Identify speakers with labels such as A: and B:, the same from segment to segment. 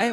A: 哎，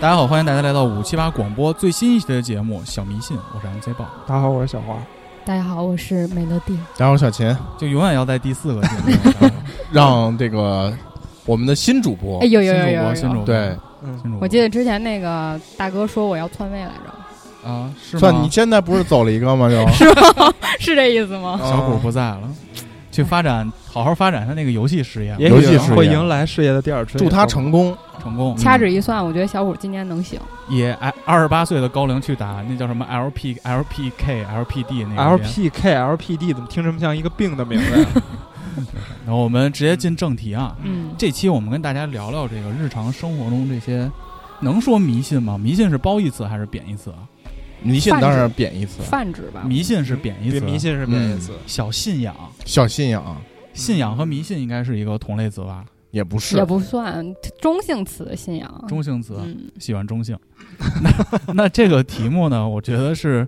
B: 大家好，欢迎大家来到五七八广播最新一期的节目《小迷信》，我是 MC 豹，
C: 大家好，我是小花。
D: 大家好，我是美乐蒂。
E: 大家好，我是小秦，
B: 就永远要在第四个节目。
E: 让这个我们的新主播
D: 哎，有 有
B: 哦新
D: 有
B: 主
D: 有
B: 播，新主
D: 有，
B: 播，
E: 对，
A: 嗯
B: 新主播。
D: 我记得之前那个大哥说我要篡位来着，
B: 得啊，是吗？
E: 算你现在不是走了一个吗？
D: 啊
E: 就是
D: 吗？是这意思吗？
B: 小谷不在了，去发展，好好发展他那个游戏事业吧，
C: 也
E: 游戏
C: 许
E: 事业
C: 会迎来事业的第二春。
E: 祝他成功。
B: 成功。
D: 掐指一算，我觉得小虎今年能行。
B: 以哎二十八岁的高龄去打那叫什么 LP、LPK、LPD 那个游戏。
C: LPK、LPD 怎么听这么像一个病的名字呀？
B: 然后我们直接进正题啊，
D: 嗯，
B: 这期我们跟大家聊聊这个日常生活中这些，能说迷信吗？迷信是褒义词还是贬义词啊？
E: 迷信当然是贬义词，
D: 泛指吧。
B: 迷信是贬义
C: 对，
B: 词，
C: 迷信是贬义词。
B: 小信仰，
E: 小信仰
B: 信仰和迷信应该是一个同类词吧？
D: 嗯
E: 也不是啊
D: 也。不算中性词，信仰。
B: 中性词，
D: 嗯，
B: 喜欢中性。 那那这个题目呢，我觉得是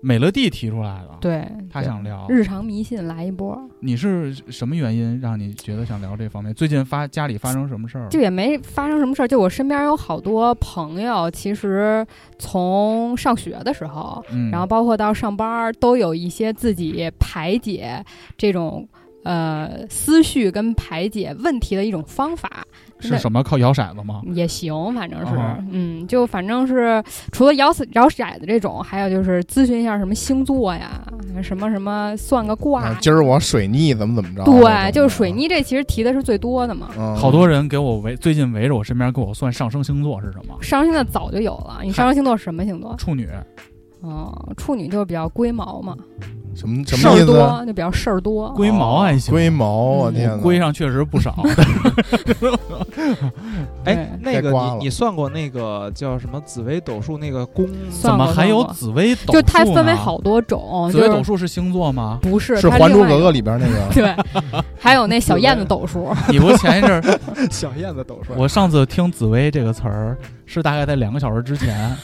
B: 美乐蒂提出来的，
D: 对，
B: 他想聊。
D: 日常迷信来一波，
B: 你是什么原因让你觉得想聊这方面？最近发家里发生什么事儿？
D: 就也没发生什么事儿。就我身边有好多朋友，其实从上学的时候，
B: 嗯，
D: 然后包括到上班儿，都有一些自己排解这种呃思绪跟排解问题的一种方法。
B: 是什么？靠摇骰子吗？
D: 也行，反正是，
B: 啊
D: 嗯，就反正是除了摇死摇骰子这种，还有就是咨询一下什么星座呀，什么什么算个卦
E: 啊，，今儿我水逆怎么怎么着？啊
D: 对，就是水逆这其实提的是最多的嘛。
E: 嗯，
B: 好多人给我围，最近围着我身边给我算上升星座是什么？
D: 上升星座早就有了，你上升星座是什么星座？
B: 处女，
D: 嗯，处女就是比较龟毛嘛，
E: 什么什
D: 事
E: 么意
D: 儿
E: 思啊？
D: 多，就比较事儿多。
B: 龟毛还行，
E: 龟毛，我
D: 嗯
E: 天哪！
B: 龟上确实不少。
C: 哎，那
E: 该
C: 个
E: 刮了
C: 你你算过那个叫什么紫微斗数那个宫？
D: 算
B: 怎么
D: 过
B: 还有
D: 算过
B: 紫微斗数
D: 就它分为
B: 呢
D: 好多种，
B: 紫微
D: 就
B: 斗
D: 是
B: 数是星座 吗？
D: 不是
E: 是《
D: 它
E: 还
D: 另
E: 珠
D: 外一
E: 格
D: 个
E: 格》里边那个
D: 对， 还有那小燕子斗数，
B: 你不前一阵儿
C: 小燕子斗数。
B: 我上次听“紫薇”这个词儿是大概在两个小时之 前，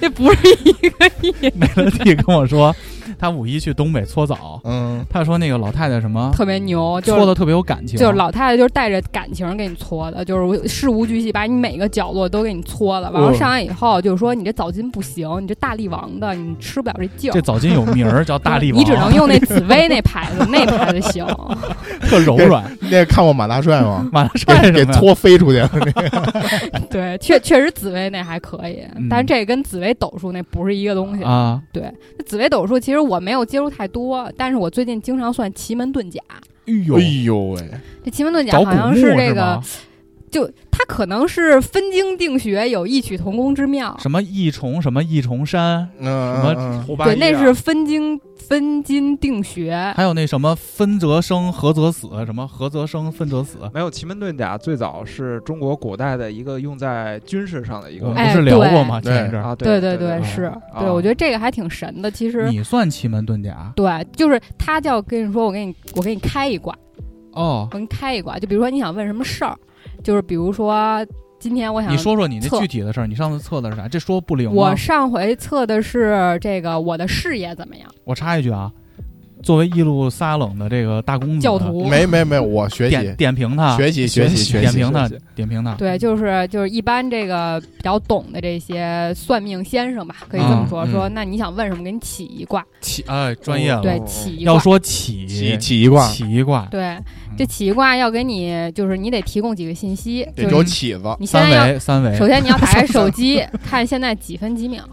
D: 那不是一个意思，
B: 美乐蒂跟我说，她五一去东北搓澡，
E: 嗯，
B: 她说那个老太太什么
D: 特别牛，就
B: 搓
D: 是
B: 的特别有感情，
D: 就是老太太就是带着感情给你搓的，就是事无巨细，把你每个角落都给你搓了。完了
B: 嗯
D: 上来以后，就是说你这枣筋不行，你这大力王的，你吃不了这劲
B: 这
D: 儿。
B: 澡巾有名 儿叫大力王，
D: 你只能用那紫薇那牌子，那牌子行。
B: 特柔软，？
E: 那个看过马大帅吗
B: 马上帅
E: 给
B: 什
E: 给
B: 么呀？
E: 拖飞出去了，
D: 对，确确实紫薇那还可以，
B: 嗯
D: 但是这跟紫薇斗数那不是一个东西。
B: 啊，
D: 对，那紫薇斗数其实我没有接触太多，但是我最近经常算奇门遁甲。
B: 哎呦
E: 哎呦喂！
D: 这奇门遁甲
B: 找
D: 好
B: 古墓
D: 像
B: 是
D: 这个
B: 吗，？
D: 就它可能是分经定穴有异曲同工之妙。
B: 什么异虫什么异虫山，
E: 嗯嗯
B: 什么
E: 嗯
C: 胡八
D: 对，
C: 一
D: 那
C: 啊
D: 是分经分经定穴。
B: 还有那什么分则生，合则死，什么合则生，分则死。
C: 没有奇门遁甲，最早是中国古代的一个用在军事上的一
B: 我
C: 个
B: 们
D: 哎
B: 哦不是聊过吗？
E: 对
B: 前一阵儿，
C: 啊，
D: 对
C: 对
A: 嗯
D: 对，是
C: 啊
D: 对，我觉得这个还挺神的。其实
B: 你算奇门遁甲
D: 对，就是他叫跟你说，我给你我给你开一卦，
B: 哦
D: 我？给你开一卦。就比如说你想问什么事儿，就是比如说今天我想
B: 你说说你那
D: 测
B: 具体的事儿，你上次测的是啥？这说不灵吗？
D: 我上回测的是这个我的事业怎么样？
B: 我插一句啊，作为一路撒冷的这个大公子，
D: 教徒。
E: 没没没，我学
B: 点
E: 习
B: 点评他，
E: 学习学习学
B: 点
E: 习，
B: 评他
C: 学习，
B: 点评他。
D: 对，就是就是一般这个比较懂的这些算命先生吧，可以这么
B: 嗯
D: 说，
E: 嗯
D: 说那你想问什么，给你起一卦，
B: 起哎，专业了，
D: 对，
C: 哦
D: 起一卦
B: 要。说起
E: 起起一卦，
B: 起一卦，
D: 对，
B: 嗯
D: 这起一卦要给你，就是你得提供几个信息，
E: 得
D: 就
E: 有
D: 是
E: 起子，
D: 你现
B: 三
D: 在要，
B: 维 三维。
D: 首先你要打开手机看现在几分几秒，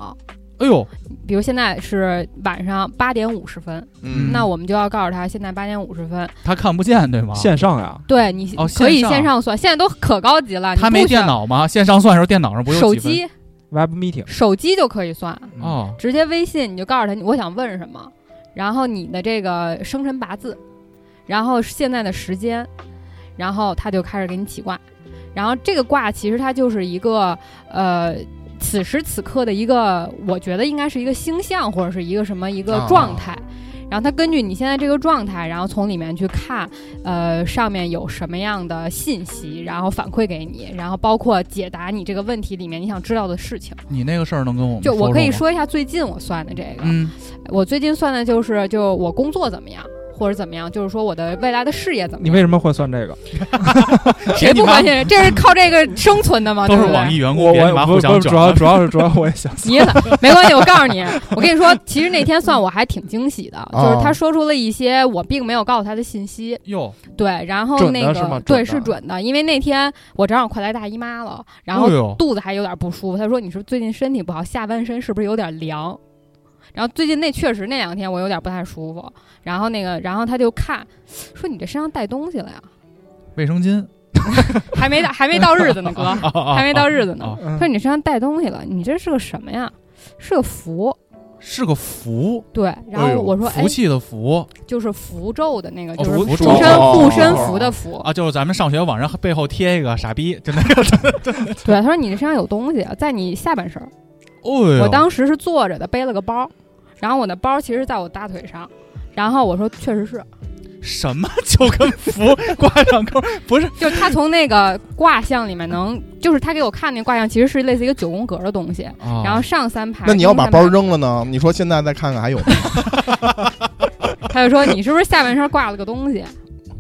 B: 哎呦，
D: 比如现在是晚上八点五十分，
E: 嗯，
D: 那我们就要告诉他现在八点五十分，
B: 他看不见对吗？
C: 线上呀，
D: 对你
B: 哦
D: 可以
B: 线上
D: 线上算，现在都可高级了，
B: 他
D: 你
B: 没
D: 不需要
B: 电，脑吗？线上算的时候，电脑上不有
D: 手
B: 几分
D: 机
C: Web Meeting
D: 手机就可以算，
B: 哦，
D: 直接微信你就告诉他你我想问什么，然后你的这个生辰八字，然后现在的时间，然后他就开始给你起卦，然后这个卦其实它就是一个呃。此时此刻的一个，我觉得应该是一个星象或者是一个什么一个
E: 啊
D: 状态，然后它根据你现在这个状态，然后从里面去看，呃，上面有什么样的信息，然后反馈给你，然后包括解答你这个问题里面你想知道的事情。
B: 你那个事儿能跟我们
D: 就我
B: 说
D: 可以
B: 吗，
D: 说一下最近我算的这个，
B: 嗯，
D: 我最近算的就是就我工作怎么样，或者怎么样，就是说我的未来的事业怎么
C: 你
D: 样。
C: 为什么会算这个？
D: 谁不关
B: 心？
D: 心？ 这是靠这个生存的 吗？
B: 都是
D: 对不对
B: 网易员
C: 我
B: 工，别你
C: 我
B: 妈
C: 不
B: 互
C: 不
B: 相
C: 主
B: 卷
C: 要
B: 了。
C: 主要是主 要我也想
D: 急了，没关系，我告诉你，我跟你说，其实那天算我还挺 惊喜的，
E: 哦
D: 就是他说出了一些我并没有告诉他的信息，
B: 哟，
D: 对，然后
E: 准
D: 那
E: 的是
D: 个
E: 吗
D: 对
E: 准的
D: 是准的，因为那天我正好快来大姨妈了，然后
B: 哎呦
D: 肚子还有点不舒服，他说你是最近身体不好，下半身是不是有点凉？然后最近那确实那两天我有点不太舒服，然后那个，然后他就看，说你这身上带东西了呀，
B: 卫生巾，
D: 还没到还没到日子呢，哥，还
B: 还
D: 没到日子呢
B: 啊，
D: 说你这身上带东西了，你这是个什么呀？是个符，
B: 是个符，
D: 对。然
E: 哎
D: 后
E: 呦
D: 我说，哎
B: 福，气的福
D: 就是符咒的那个，
B: 哦
D: 就是
B: 符
D: 护
B: 咒
D: 身
E: 哦
D: 护身符的符。
B: 啊，就是咱们上学往人背后贴一个傻逼，就那个。
D: 对，他说你这身上有东西，啊在你下半身。
B: 哦呦，
D: 我当时是坐着的，背了个包，然后我的包其实在我大腿上，然后我说确实是，
B: 什么就跟符挂上钩，不是
D: 就是他从那个卦象里面能，就是他给我看那卦象其实是类似一个九宫格的东西，
B: 啊
D: 然后上三排，
E: 那你要把包
D: 中
E: 扔了呢？你说现在再看看还有吗？
D: 间三排，他就说你是不是下半身挂了个东西，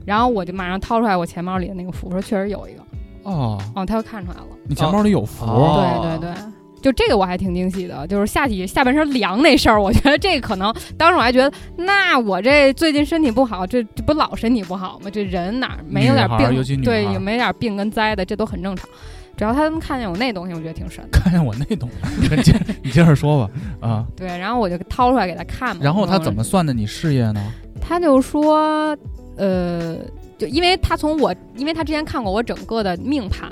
D: 然后我就马上掏出来我钱包里的那个符，说确实有一个，
B: 哦，
D: 哦，他就看出来了，
B: 你钱包里有符
C: 哦，，
D: 对对对。就这个我还挺惊喜的，就是下体下半身凉那事儿，我觉得这可能当时我还觉得，那我这最近身体不好，这这不老身体不好吗？这人哪儿没有点
B: 女孩儿尤其
D: 病，
B: 女
D: 对，
B: 孩儿
D: 有没点病跟灾的，这都很正常。只要他能看见我那东西，我觉得挺神的。
B: 看见我那东西，你接你接着说吧啊。
D: 对，然后我就掏出来给他看嘛。
B: 然后他
D: 我说
B: 怎？么算的你事业呢？
D: 他就说，呃，就因为他从我，因为他之前看过我整个的命盘，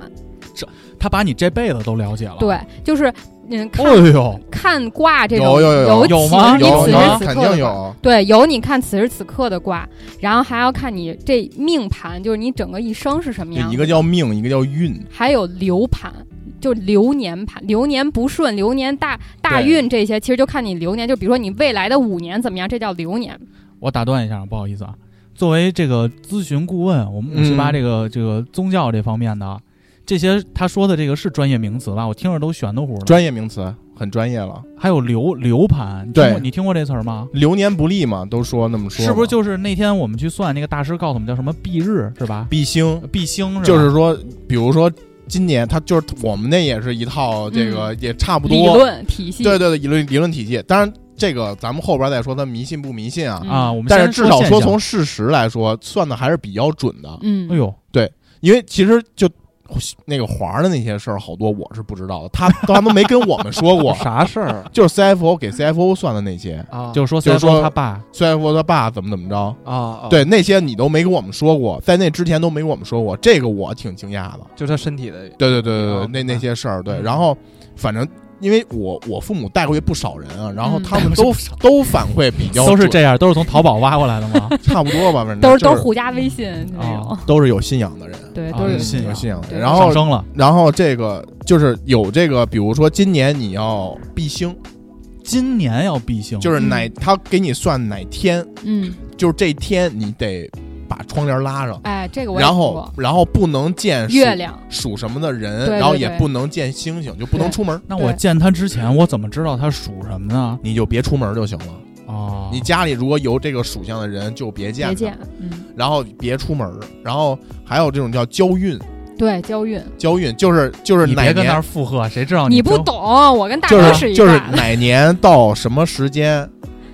B: 他把你这辈子都了解了。，
D: 对，就是嗯，看、
B: 哦呦，
D: 看卦这种
E: 有有有有
D: 有
B: 有吗
D: 你
E: 有
D: 此时
E: 有
D: 此刻
E: 肯
D: 的
E: 定
D: 卦
E: 有，
D: 对，有你看此时此刻的卦，然后还要看你这命盘，就是你整个一生是什么样
E: 就
D: 的。
E: 一个叫命，一个叫运。
D: 还有流盘，就流年盘，流年不顺，流年大大
E: 对
D: 运这些，其实就看你流年。就比如说你未来的五年怎么样，这叫流年。
B: 我打断一下，不好意思啊。作为这个咨询顾问，我们五七八
E: 嗯
B: 这个、这个宗教这方面的啊，这些他说的这个是专业名词吧？我听着都玄乎乎的。
E: 专业名词很专业了，
B: 还有流流盘，你听过
E: 对
B: 你听过这词儿吗？
E: 流年不利嘛，都说那么说嘛，
B: 是不是就是那天我们去算那个大师告诉我们叫什么蔽日是吧？
E: 必星？
B: 蔽星是吧？
E: 就是说，比如说今年它就是我们那也是一套这个也差不
D: 嗯理
E: 多，
D: 论体系。
E: 对对对，理论理论体系。当然，这个咱们后边再说，它迷信不迷信啊？
D: 嗯
B: 啊，我们
E: 但是
B: 先
E: 至少
B: 现
E: 说
B: 象
E: 从事实来说，算的还是比较准的，
D: 嗯，
B: 哎呦，
E: 因为其实就。那个华儿的那些事儿，好多我是不知道的，他 他都没跟我们说过
C: 啥事儿
E: 就是 CFO 给 CFO 算的那些
C: 啊
B: 就是说
E: 就
B: 三
E: 是
B: 说
E: 说
B: 他爸
E: ，CFO 他爸怎么怎么着，
C: 啊，啊，
E: 对那些你都没跟我们说过，在那之前都没跟我们说过，这个我挺惊讶的。
C: 就是他身体的
E: 对对对对对
C: 哦，
E: 那
C: 明白
E: 那些事儿，对。
B: 嗯
E: 然后反正因为我我父母带过去不少人啊，然后
D: 嗯
E: 他们都都反馈比较
B: 都是
E: 准
B: 这样，都是从淘宝挖过来的吗？
E: 差不多吧，反正
D: 都是
E: 就
D: 都
E: 是
D: 是互加微信那种
B: 啊。
E: 都是有信仰的人，
D: 对，
B: 啊
D: 都是有
B: 嗯信仰
E: 有信仰的
D: 对
E: 人。然
B: 上
E: 后
B: 升了，
E: 然后这个就是有这个，比如说今年你要避星，
B: 今年要蔽星，
E: 就是哪他给你算哪天，
D: 嗯，
E: 就是这天你得把窗帘拉上，
D: 哎，这个我也
E: 然
D: 听
E: 后
D: 过
E: 然后不能见属
D: 月亮。
E: 属什么的人，
D: 对对
E: 然后也
D: 对
E: 不能见星星，就不能
D: 对
E: 出门，
B: 那我
D: 对
B: 见他之前，我怎么知道他属什么呢？
E: 你就别出门就行了。
B: 哦，
E: 你家里如果有这个属相的人，就别见
D: 别
E: 他，
D: 见，嗯，
E: 然后别出门儿。然后还有这种叫交运，
D: 对，交运，
E: 交运就是就是
B: 你
E: 哪
B: 别跟那
E: 年
B: 儿附和，谁知道
D: 你
B: 你
D: 不
B: 真
D: 懂，我跟大
E: 就
D: 哥
E: 是
D: 一
E: 就是
D: 挂的，
E: 哪年到什么时间，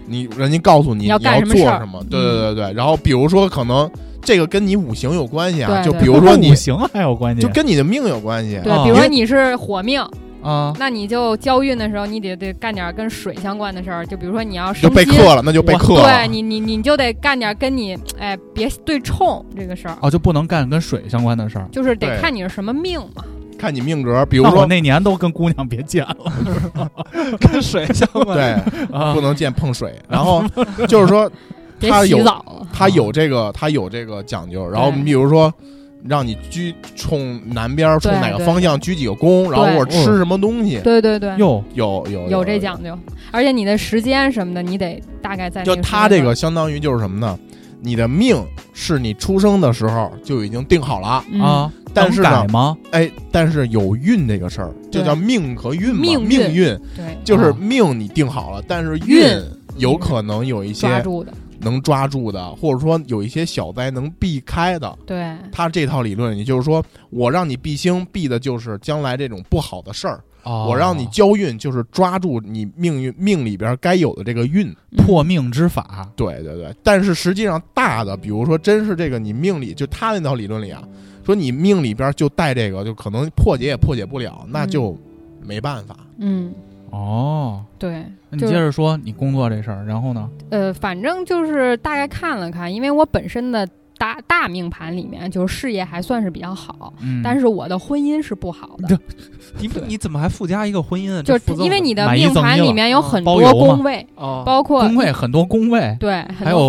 E: 你人家告诉你
D: 你要干什
E: 要
D: 么
E: 做
D: 事儿嗯
E: 什么，对对对对。然后比如说可能这个跟你五行有关系啊，
D: 对
E: 就
D: 对
E: 比如
B: 跟
E: 说你
B: 五行还有关系，
E: 就跟你哦的命有关系。
D: 对
B: 啊，
D: 比如
E: 因
D: 说
E: 为
D: 你是火命，
B: 啊，
D: 那你就交运的时候，你得得干点跟水相关的事儿，就比如说你要
E: 就
D: 升
E: 被
D: 金，
E: 克了，那就被
B: 我
E: 克了。
D: 对你你你就得干点跟你哎别对冲这个事儿，
B: 哦，就不能干跟水相关的事儿。
D: 就是得
E: 对
D: 看你是什么命嘛。
E: 看你命格，比如
B: 那我
E: 说
B: 那年都跟姑娘别见了
A: 跟水相关。
E: 对，
B: 啊
E: 不，能见碰水。然后就是说，
D: 别
E: 他有
D: 洗澡了，
E: 他有这个，他有这个讲究。然后
D: 对
E: 你比如说，让你居冲南边，冲
D: 对
E: 哪个
D: 对
E: 方向居几个宫，然后
D: 对
E: 或者吃什么东西，
D: 对对对，
B: 哟，
E: 有有
D: 有这。讲究，而且你的时间什么的，你得大概在
E: 就
D: 那时
E: 他
D: 间
E: 这
D: 段
E: 个相当于就是什么呢？你的命是你出生的时候就已经定好了，
D: 嗯
B: 啊，
E: 但是
B: 能改
E: 呢，
B: 吗？
E: 哎，但是有运这个事儿，就
D: 对
E: 叫命和运嘛，
D: 命运
E: 命运
D: 对
E: 就是
B: 哦
E: 命你定好了，但是
D: 运
E: 有可能有一
D: 抓
E: 些
D: 住的，
E: 能抓住的，或者说有一些小灾能避开的。
D: 对
E: 他这套理论，也就是说，我让你避星，避的就是将来这种不好的事儿；
B: 哦
E: 我让你交运，就是抓住你命运命里边该有的这个运。
D: 嗯
B: 破命之法，
E: 对对对，但是实际上大的，比如说，真是这个你命里，就他那套理论里啊，说你命里边就带这个，就可能破解也破解不了，那
B: 嗯
E: 就没办法。
D: 嗯
B: 哦，
D: 对，
B: 那你
D: 就
B: 接
D: 是
B: 着说你工作这事儿，然后呢？
D: 呃，反正就是大概看了看，因为我本身的大大命盘里面就是事业还算是比较好，
B: 嗯，
D: 但是我的婚姻是不好的
B: 这，
A: 你你怎么还附加一个婚姻啊？
D: 就
A: 这
D: 是
A: 附赠
D: 因为你的
B: 买一
D: 命
B: 赠一
D: 盘
B: 了
D: 里面有
A: 啊
D: 很
B: 包
D: 多
B: 邮嘛
D: 宫啊位，
A: 的哦，
D: 包括
B: 工位很多工位，
D: 对，很
B: 还
D: 多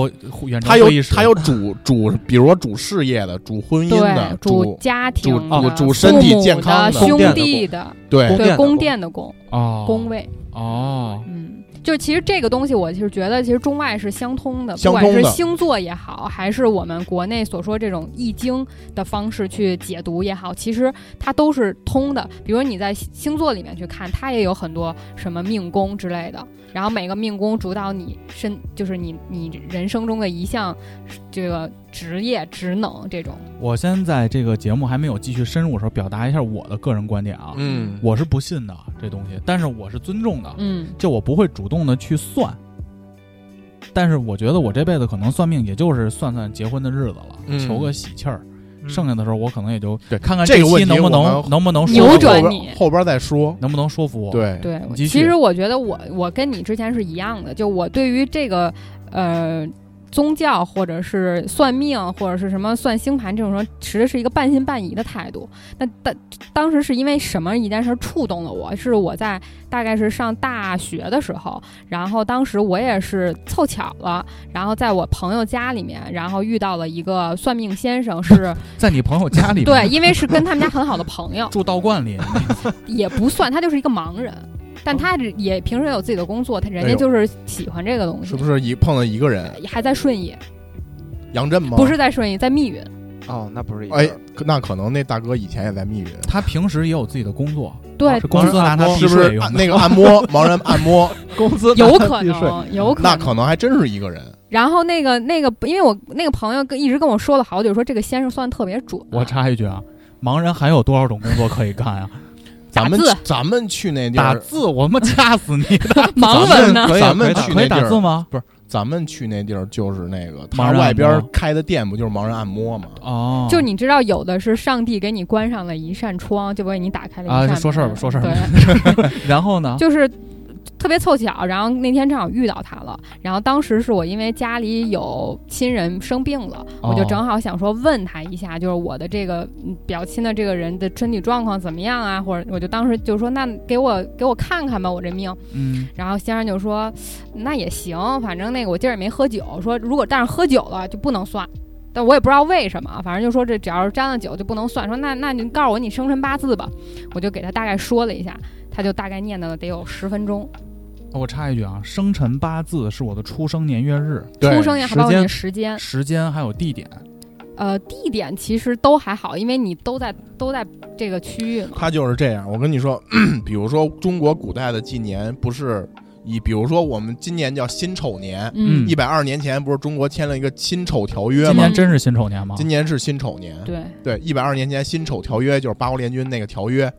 B: 有远程
E: 他有
B: 会议室
E: 他有主主，比如说主事业的、主婚姻的
D: 对、
E: 主
D: 家庭
E: 主
D: 的、
E: 主
D: 父
E: 身体
D: 母
E: 健康
D: 的、
E: 的
D: 兄
A: 宫殿的
D: 弟的，
E: 对
A: 宫
D: 对
A: 殿的
D: 宫
A: 宫
D: 殿的宫
B: 哦
D: 宫位，
B: 哦，
D: 嗯，就其实这个东西，我就是觉得其实中外是相通的，
E: 相通
D: 不
E: 的
D: 管是星座也好，还是我们国内所说这种易经的方式去解读也好，其实它都是通的。比如你在星星座里面去看，它也有很多什么命宫之类的，然后每个命宫主导你身，就是你你人生中的一项这个职业职能这种。
B: 我先在这个节目还没有继续深入的时候，表达一下我的个人观点啊，
E: 嗯，
B: 我是不信的这东西，但是我是尊重的，
D: 嗯，
B: 就我不会主动的去算。但是我觉得我这辈子可能算命，也就是算算结婚的日子了，
E: 嗯
B: 求个喜气儿。
A: 嗯
B: 剩下的时候，我可能也就
E: 对
B: 看看
E: 这个问
B: 期
E: 题
B: 能不
E: 我
B: 能
E: 们
B: 能不能
D: 扭
B: 说服我
D: 转
E: 后边
D: 你
E: 后边再说。
B: 能不能说服我？，
E: 对，
D: 对，我
B: 继
D: 其
B: 续
D: 实我觉得我我跟你之前是一样的，就我对于这个呃宗教或者是算命或者是什么算星盘这种说，持的是一个半信半疑的态度。那当当时是因为什么一件事儿触动了我？是我在大概是上大学的时候，然后当时我也是凑巧了，然后在我朋友家里面，然后遇到了一个算命先生是，
B: 在 你朋友家 里
D: 对，因为是跟他们家很好的朋友，
B: 住道观里，
D: 也不算，他就是一个盲人，
B: 哦
D: 但他这也平时也有自己的工作，他人
E: 哎
D: 家
E: 呦
D: 就是喜欢这个东西，
E: 是不是一碰到一个人，
D: 还在顺义，
E: 杨震
B: 哦
E: 吗？
D: 不是在顺义，在密云。
C: 哦，那不是一个
E: 哎，可那可能那大哥以前也在密云，
B: 他平时也有自己的工 作，
D: 对
B: 啊是，公司拿他避
E: 是不
B: 税
E: 是
B: 用
E: 按
B: 的。
E: 那个按摩盲人按摩？
C: 工资
D: 有可能，有可
E: 那
D: 能。
E: 可能还真是一个人。
D: 然后那个那个，因为我那个朋友跟一直跟我说了好久，说这个先生算的特别准。
B: 我 插一句啊，盲人还有多少种工作可以干啊？
E: 咱们
D: 打字
E: 咱们去那地
B: 打
E: 儿，
B: 字，我他妈掐死你！
D: 盲文呢？
B: 可以
E: 咱们
B: 可以打
E: 去
B: 可以
E: 那地
B: 打
E: 儿
B: 字吗？
E: 咱们去那地儿就是那个
B: 盲人
E: 他
B: 按摩
E: 外边开的店不就是盲人按摩吗？
B: 哦，
D: 就你知道，有的是上帝给你关上了一扇窗，就为你打开了一
B: 啊
D: 扇门。
B: 说事儿吧说事儿吧
D: 对，
B: 然后呢？
D: 就是特别凑巧，然后那天正好遇到他了。然后当时是我因为家里有亲人生病了，
B: 哦
D: 我就正好想说问他一下，就是我的这个嗯比较亲的这个人的身体状况怎么样啊？或者我就当时就说，那给我给我看看吧，我这命。
B: 嗯，
D: 然后先生就说，那也行，反正那个我今儿也没喝酒，说如果但是喝酒了就不能算。但我也不知道为什么，反正就说这只要是沾了酒就不能算。说那那您告诉我你生辰八字吧，我就给他大概说了一下，他就大概念叨了得有十分钟。
B: 我插一句啊，生辰八字是我的出生年月日、
E: 对
D: 出生也还
B: 时
D: 包括你的
B: 间
D: 时间，
B: 时间还有地点。
D: 呃，地点其实都还好，因为你都在都在这个区域嘛。
E: 他就是这样。我跟你说，比如说中国古代的纪年不是以比如说我们今年叫辛丑年，
B: 嗯
E: 一百二十年前不是中国签了一个辛丑条约
B: 今
E: 吗
B: 年？真是辛丑年吗？
E: 啊今年是辛丑年，
D: 对，
E: 对，一百二十年前辛丑条约就是八国联军那个条约。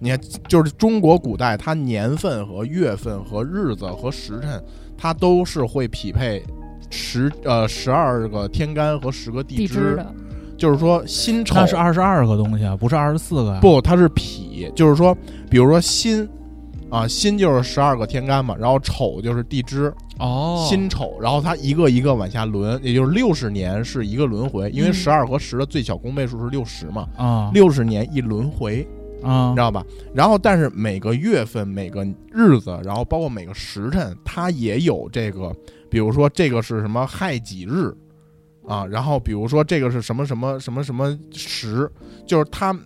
E: 你看，就是中国古代，它年份和月份和日子和时辰，它都是会匹配十呃十二个天干和十个地
D: 地支的，
E: 就是说辛丑
B: 那是二十二个东西啊，不是二十四个啊。
E: 不，它是匹，就是说，比如说辛啊，辛就是十二个天干嘛，然后丑就是地支，
B: 哦，
E: 辛丑，然后它一个一个往下轮，也就是六十年是一个轮回，因为
D: 嗯
E: 十二和十的最小公倍数是六十嘛，
B: 啊
E: 六十年一轮回，
B: 啊
E: 你知道吧？然后但是每个月份、每个日子，然后包括每个时辰，它也有这个，比如说这个是什么亥几日啊，然后比如说这个是什么什么什么什么时，就是它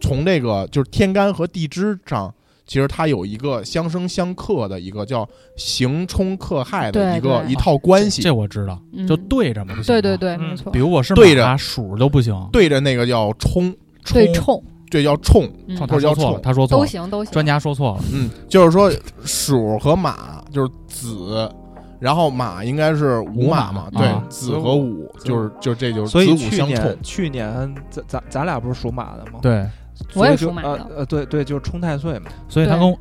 E: 从这个就是天干和地支上。其实它有一个相生相克的一个叫刑冲克害的
D: 对
E: 一个
D: 对
E: 一套关系，
B: 这我知道，
D: 嗯
B: 就对着嘛。不行
D: 对
B: 吗
D: 对，对，
A: 嗯
D: 没错
B: 比，如我是
E: 对着
B: 马数都不行，
E: 对着那个叫冲，
D: 对冲，
E: 这叫冲，
D: 嗯
B: 冲
E: 或
B: 他说
E: 者叫
B: 错了，
E: 冲
B: 他说错
D: 都
B: 了，
D: 行都行，
B: 专家说错了。
E: 嗯，就是说鼠和马就是子，然后马应该是午马嘛，
B: 午马
E: 对，
B: 啊
E: 子和午
C: 子午
E: 就是就这就是
A: 所
E: 子
A: 以
E: 午
A: 去
E: 相冲
A: 年，去年咱咱咱俩不是属马的吗？
B: 对，
A: 所以
D: 我也
A: 就
D: 属马的
A: 呃呃，对对，就是冲太岁嘛。
B: 所以他
D: 对
B: 跟我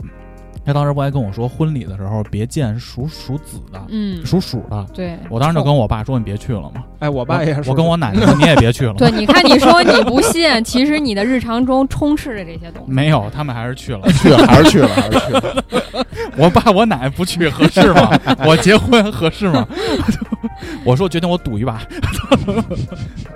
B: 他当时不还跟我说，婚礼的时候别见属属子的，
D: 嗯，
B: 属鼠的。
D: 对。
B: 我当时就跟我爸说：“你别去了嘛。
A: 哎，我
B: 我
A: 爸也是，
B: 我跟我奶奶说：“你也别 去了。”
D: 对，你看，你说你不信， 其实你的日常中充斥着这些东西。
B: 没有，他们还是 去了。
E: 去 了还是去了还是去了，
B: 我爸我奶奶不去合适吗？我结婚合适吗？ 我说决定我赌一把。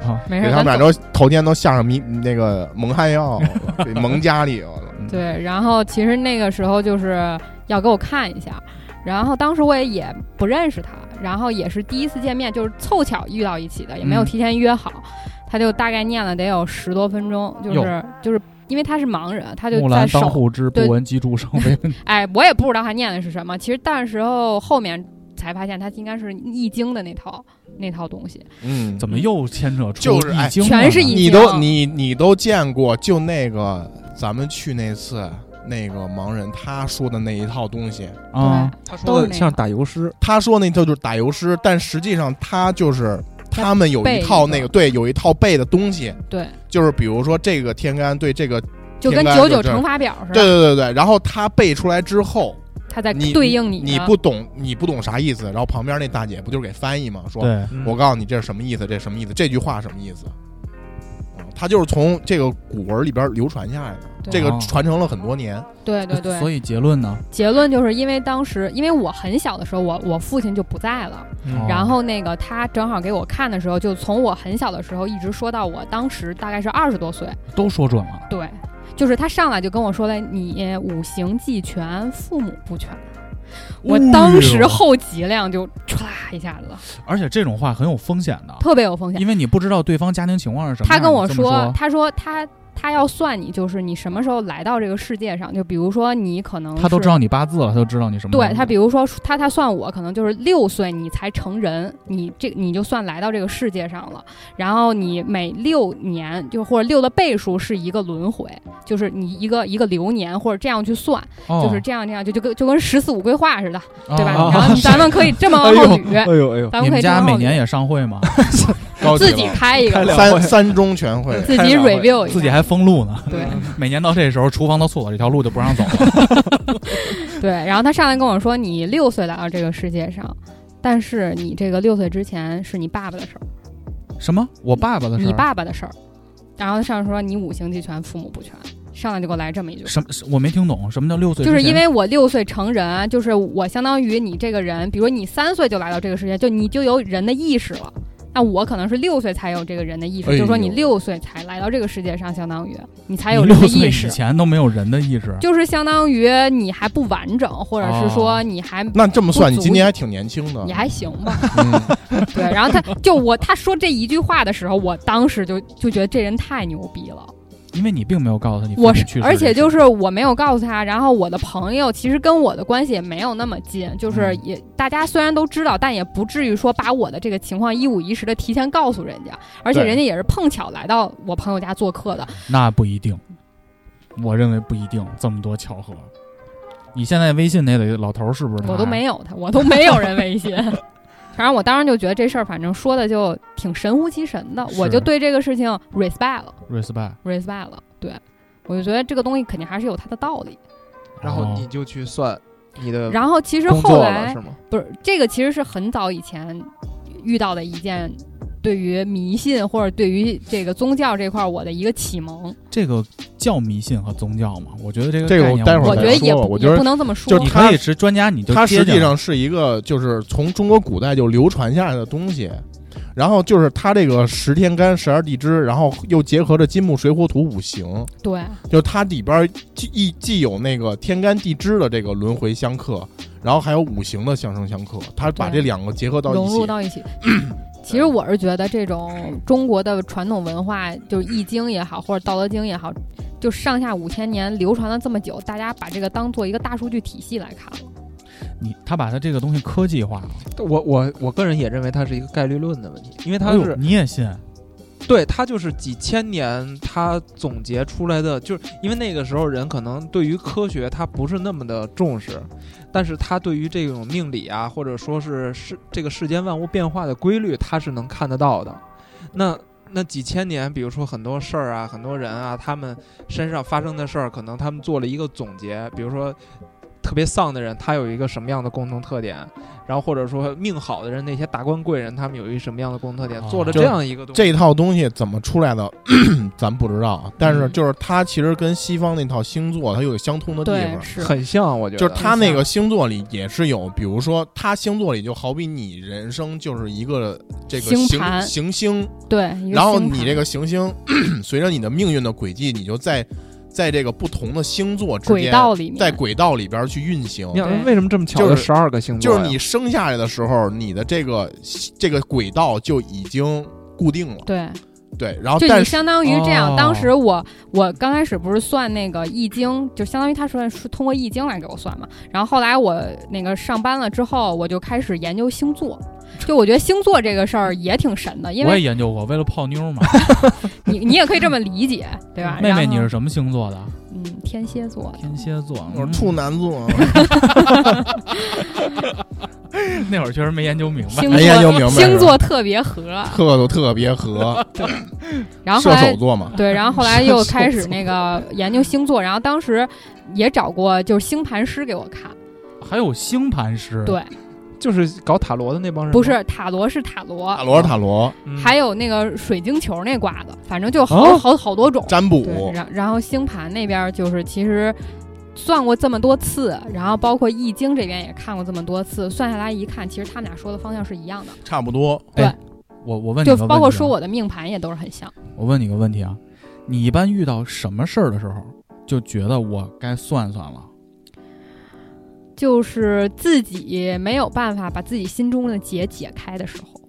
B: 啊，
D: 没
E: 给
D: 事，
E: 他
D: 咱
E: 们俩
D: 走。
E: 都头天都下上迷那个蒙汗药，给蒙家里了。
D: 对，然后其实那个时候就是要给我看一下，然后当时我也也不认识他，然后也是第一次见面，就是凑巧遇到一起的，也没有
B: 嗯
D: 提前约好，他就大概念了得有十多分钟，就是就是因为他是盲人，他就
B: 木
D: 在
B: 兰当
D: 手，
B: 户织，
D: 对
B: 不闻机杼声。
D: 哎，我也不知道他念的是什么，其实但时候后面才发现他应该是易经的那套那套东西，
E: 嗯，
B: 怎么又牵扯出
E: 就是哎
B: 易经了呢？
D: 全是易经
E: 你都你你都见过，就那个咱们去那次那个盲人他说的那一套东西，
B: 啊，
A: 他
D: 都
A: 说
D: 是
A: 的
D: 那
A: 像
D: 样
A: 打油诗，
E: 他说那套就是打油诗，但实际上他就是他们有一
D: 背
E: 套
D: 一个
E: 那个对有一套背的东西，
D: 对，
E: 就是比如说这个天干对这个，
D: 就跟
E: 应该
D: 九
E: 就
D: 九
E: 这
D: 乘法表似
E: 对
D: 的，
E: 对对对，然后他背出来之后，
D: 他在
E: 你
D: 对应
E: 你
D: 的，
E: 不懂你不懂啥意思，然后旁边那大姐不就是给翻译吗？说
B: 对，
A: 嗯
E: 我告诉你这是什么意思，这是什么意思，这句话什么意思？啊他就是从这个古文里边流传下来的，
D: 对
E: 这个
B: 哦
E: 传承了很多年。
D: 对对对，
B: 所以结论呢？
D: 结论就是因为当时，因为我很小的时候，我我父亲就不在了，
B: 哦
A: 嗯
D: 然后那个他正好给我看的时候，就从我很小的时候一直说到我当时大概是二十多岁，
B: 都说准了。
D: 对，就是他上来就跟我说了，你五行俱全，父母不全。
B: 哎
D: 我当时后脊梁就唰一下子了，
B: 而且这种话很有风险的，
D: 特别有风险。
B: 因为你不知道对方家庭情况是什么样。
D: 他跟我
B: 你这么说，
D: 他说他他要算你，就是你什么时候来到这个世界上，就比如说你可能
B: 他都
D: 是
B: 知道你八字了，他就知道你
A: 嗯
B: 什么样
D: 对
B: 子。
D: 他，比如说他他算我可能就是六岁你才成人，你这你就算来到这个世界上了。然后你每六年就或者六的倍数是一个轮回，就是你一个一个流年或者这样去算，
B: 哦
D: 就是这样这样就就跟就跟十四五规划似的，对吧？
B: 啊
D: 然后 咱们可以这么往后捋，
A: 哦哎呦哎呦，
D: 咱
B: 你
D: 们可
B: 们
D: 以这么
B: 家
D: 往后
B: 每
D: 捋
B: 年也上会 吗？
E: 高级
D: 自己
E: 了
D: 开一
A: 开
D: 个，
A: 两
E: 三
A: 会
E: 三中全会，
D: 自
A: 开
D: 己
A: 两会
D: review 一下，
B: 自己还封路呢。
D: 对。
B: 每年到这时候，厨房到厕所这条路就不让走了。
D: 对，然后他上来跟我说，你六岁来到这个世界上，但是你这个六岁之前是你爸爸的事儿，
B: 什么？我爸爸的事儿？
D: 你爸爸的事儿。然后他上来说你五行俱全，父母不全，上来就给我来这么一句。
B: 什么？什我没听懂，什么叫六岁之
D: 就
B: 前？
D: 是因为我六岁成人，啊就是我相当于你这个人，比如你三岁就来到这个世界，就你就有人的意识了。那我可能是六岁才有这个人的意识，
E: 哎呦
D: 就是说你六岁才来到这个世界上，相当于你才
B: 你
D: 有人
B: 六
D: 的
B: 岁
D: 意
B: 以
D: 识，
B: 前都没有人的意识。
D: 就是相当于你还不完整，或者是
B: 哦
D: 说你还、
E: 那这么算，
D: 不
E: 你
D: 足
E: 今年还挺年轻的
D: 你。还行吧。
E: 嗯
D: 对，然后他就我他说这一句话的时候，我当时就就觉得这人太牛逼了。
B: 因为你并没有告诉他你父
D: 我
B: 亲
D: 是
B: 去，世
D: 而且
B: 这
D: 就
B: 事
D: 是我没有告诉他，然后我的朋友其实跟我的关系也没有那么近，就是
B: 嗯
D: 也、大家虽然都知道，但也不至于说把我的这个情况一五一十的提前告诉人家，而且
E: 对
D: 人家也是碰巧来到我朋友家做客的，
B: 那不一定，我认为不一定，这么多巧合。你现在微信那里老头儿是不是他？
D: 我都没有他，我都没有人微信。 反正我当时就觉得这事儿，反正说的就挺神乎其神的，
B: 是
D: 我就对这个事情 respect 了
B: respect。
D: ，respect 了。对，我就觉得这个东西肯定还是有它的道理。
A: 然
B: 哦
A: 后你就去算你
B: 呃
A: 的
D: 然后其实
A: 工
D: 后
A: 作了
D: 来
A: 是吗？
D: 不是这个，其实是很早以前遇到的一件对于迷信或者对于这个宗教这块儿我的一个启蒙。
B: 这个叫迷信和宗教嘛？我觉得这个
E: 这个
B: 概
E: 我
B: 念
E: 待会儿
D: 我
E: 再
D: 觉得
E: 哦说
D: 也
E: 吧
D: 不
E: 我觉
D: 也
E: 得
D: 不能这么说，
E: 就
B: 你
E: 他
B: 可以是专家，你就
E: 它
B: 接
E: 实
B: 着
E: 际上是一个就是从中国古代就流传下来的东西，然后就是它这个十天干十二地支，然后又结合着金木水火土五行，
D: 对
E: 就它里边儿既既既有那个天干地支的这个轮回相克，然后还有五行的相生相克，它把
D: 对
E: 这两个结合到一
D: 融入
E: 起。
D: 到一 起。其实我是觉得这种中国的传统文化，就是《易经》也好，或者《道德经》也好，就上下五千年流传了这么久，大家把这个当做一个大数据体系来看了。
B: 你他把他这个东西科技化了，
A: 我我我个人也认为它是一个概率论的问题，因为它
B: 哎呦
A: 是
B: 你也信？
A: 对，它就是几千年它总结出来的，就是因为那个时候人可能对于科学他不是那么的重视，但是他对于这种命理啊，或者说是世这个世间万物变化的规律，他是能看得到的。那那几千年，比如说很多事儿啊，很多人啊，他们身上发生的事儿，可能他们做了一个总结，比如说。特别丧的人，他有一个什么样的共同特点？然后或者说命好的人，那些达官贵人，他们有一什么样的共同特点？
B: 哦
A: 做了
E: 就
A: 这样一个东西，
E: 这套东西怎么出来的， 咱不知道啊，但是
D: 嗯
E: 就是它其实跟西方那套星座它又有相通的地
D: 对
E: 方，。
D: 是
A: 很像，我觉得
E: 就是它那个星座里也是有，比如说它星座里就好比你人生就是一个这个
D: 星
E: 行
D: 盘
E: 行星，
D: 对。一个
E: 然后
D: 星
E: 你
D: 盘
E: 这个行星 随着你的命运的轨迹，你就在在这个不同的星座之
D: 轨
E: 间，
D: 道里面，
E: 在轨道里边去运行
A: 你。
D: 对
A: 想为什么这么巧？
E: 就是
A: 十二个星座
E: 就
A: 呀，
E: 是你生下来的时候，你的这个这个轨道就已经固定了。
D: 对，
E: 对，然后
D: 就
E: 哦但
D: 你
E: 是
D: 相当于这样。
B: 哦
D: 当时我我刚开始不是算那个易经，就相当于他说是通过易经来给我算嘛。然后后来我那个上班了之后，我就开始研究星座。就我觉得星座这个事儿也挺神的，因
B: 我
D: 为
B: 也研究过，为了泡妞嘛。
D: 你你也可以这么理解，对吧？
B: 妹妹，
D: 然后
B: 你是什么星座的？
D: 嗯天蝎座的，
B: 天蝎座。
E: 我是
B: 嗯
E: 处男座，啊
B: 那会儿确实没研究明白。
D: 星
E: 哎呀，就
D: 座
E: 明白了
D: 星座特别合。
E: 特都特别合，
D: 然后后
E: 射
D: 来
E: 手座嘛。
D: 对，然后后来又开始那个研究星座，然后当时也找过就是星盘师给我看，
B: 还有星盘师，
D: 对，
A: 就是搞塔罗的那帮人吗，
D: 不是塔罗是塔罗，
E: 塔罗是塔罗，
A: 嗯，
D: 还有那个水晶球那挂的，反正就好、
A: 啊
D: 好好多种。
E: 占
D: 对，
E: 卜，
D: 然然后星盘那边就是其实算过这么多次，然后包括易经这边也看过这么多次，算下来一看，其实他们俩说的方向是一样的，
E: 差不多。
B: 我我问你
D: 就
B: 个问题啊，
D: 包括说我的命盘也都是很像。
B: 我问你个问题啊，你一般遇到什么事儿的时候，就觉得我该算算了？
D: 就是自己没有办法把自己心中的结解开的时候，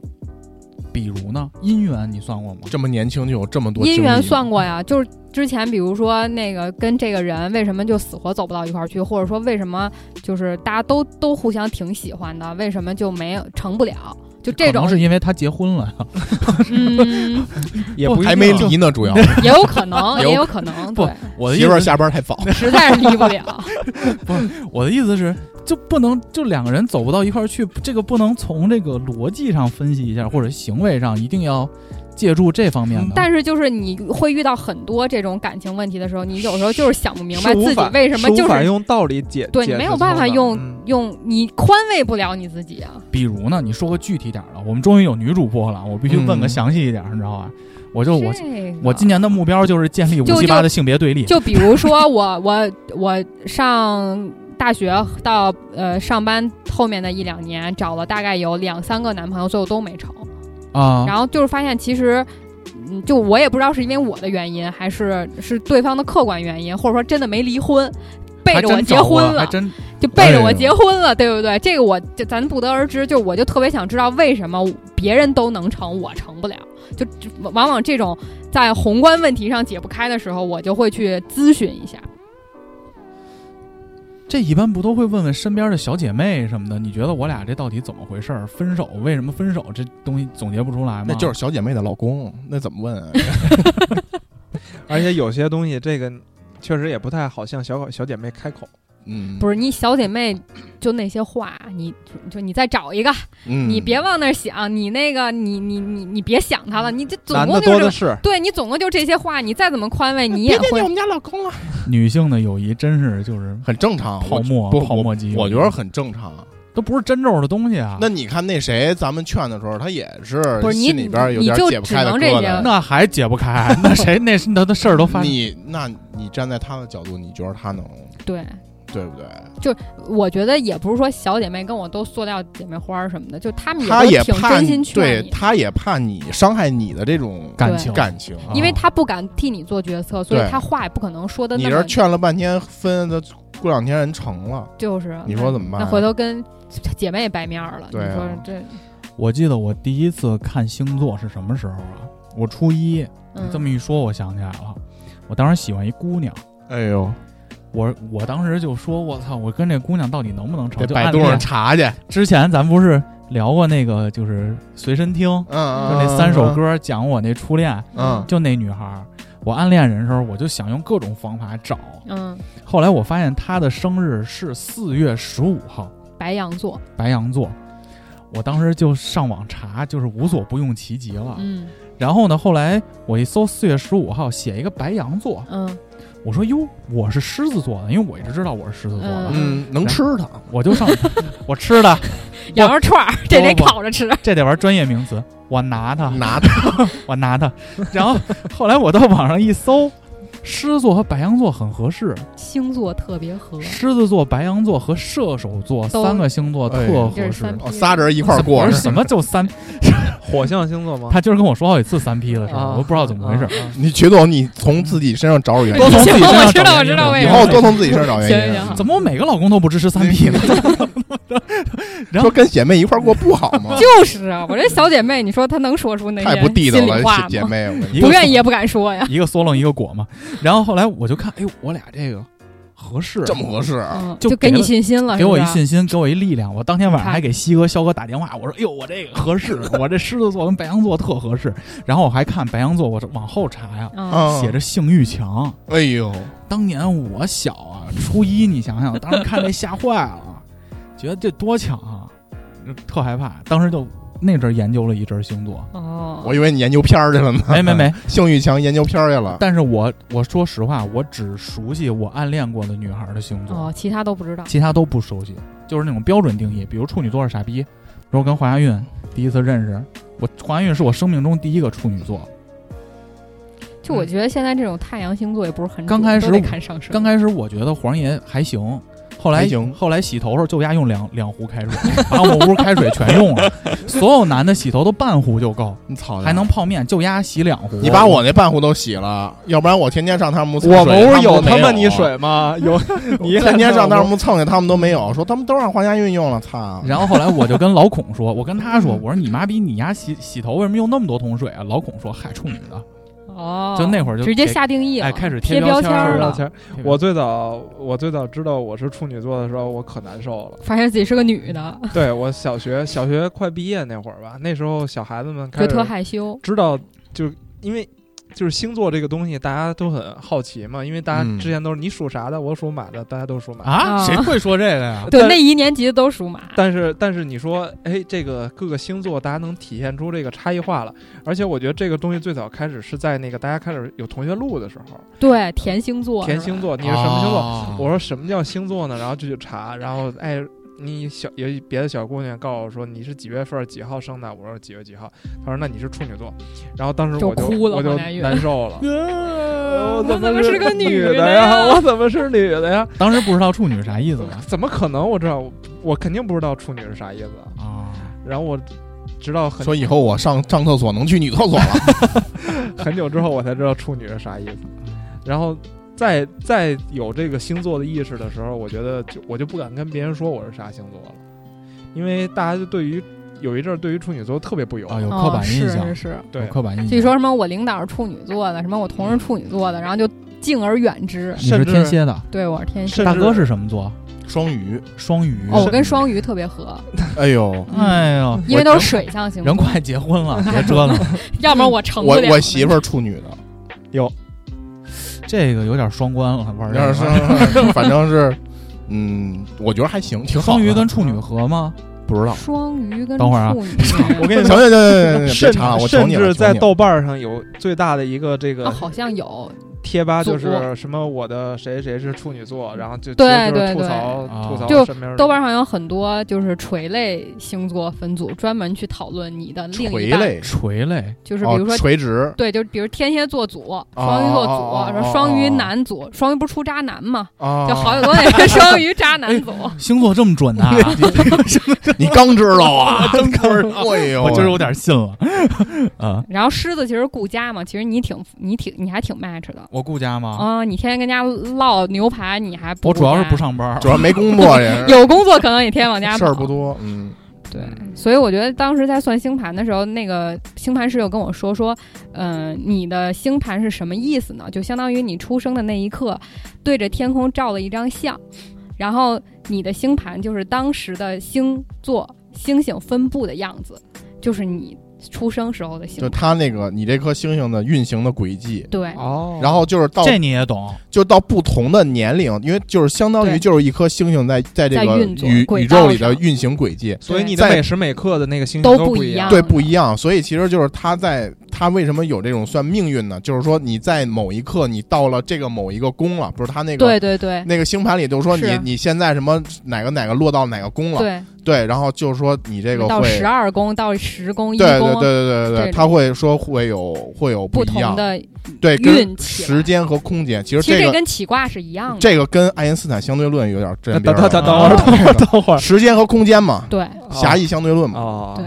B: 比如呢，姻缘你算过吗？
E: 这么年轻就有这么多
D: 姻
E: 经
D: 缘
E: 历
D: 算过呀，就是之前比如说那个跟这个人为什么就死活走不到一块儿去，或者说为什么就是大家都都互相挺喜欢的，为什么就没有成不了？就这
B: 可
D: 种
B: 能，是因为他结婚了呀，
D: 嗯，
A: 也不一定
E: 还没离呢，主要
D: 也有可能，
E: 有
D: 也有可能，
B: 不
D: 对，
B: 啊我的意
E: 媳妇儿
B: 思，
E: 下班太早。
D: 实在是离不了。
B: 我的意思是，就不能就两个人走不到一块儿去，这个不能从这个逻辑上分析一下，或者行为上，一定要借助这方面的。
D: 但是就是你会遇到很多这种感情问题的时候，你有时候就是想不明白
A: 是无
D: 自己
A: 法
D: 为什么
A: 是无
D: 就
A: 法
D: 是
A: 用道理解，
D: 对你
A: 解
D: 没有
A: 释
D: 办法
A: 通的
D: 用
A: 嗯
D: 用你宽慰不了你自己啊。
B: 比如呢，你说个具体点儿的，我们终于有女主播了，我必须问个
E: 嗯
B: 详细一点儿，你知道吧？我就我
D: 这个
B: 我今年的目标就是建立五
D: 就
B: 七八
D: 就
B: 的性别对立。
D: 就比如说我我我上大学到呃上班后面的一两年，找了大概有两三个男朋友，最后都没成。
B: 啊，
D: 然后就是发现其实。嗯，就我也不知道是因为我的原因，还是是对方的客观原因，或者说真的没离婚，背
B: 还
D: 着我
B: 真
D: 结
E: 啊
B: 找
D: 婚
B: 还
D: 了，
B: 真
D: 就背着我
E: 哎呦
D: 结婚了，对不对？这个我就咱不得而知。就我就特别想知道为什么别人都能成，我成不了。就就往往这种在宏观问题上解不开的时候，我就会去咨询一下。
B: 这一般不都会问问身边的小姐妹什么的？你觉得我俩这到底怎么回事儿？分手为什么分手？这东西总结不出来吗？
E: 那就是小姐妹的老公，那怎么问啊？
A: 而且有些东西这个确实也不太好向小小姐妹开口，
E: 嗯，
D: 不是你小姐妹就那些话，你就就你再找一个，
E: 嗯，
D: 你别往那儿想，你那个你你你你别想他了，你这总
F: 男
D: 共
F: 的
D: 就
F: 多
D: 是这
F: 的是，
D: 么对你总共就这些话，你再怎么宽慰你也会
E: 们家老公了，
B: 女性的友谊真是就是
E: 很正常。
B: 泡
E: 我
B: 沫
E: 不
B: 泡沫机，
E: 我觉得很正常。啊
B: 都不是真正的东西啊。
E: 那你看那谁，咱们劝的时候，他也是
D: 不是你
E: 心里边有点
D: 你就
E: 解不开的
D: 只能
E: 疙
D: 这样
E: 瘩。
B: 那还解不开？那谁那那那事儿都发生
E: 你那你站在他的角度，你觉得他能
D: 对。
E: 对不对？
D: 我觉得也不是说小姐妹跟我都塑料姐妹花儿什么的，就她们
E: 他
D: 也都挺
E: 怕
D: 真心
E: 你，
D: 劝
E: 对
D: 你，
E: 他也怕你伤害你的这种
B: 感情
E: 感情。啊
D: 因为她不敢替你做决策，所以
E: 对
D: 她话也不可能说的
E: 你
D: 那
E: 这
D: 么
E: 劝了半天分，他过两天人成了，
D: 就是。嗯
E: 你说怎么办啊
D: 那回头跟姐妹也掰面儿了，
E: 对啊
D: 你说这
B: 我记得我第一次看星座是什么时候啊？我初一，你
D: 嗯
B: 这么一说，我想起来了，我当时喜欢一姑娘，
E: 哎呦，
B: 我我当时就说，我操，我跟这姑娘到底能不能成？
E: 得
B: 就
E: 百
B: 暗
E: 度上
B: 恋。
E: 查去。
B: 之前咱不是聊过那个，就是随身听，
E: 嗯嗯，
B: 就那三首歌讲我那初恋，
E: 嗯
B: 就那女孩儿，我暗恋人的时候，我就想用各种方法找。
D: 嗯，
B: 后来我发现她的生日是四月十五号，
D: 白羊座，
B: 白羊座。我当时就上网查，就是无所不用其极了。
D: 嗯
B: 然后呢，后来我一搜四月十五号写一个白羊座，
D: 嗯
B: 我说哟，我是狮子座的，因为我一直知道我是狮子座的，
E: 嗯，能吃它。
B: 我就上我吃的，
D: 羊肉串儿这得
B: 不
D: 烤着 吃，
B: 这得玩专业名词，我拿它，
E: 嗯拿它，
B: 我拿它。然后后来我到网上一搜，狮子座和白羊座很合适，
D: 星座特别合，
B: 狮子座、白羊座和射手座
D: 都
B: 三个星座
E: 哎
B: 特
D: 这
B: 合
D: 是
B: 适。
D: 三批
E: 哦，仨人一块儿过
B: 我说
E: 是吧
B: 什么就三？
F: 火象星座吗？
B: 他今儿跟我说好几次三 P 了，是吧？
F: 啊
B: 我都不知道怎么回事。
F: 啊啊
E: 你曲总，你从自己身上找找原
B: 多从
E: 因，
B: 自己身上
D: 我知道
B: 找
D: 我知道
B: 原
D: 为
B: 因
E: 以
D: 什
E: 后
D: 么
E: 多从自己身上找原
D: 行行
E: 因。
B: 怎么我每个老公都不支持三 P 呢？然后
E: 说跟姐妹一块儿过不好吗？
D: 就是啊，我这小姐妹，你说她能说出那
E: 太不地
D: 些
E: 道
D: 心里
E: 了，
D: 话
E: 姐
D: 吗？
E: 妹，我跟你
B: 一
E: 说
B: 个
D: 不愿意也不敢说呀，
B: 一个缩楞一个果嘛。然后后来我就看，哎呦，我俩这个合适，
E: 这么合适啊。
D: 嗯，
B: 就
D: 就给
B: 给
D: 你
B: 了
D: 信心 了，
B: 给我
D: 是
B: 一
D: 吧
B: 信心，给我一力量。我当天晚上
D: 看
B: 还给西哥、肖哥打电话，我说：“哎呦，我这个合适，我这狮子座跟白羊座特合适。”然后我还看白羊座，我这往后查呀，
D: 嗯
E: 嗯
B: 写着性欲强。
E: 哎呦，
B: 当年我小啊，初一，你想想，当时看这吓坏了，觉得这多强啊，就特害怕。当时就那阵儿研究了一阵儿星座，
D: 哦，
E: 我以为你研究片儿去了呢。
B: 没没没，
E: 性欲强研究片儿去了。
B: 但是我我说实话，我只熟悉我暗恋过的女孩的星座，
D: 哦，其他都不知道。
B: 其他都不熟悉，就是那种标准定义，比如处女座是傻逼，比如跟华夏韵第一次认识，我华夏韵是我生命中第一个处女座。
D: 就我觉得现在这种太阳星座也不是很
B: 嗯刚
D: 准
B: 开始
D: 都得
B: 我
D: 看上升，
B: 刚开始我觉得黄爷还行，后来
E: 还行
B: 后来洗头时候就丫用两两壶开水，把我们屋开水全用了，所有男的洗头都半壶就够，
E: 你操，
B: 还能泡面，就丫洗两壶。
E: 你把我那半壶都洗了，要不然我天天上他们屋蹭水。
A: 我们屋
E: 们都
A: 有
E: 没有
A: 们你，水吗？有，你
E: 天天上他
A: 那
E: 们屋蹭去，他们都没有，说他们都让皇家运用了，操！
B: 然后后来我就跟老孔说，我跟他说，我说你妈逼你丫洗洗头为什么用那么多桶水啊？老孔说，嗨，处女的，
D: 哦，
B: 就那会儿就
D: 直接
B: 给
D: 下定义了，
B: 哎开始
D: 贴
B: 贴标
D: 签
B: 签儿
D: 了
B: 了
A: 道，歉。我最早我最早知道我是处女座的时候，我可难受了。
D: 发现自己是个女的，
A: 对我小学小学快毕业那会儿吧，那时候小孩子们
D: 就
A: 开
D: 特
A: 始
D: 害羞。
A: 知道，就是因为就是星座这个东西，大家都很好奇嘛，因为大家
E: 嗯
A: 之前都是你属啥的，我属马的，大家都属马。
B: 啊，
D: 啊
B: 谁会说这个呀？
D: 对，
A: 但
D: 那一年级的都属马，
A: 但是但是你说，哎，这个各个星座大家能体现出这个差异化了，而且我觉得这个东西最早开始是在那个大家开始有同学录的时候，
D: 对，填星座，
A: 填星，座，你是什么星座？
B: 哦。
A: 我说什么叫星座呢？然后就去查，然后哎，你小有一别的小姑娘告诉我说你是几月份儿几号生的，我说几月几号，她说那你是处女座，然后当时我
D: 就
A: 就
D: 哭了
A: 我就
D: 黄佳玉
A: 难受了
B: 呃
A: 我
D: 哦怎
A: 怎
D: 么
A: 么
D: 是个女
A: 女
D: 的
A: 的
D: 呀哦
A: 呀？ 我怎么是女的呀？
B: 当时不知道处女啥意思吧？
A: 怎么可能？我知道，我肯定不知道处女是啥意思。
B: 啊，
A: 然后我直到很
E: 说以后我上上厕所能去女厕所了，
A: 很久之后，我才知道处女是啥意思。然后再再有这个星座的意识的时候，我觉得就我就不敢跟别人说我是啥星座了，因为大家就对于有一阵儿对于处女座特别不友
E: 哎
A: 好
B: 啊。有刻
D: 哦，
B: 板印
D: 是
B: 象
D: 是是，
B: 有
A: 对，
B: 刻板印象。
D: 据说什么我领导是处女座的，什么我同事处女座的，然后就敬而远之。
B: 你是
A: 甚至
B: 天蝎的，
D: 对，我是天蝎，
A: 甚至
B: 大哥是什么座？
E: 双鱼，
B: 双鱼。
D: 哦，我跟双鱼特别合，嗯
E: 哎呦，
B: 哎呦，
D: 因为都是水象星座
B: 人，嗯快结婚 了，别折腾了，
D: 要不然我成不
E: 我
D: 了。
E: 我媳妇儿处女的，
B: 这个有点双关了，玩
E: 反
B: 这
E: 正
B: 个。
E: 是 反正是嗯，我觉得还行，挺好的。
B: 双鱼跟处女合吗？
E: 不知道，
D: 双鱼跟
B: 等会儿啊
D: 处女
C: 我 跟你
E: 行
C: 说，
E: 行行行行行，哎别
C: 甚
E: 查了，我求
C: 甚
E: 你了
C: 至
E: 求
C: 在
E: 你了
C: 豆瓣上有最大的一个这
D: 啊，
C: 个
D: 好像有，
C: 贴吧，就
D: 组
C: 是什么我的谁谁是处女座，然后就
D: 嗯对
C: 直接就是
D: 对
C: 吐
D: 对
C: 槽
B: 啊
C: 吐槽
D: 就
C: 身边人
D: 豆瓣上有很多就是垂类星座分组，专门去讨论你的另
E: 垂
D: 一半，
E: 类，
B: 垂类
D: 就是比
E: 哦
D: 如，说
E: 垂直，
D: 对，就比如天蝎座组、双鱼座组、
E: 哦哦哦
D: 然后双鱼男组，双鱼不是出渣男嘛？
E: 就
A: 哦
D: 就好
C: 哦
D: 友多也是双鱼渣男组。
B: 星座这么准呐、
E: 你刚知道啊？ 真知道，哎呦，
B: 我就是有点信了 啊！
D: 然后狮子其实顾家嘛，其实你挺你挺你还挺 match 的
B: 我顾家吗？
D: 啊、你天天跟家唠牛排，你还不
B: 我主要是
D: 顾家
B: 不上班，
E: 主要没工作 也
D: 有工作，可能也天天往家
E: 事儿
D: 跑
E: 不多，嗯，
D: 对
C: 嗯，
D: 所以我觉得当时在算星盘的时候，那个星盘师有跟我说说，嗯、你的星盘是什么意思呢？就相当于你出生的那一刻，对着天空照了一张相，然后你的星盘就是当时的星座星星分布的样子，就是你出生时候的星
E: 就
D: 盘。
E: 它那个你这颗星星的运行的轨迹，
D: 对，
C: 哦，
E: 然后就是到
B: 这你也懂。
E: 就到不同的年龄，因为就是相当于
D: 对
E: 就是一颗星星在在这
D: 在
E: 个
D: 运作
E: 宇
D: 轨
E: 宇
D: 道
E: 宙里的
D: 上
E: 运行轨迹，
C: 所以你的
E: 在
C: 每时每刻的那个星
D: 都
C: 星
D: 不
C: 不
D: 一
C: 样
D: 样，
E: 对，不一样。所以其实就是它在它为什么有这种算命运呢？就是说你在某一刻你到了这个某一个宫了，不是它那个
D: 对对对
E: 那个星盘里就是说你
D: 是
E: 你现在什么哪个哪个落到哪个宫了，
D: 对，
E: 对然后就是说你这个
D: 到
E: 会
D: 十二宫到十宫一
E: 对对对
D: 宫
E: 对对
D: 这
E: 对，
D: 种
E: 他会说会有会有
D: 不
E: 一
D: 同
E: 样，
D: 的，
E: 对，跟
D: 运气
E: 时间和空间，其实
D: 其实
E: 这
D: 这
E: 个
D: 跟起卦是一样的。
E: 这个跟爱因斯坦相对论有点
C: 等
E: 沾边
C: 等
E: 儿
C: 等
E: 了。
C: 等会儿，等会 儿，等啊会儿，
E: 时间和空间嘛，
D: 对
E: 狭义相对论嘛，
C: 哦，
D: 对，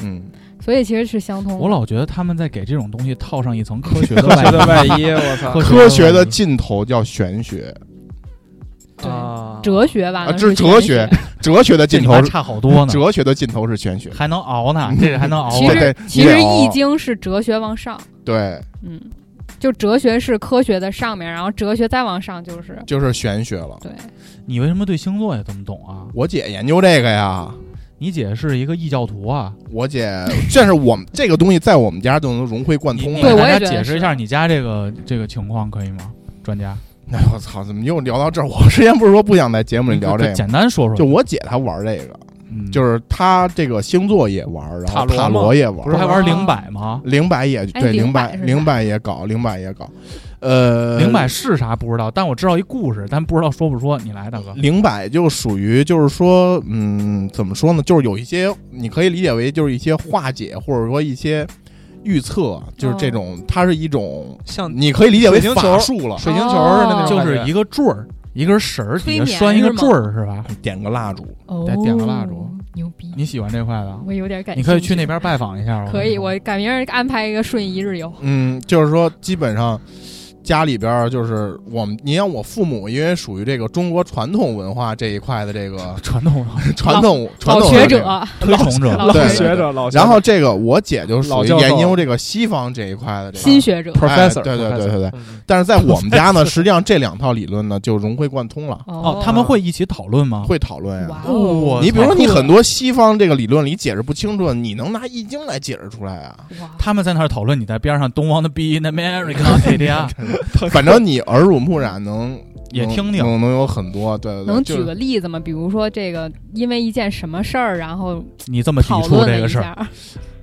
E: 嗯，
D: 所以其实是相通的。
B: 我老觉得他们在给这种东西套上一层科学的
C: 科学的外
B: 外
C: 衣，我操
B: 科
E: 科学
B: 学的
E: 的尽头叫玄学，
D: 对
C: 啊，
D: 哲学吧，
E: 啊，
D: 那
E: 这是
D: 是
E: 哲
D: 学
E: 学。，哲学的
B: 这
E: 尽
B: 你
E: 头
B: 还，差好多呢，
E: 哲学的尽头是玄学，
B: 还能熬 呢，这还能熬啊
D: 其
E: 对
B: 呢。
E: 哦对
D: 实
E: 你
D: 其
E: 得
D: 实《
E: 熬
D: 易经》是哲学往上，
E: 对，
D: 嗯，就哲学是科学的上面，然后哲学再往上就是
E: 就是玄学了。
D: 对
B: 你为什么对星座也这么懂啊？
E: 我姐研究这个呀，
B: 你姐是一个异教徒啊？
E: 我姐，但是我们这个东西在我们家都能融会贯
B: 你
E: 通啊
B: 你
E: 了。
D: 对
B: 给
D: 我
B: 大家
D: 也觉得
B: 解释一
D: 是
B: 下你家这个这个情况可以吗？专家，
E: 哎，我操，怎么又聊到这儿？我之前不是说不想在节目里聊这个吗，
B: 简单说说，
E: 就我姐她玩这个，
B: 嗯
E: 就是她这个星座也玩，然后
C: 塔罗
E: 塔
C: 吗
E: 罗也
B: 不是
E: 玩，
B: 还
D: 哦
B: 玩灵摆吗？
E: 灵摆也
D: 哎
E: 对，灵
D: 灵摆
E: 摆
D: 是啥
E: 灵摆也搞，灵摆也搞，呃，
B: 灵摆是啥不知道，但我知道一故事，但不知道说不说。你来，大 哥，
E: 灵摆就属于就是说，嗯，怎么说呢？就是有一些嗯你可以理解为就是一些化解，或者说一些预测，就是这种，它是一种
C: 像
E: 你可以理解为
C: 水晶球
E: 法术了，
C: 水晶球似的那种感觉，
B: 就是一个坠儿，一根绳儿底下
D: 催眠
B: 拴一个
D: 是吗
B: 坠儿，是吧？
E: 点个蜡烛，
D: 哦
B: 再点个蜡烛，
D: 牛逼！
B: 你喜欢这块的？
D: 我有点感，
B: 你可以去那。边拜访一下。
D: 可
B: 跟
D: 以，
B: 你
D: 我赶明儿安排一个顺一日游。
E: 嗯，就是说基本上。家里边儿就是我们，你像我父母，因为属于这个中国传统文化这一块的这个
B: 说传统上
E: 传统传
D: 老
E: 统
D: 学
E: 的这
D: 者
E: 个，
B: 推崇者，
D: 老
E: 对
C: 老
E: 对
C: 学者，老学者
E: 然后这个我姐就属
C: 老
E: 于
C: 教授
E: 研究这个西方这一块的这
D: 新
E: 个，
D: 学者
C: professor，
E: 哎对对对
C: professor
E: 对对，
C: 嗯
E: 但是在我们家呢， 实际上这两套理论呢就融会贯通了。
B: 哦，他们会一起讨论吗？
E: 会讨论呀、
D: 哇
B: 我
D: 哦
E: 你比如说，
B: 操
E: 你很多西方这个理论你解释不清楚，你能拿易经来解释出来 啊？
D: 哇，
B: 他们在那儿讨论，你在边上东方的 be in America，对呀，
E: 反正你耳濡目 染能
B: 也
E: 能
B: 听听
E: 能能有很多，对对对，
D: 能
E: 就
D: 举
E: 是
D: 个例子吗？比如说这个，因为一件什么事儿，然后
B: 你这么抵
D: 讨
B: 触
D: 论
B: 这
D: 了
B: 个
D: 一
B: 事儿，
D: 下。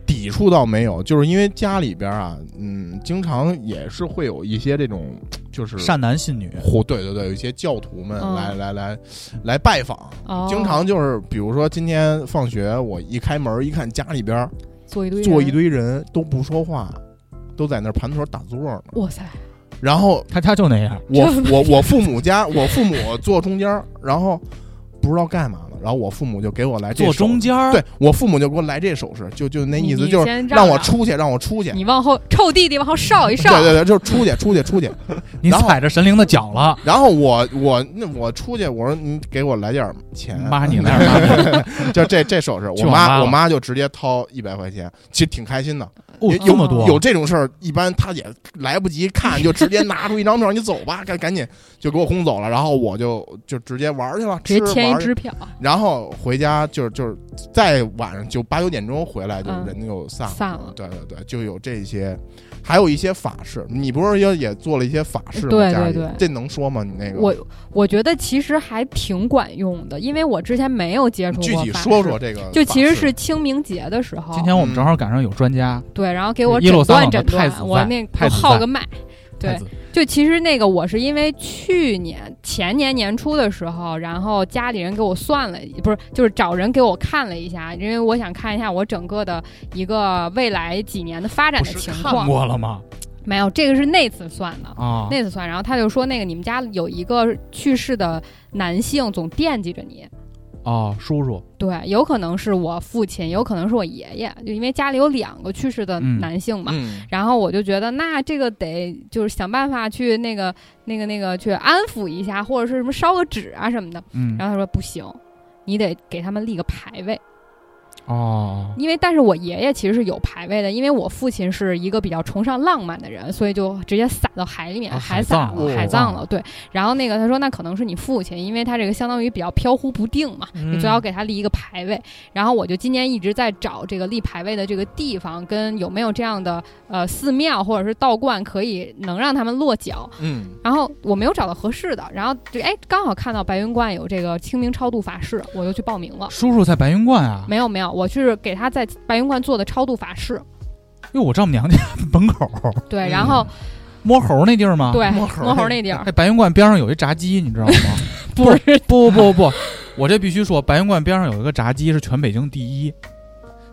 E: 抵触倒没有，就是因为家里边啊，嗯，经常也是会有一些这种就是
B: 善男信女，
E: 胡，对对对，有一些教徒们
D: 嗯
E: 来、来来来拜访。
D: 哦，
E: 经常就是，比如说今天放学，我一开门一看，家里边
D: 做一堆
E: 坐一
D: 人，
E: 堆人都不说话，都在那儿盘腿打坐呢。
D: 哇塞，
E: 然后
B: 他家就那样。
E: 我
D: 这
E: 我我父母家，我父母坐中间儿，然后不知道干嘛呢，然后我父母就给我来这
B: 坐
E: 手
B: 中
E: 势，
B: 间儿，
E: 对我父母就给我来这手势，就就那
D: 你
E: 意思
D: 你
E: 就是
D: 先
E: 让我
D: 让
E: 出去，让我出去，
D: 你往后臭弟弟 往后稍一
E: 对
D: 稍，
E: 对对，就是出去出去出去。
B: 你
E: 然后
B: 踩着神灵的脚了，
E: 然后我我那我出去，我说你给我来点儿钱，啊
B: 妈你那儿
E: 就这这手势，
B: 去
E: 我
B: 网吧
E: 妈
B: 了
E: 我妈就直接掏一百块钱，其实挺开心的，
B: 哦
E: 也，
B: 这么多，
E: 有这种事儿，一般他也来不及看，就直接拿出一张票，你走吧，赶赶紧就给我轰走了。然后我就就直接玩儿去了，
D: 直接
E: 吃
D: 签
E: 玩
D: 一
E: 儿去
D: 支票，
E: 然后回家就是就是再晚上就八九点钟回来，就
D: 嗯
E: 人就散了。
D: 散了。
E: 对对对，就有这些，还有一些法事。你不是也也做了一些法事吗？
D: 对
E: 家里
D: 对对
E: 这能说吗？你那个
D: 我我觉得其实还挺管用的，因为我之前没有接触过
E: 具体
D: 法
E: 说
D: 式
E: 说，这个，
D: 就其实是清明节的时候，
B: 今天我们正好赶上有专家，
D: 对，然后给我
B: 一路
D: 诊
B: 撒
D: 断
B: 网的
D: 诊
B: 太
D: 断
B: 子，
D: 我
B: 在
D: 那
B: 太
D: 个
B: 子
D: 号
B: 在
D: 个脉。对
B: 太子，
D: 就其实那个我是因为去年前年年初的时候，然后家里人给我算了，不是就是找人给我看了一下，因为我想看一下我整个的一个未来几年的发展
E: 不
D: 的
E: 是
D: 情
E: 看
D: 况。
B: 过了吗？
D: 没有，这个是那次算的。
B: 啊，
D: 那次算，然后他就说，那个你们家有一个去世的男性总惦记着你，
B: 哦，叔叔，
D: 对，有可能是我父亲，有可能是我爷爷，就因为家里有两个去世的
B: 嗯
D: 男性嘛，
E: 嗯，
D: 然后我就觉得，那这个得就是想办法去那个、那个、那个去安抚一下，或者是什么烧个纸啊什么的。
B: 嗯，
D: 然后他说不行，你得给他们立个牌位，
B: 哦，
D: 因为但是我爷爷其实是有牌位的，因为我父亲是一个比较崇尚浪漫的人，所以就直接撒到海里面，
B: 啊海
D: 海撒
B: 葬
D: 了，
B: 了
D: 海
B: 哦
D: 葬了。对，然后那个他说，那可能是你父亲，因为他这个相当于比较飘忽不定嘛，你
B: 嗯
D: 最好给他立一个牌位。然后我就今年一直在找这个立牌位的这个地方，跟有没有这样的呃寺庙或者是道观可以能让他们落脚。
E: 嗯，
D: 然后我没有找到合适的，然后就哎刚好看到白云观有这个清明超度法事，我就去报名了。
B: 叔叔在白云观啊，
D: 没有没有，我是给他在白云观做的超度法事，
B: 哟，我丈母娘家门口
D: 对，
E: 嗯
D: 然后、
B: 啊摸猴那地儿吗？，
D: 对
E: 摸猴儿
D: 摸猴那地儿
B: 哎，白云观边上有一炸鸡，你知道 吗？
D: 不是
B: 不不不不，我这必须说，白云观边上有一个炸鸡是全北京第一，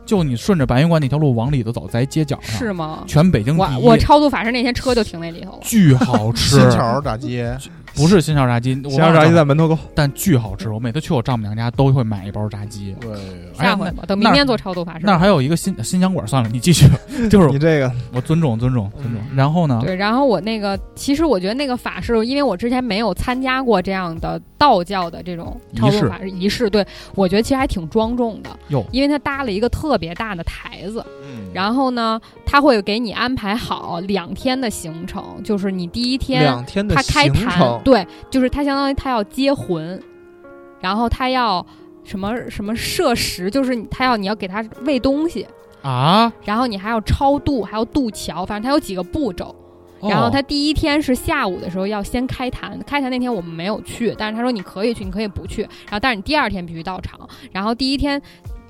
B: 就你顺着白云观那条路往里头走，在街角上，
D: 是吗？
B: 全北京第
D: 我
B: 一，
D: 我超度法事那天车就停那里头了，
B: 巨 好
E: 新
B: 吃，
E: 桥大街，
B: 不是新桥炸鸡，我
C: 先让炸鸡在门头沟，
B: 但巨好吃。我每次去我丈母娘家都会买一包炸鸡。
E: 对，
B: 哎呀
D: 下回
B: 那
D: 吧，等明
B: 那
D: 天做超度法事
B: 那。儿还有一个新新疆馆，算了，你继续。就是
C: 你这个
B: 我尊重尊重尊重。
C: 嗯
B: 然后呢？
D: 对，然后我那个，其实我觉得那个法事，因为我之前没有参加过这样的道教的这种
B: 仪
D: 超度
B: 式
D: 法事仪式，对我觉得其实还挺庄重的
B: 哟，
D: 因为他搭了一个特别大的台子，
E: 嗯，
D: 然后呢，他会给你安排好两天的行程，就是你第一天
A: 两天的
D: 他开
A: 行
D: 坛，
A: 程，
D: 对，就是他相当于他要接魂，然后他要什么什么设食，就是你他要你要给他喂东西，
B: 啊，
D: 然后你还要超度，还要渡桥，反正他有几个步骤。
B: 哦
D: 然后他第一天是下午的时候要先开坛，开坛那天我们没有去，但是他说你可以去，你可以不去，然后但是你第二天必须到场。然后第一天，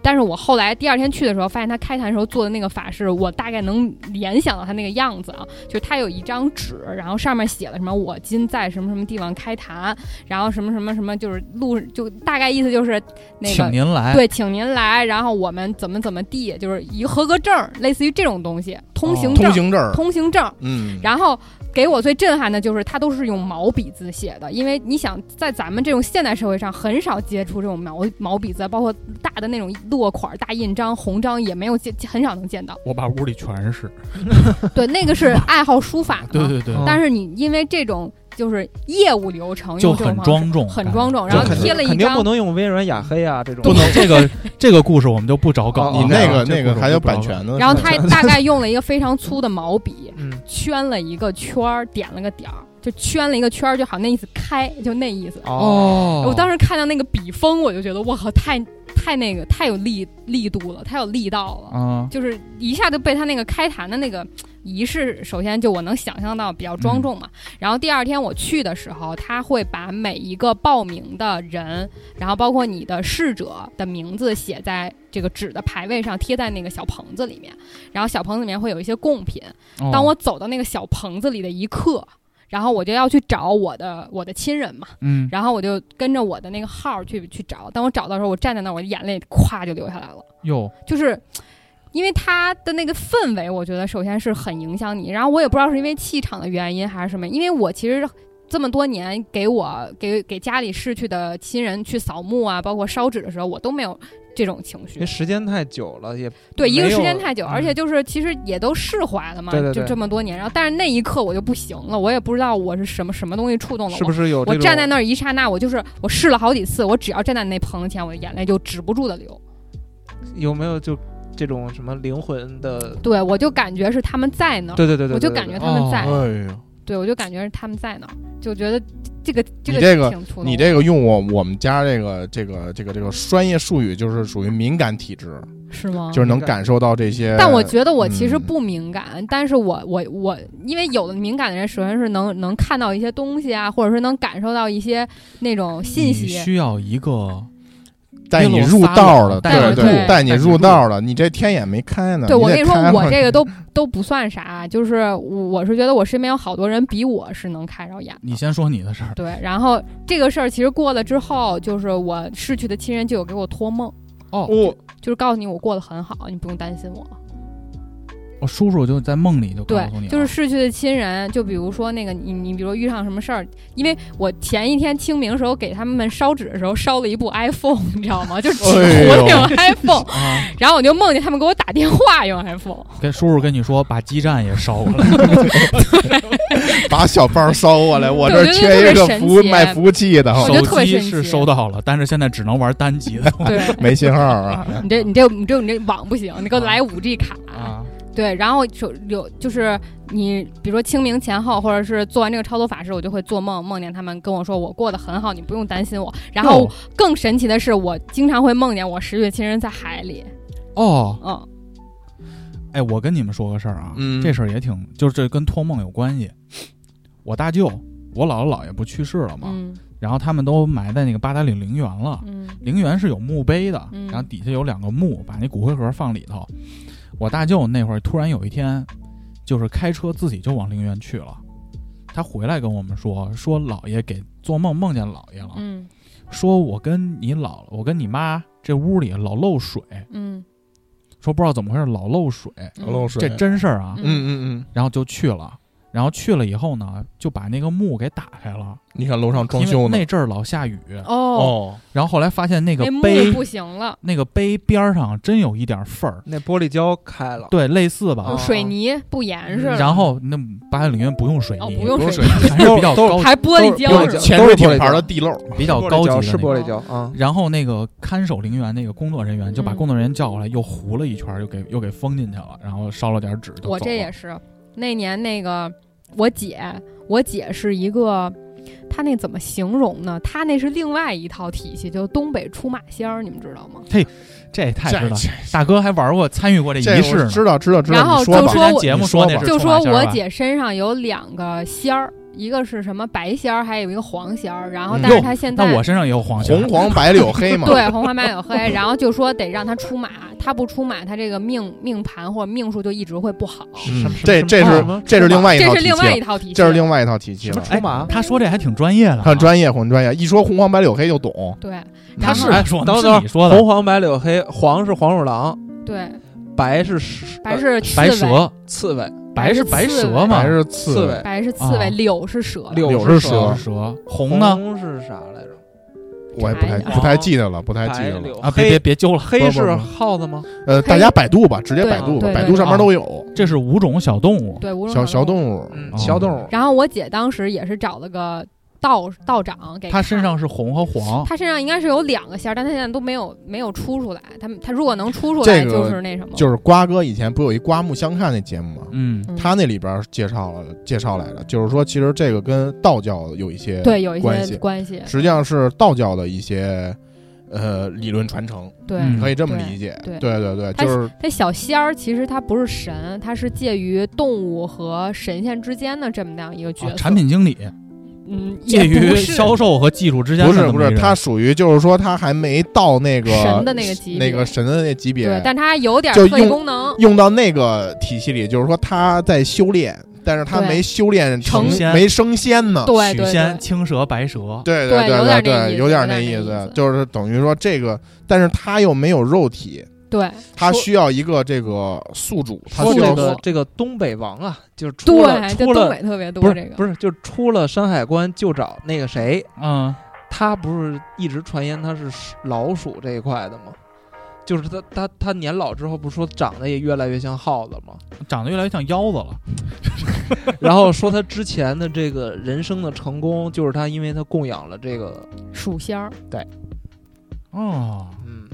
D: 但是我后来第二天去的时候，发现他开坛的时候做的那个法事，我大概能联想到他那个样子啊，就是他有一张纸，然后上面写了什么我今在什么什么地方开坛，然后什么什么什么，就是路就大概意思就是那个
B: 请您来，。
D: 对，请您来，然后我们怎么怎么地，就是一个合格证儿，类似于这种东西，通行证
E: 通
D: 儿、
E: 行证儿，
D: 通行证儿。
E: 嗯，
D: 然后给我最震撼的就是，它都是用毛笔字写的，因为你想，在咱们这种现代社会上，很少接触这种毛毛笔字，包括大的那种落款儿、大印章、红章也没有见，很少能见到
B: 我把屋里全是。
D: 啊对，那个是爱好书法嘛。
B: 对对对，
D: 但是你因为这种就是业务流程，
B: 就
D: 用这种
B: 很
D: 方式
B: 庄重，
D: 很庄重，
B: 感觉
A: 就
D: 然后
A: 肯定
D: 贴了一
A: 肯定
D: 张
A: 不能用微软雅黑啊这种，
B: 不能这个这个故事我们就不找
A: 哦，
B: 梗了。
E: 你那个
B: 这
E: 那个
B: 故事
E: 还
B: 我们
E: 有
B: 不
E: 版
B: 找
E: 权的，
D: 然后他大概用了一个非常粗的毛笔
A: 嗯，
D: 圈了一个圈儿，点了个点儿，就圈了一个圈儿，就好像那意思开，就那意思。
B: 梗。
A: 哦，
B: 哦，
D: 我当时看到那个笔锋，我就觉得我靠，太太那个太有力力度了，太有力道了，
B: 啊，
D: 就是一下就被他那个开坛的那个仪式，首先就我能想象到比较
B: 嗯
D: 庄重嘛。然后第二天我去的时候，他会把每一个报名的人，然后包括你的逝者的名字写在这个纸的牌位上，贴在那个小棚子里面。然后小棚子里面会有一些贡品，
B: 哦
D: 当我走到那个小棚子里的一刻，然后我就要去找我的我的亲人嘛，
B: 嗯
D: 然后我就跟着我的那个号儿去去找。当我找到的时候，我站在那儿，我的眼泪咵就流下来了，
B: 哟
D: 就是。因为它的那个氛围，我觉得首先是很影响你。然后我也不知道是因为气场的原因还是什么，因为我其实这么多年给我给给家里逝去的亲人去扫墓啊，包括烧纸的时候，我都没有这种情绪
A: 因为。时间太久了，也
D: 对，一个
A: 没
D: 时
A: 有嗯
D: 间太久，而且就是其实也都释怀了嘛，
A: 对对
D: 就
A: 对
D: 这么多年。然后，但是那一刻我就不行了，我也不知道我是什么什么东西触动了
A: 是
D: 我。
A: 不是有
D: 我
A: 这种
D: 站在那儿一刹那，我就是我试了好几次，我只要站在那棚子前，我的眼泪就止不住的流。
A: 有没有就这种什么灵魂的，
D: 对我就感觉是他们在那儿，
A: 对对对对，
D: 我就
A: 对
D: 感觉
A: 对
D: 他们在，
E: 哎呦，
D: 对我就感觉是他们在那儿，就觉得这个这
E: 你
D: 个
E: 这个
D: 挺触动
E: 你这个用我我们家这个这个这个这个专业术语就是属于敏感体质，
D: 我是吗？
E: 就是能感受到这些。
D: 但我觉得我其实
E: 嗯
D: 不敏感，但是我我我，因为有的敏感的人，首先是能能看到一些东西啊，或者是能感受到一些那种信
B: 你
D: 息。
B: 需要一个
E: 带你入道了，
B: 带
D: 我
E: 对
D: 对
E: 带你入道了，你这天眼没开呢。
D: 对我
E: 得
D: 跟你说
E: 开，了
D: 我这个都都不算啥，就是我我是觉得我身边有好多人比我是能看着眼的。
B: 你先说你的 事儿，
D: 对，然后这个事儿其实过了之后，就是我逝去的亲人就有给我托梦，
B: 哦
C: 我
D: 就是告诉你我过得很好，你不用担心我。
B: 我叔叔就在梦里就告
D: 对
B: 诉你了，，啊
D: 就是逝去的亲人，就比如说那个你，你比如遇上什么事儿，因为我前一天清明时候给他们烧纸的时候烧了一部 iPhone，你知道 吗？就纸糊那种 iPhone，、
B: 啊，
D: 然后我就梦见他们给我打电话用 iPhone，
B: 跟叔叔跟你说把基站也烧 了，
E: 把小包烧过来，我
D: 对
E: 这
D: 我觉得
E: 儿缺一
D: 特
E: 个
D: 别神
E: 服务
D: 奇哎
E: 卖服务器的，
D: 我觉得特
B: 手
D: 别
B: 机
D: 神奇
B: 是收到了，但是现在只能玩单机 的
D: 对
E: 没信号 啊。
D: 你这你这你这你这网不行，你给我来五 G 卡。
B: 啊，
D: 对，然后就有就是你比如说清明前后，或者是做完这个超度法事，我就会做梦，梦见他们跟我说我过得很好，你不用担心我。然
B: 哦
D: 后更神奇的是，我经常会梦见我十月亲人在海里，
B: 哦，
D: 嗯。
B: 哎，我跟你们说个事儿啊，
E: 嗯
B: 这事儿也挺，就是这跟托梦有关系。我大舅，我姥姥姥爷不去世了嘛，
D: 嗯
B: 然后他们都埋在那个八达岭陵园了。
D: 嗯
B: 陵园是有墓碑的，
D: 嗯
B: 然后底下有两个墓，把那骨灰盒放里头。我大舅那会儿突然有一天，就是开车自己就往陵园去了。他回来跟我们说，说姥爷给做梦梦见姥爷了，
D: 嗯
B: 说我跟你姥，我跟你妈这屋里老漏水，
D: 嗯，
B: 说不知道怎么回事老漏水，
D: 嗯
E: 漏水
B: 这真事儿啊。
D: 嗯
E: 嗯嗯嗯，
B: 然后就去了，然后去了以后呢，就把那个墓给打开了，
E: 你看楼上装
B: 因为
E: 修呢
B: 那。阵儿老下雨，
D: 哦，
E: 哦，
B: 然后后来发现那个
D: 那
B: 碑
D: 墓不行了，
B: 那个碑边儿上真有一点缝儿，
A: 那玻璃胶开了，
B: 对，类似吧
A: 哦。
D: 水泥不严实了，
B: 然后那八达岭园不用水
D: 哦
B: 泥，
D: 不用水泥，
B: 还是比较
A: 都
B: 高
D: 还玻璃胶
A: 都是
D: 是吧
E: 前
A: 都是玻
E: 置
A: 璃
E: 品牌
A: 胶
E: 的地漏，
B: 比较
A: 玻璃
B: 高级
A: 胶
B: 的
A: 是
B: 那种。
A: 玻璃胶啊，
B: 然后那个看守陵园那个工作人员就把
D: 嗯
B: 工作人员叫过来，又糊了一圈儿，又给又给封进去了，然后烧了点纸就走了。
D: 我这也是，那年那个我姐，我姐是一个，她那怎么形容呢？她那是另外一套体系，就东北出马仙儿，你们知道吗？
B: 这也太
E: 这
B: 知道了，
E: 这
B: 大哥还玩过参与过这
E: 这
B: 仪式
E: 我
B: 呢。
E: 知道知道知道，
D: 然后
E: 你说
D: 就
E: 吧
D: 说
B: 咱节目说那哦是
D: 就
B: 冲马
D: 说
B: 仙儿
D: 我
B: 吧
D: 姐身上有两个仙儿，一个是什么白仙儿，还有一个黄仙儿。然后
E: 嗯，
D: 但是
B: 哟
D: 她现在
B: 那我身上也有黄
E: 红
B: 线，
E: 黄白柳黑嘛，
D: 对，红花白柳黑，然后就说得让他出马，他不出马，他这个命命盘或者命数就一直会不好。
E: 嗯
C: 什么
E: 这这是这是另外一
D: 这
E: 套
D: 是
E: 体
D: 另外
E: 系
D: 一
E: 了，
D: 套体系，
E: 这是另外一套体系
A: 什么
E: 了，
A: 出马？
B: 哎他说这还挺专业的啊，
E: 很专业很专业。一说红黄白柳黑就懂，
D: 对
B: 他是
A: 哎
B: 说的
A: 等
B: 是
A: 等
B: 你说的
A: 红黄白柳黑，黄是黄鼠狼，
D: 对，
A: 白是狮
D: 白
A: 呃
D: 是刺
B: 白
D: 猬，
B: 蛇，
A: 刺猬，
B: 白是白蛇嘛，
E: 还是
A: 刺
E: 刺
A: 猬，
D: 白是刺
B: 啊
D: 猬，柳是蛇，
A: 柳
E: 柳
A: 是
E: 是
B: 白
E: 蛇
B: 是蛇，红啊
A: 红
B: 呢
A: 是啥来着？
E: 我也不太
D: 白
E: 不太记得了，不太记
A: 白
E: 得了。
A: 柳
B: 啊，别别
A: 黑
B: 别揪了，
A: 黑
E: 不
A: 是
E: 不不
A: 耗子吗？
E: 呃，
D: 黑
E: 大家百度吧，直接
D: 对
E: 百度吧
D: 对，
E: 百
D: 对啊
E: 度
D: 对
E: 上面都有
B: 这是五种小动物，
D: 对，无论
E: 小
D: 如何
E: 小。动物。
A: 嗯，
B: 哦
A: 小动物。
D: 然后我姐当时也是找了个道道长给
B: 它身
D: 看。
B: 上是红和黄，
D: 她身上应该是有两个仙儿，但她现在都没有没有出出来。她她如果能出出来，
E: 这个
D: 就是那什么，
E: 就是瓜哥以前不有一刮目相看那节目吗？
B: 嗯，
D: 嗯
E: 他那里边介绍了介绍来的，就是说其实这个跟道教有一些，
D: 对有一
E: 关系
D: 些关系，
E: 实际上是道教的一些呃理论传承，
D: 对。
B: 嗯
E: 可以这么
D: 对
E: 理解。
D: 对
E: 对对对，
D: 它
E: 就是
D: 这小仙儿其实它不是神，它是介于动物和神仙之间的这么样一个角
B: 啊
D: 色。
B: 产，品经理
D: 嗯，
B: 介
D: 也不
B: 于
D: 是
B: 销售和技术之间的
E: 不是
B: 那么
E: 不
B: 一
E: 是，
B: 人
E: 他属于就是说他还没到那个
D: 神的那个级别
E: 那个神的那级
D: 对
E: 别，，
D: 但它有点
E: 就
D: 特异
E: 用
D: 功能。
E: 用到那个体系里，就是说他在修炼，但是他
D: 对
E: 没修炼
D: 成
B: 仙
E: 没升仙呢。
D: 对
B: 许
D: 对
B: 仙、
D: 对，
B: 青蛇、白蛇，
E: 对
D: 对有
E: 对
D: 点那意
E: 对，
D: 思
E: 有
D: 有点
E: 点那
D: 那
E: 意
D: 意
E: 思
D: 思，
E: 就是等于说这个，但是他又没有肉体，
D: 对
E: 他
A: 说
E: 需要一个这个宿主，他
A: 说
E: 需
A: 这
E: 要
A: 个
D: 说
A: 这个东北王啊，就是出了
D: 对，就
A: 出
D: 东
A: 了
D: 北特别
A: 不
D: 多这
A: 是
D: 个。
A: 不是就出了山海关就找那个谁，
B: 嗯，
A: 他不是一直传言他是老鼠这一块的吗？就是他他他年老之后不是说长得也越来越像耗子吗？
B: 长得越来越像腰子了，
A: 然后说他之前的这个人生的成功，就是他因为他供养了这个，
D: 鼠仙儿，
B: 哦，
A: 嗯，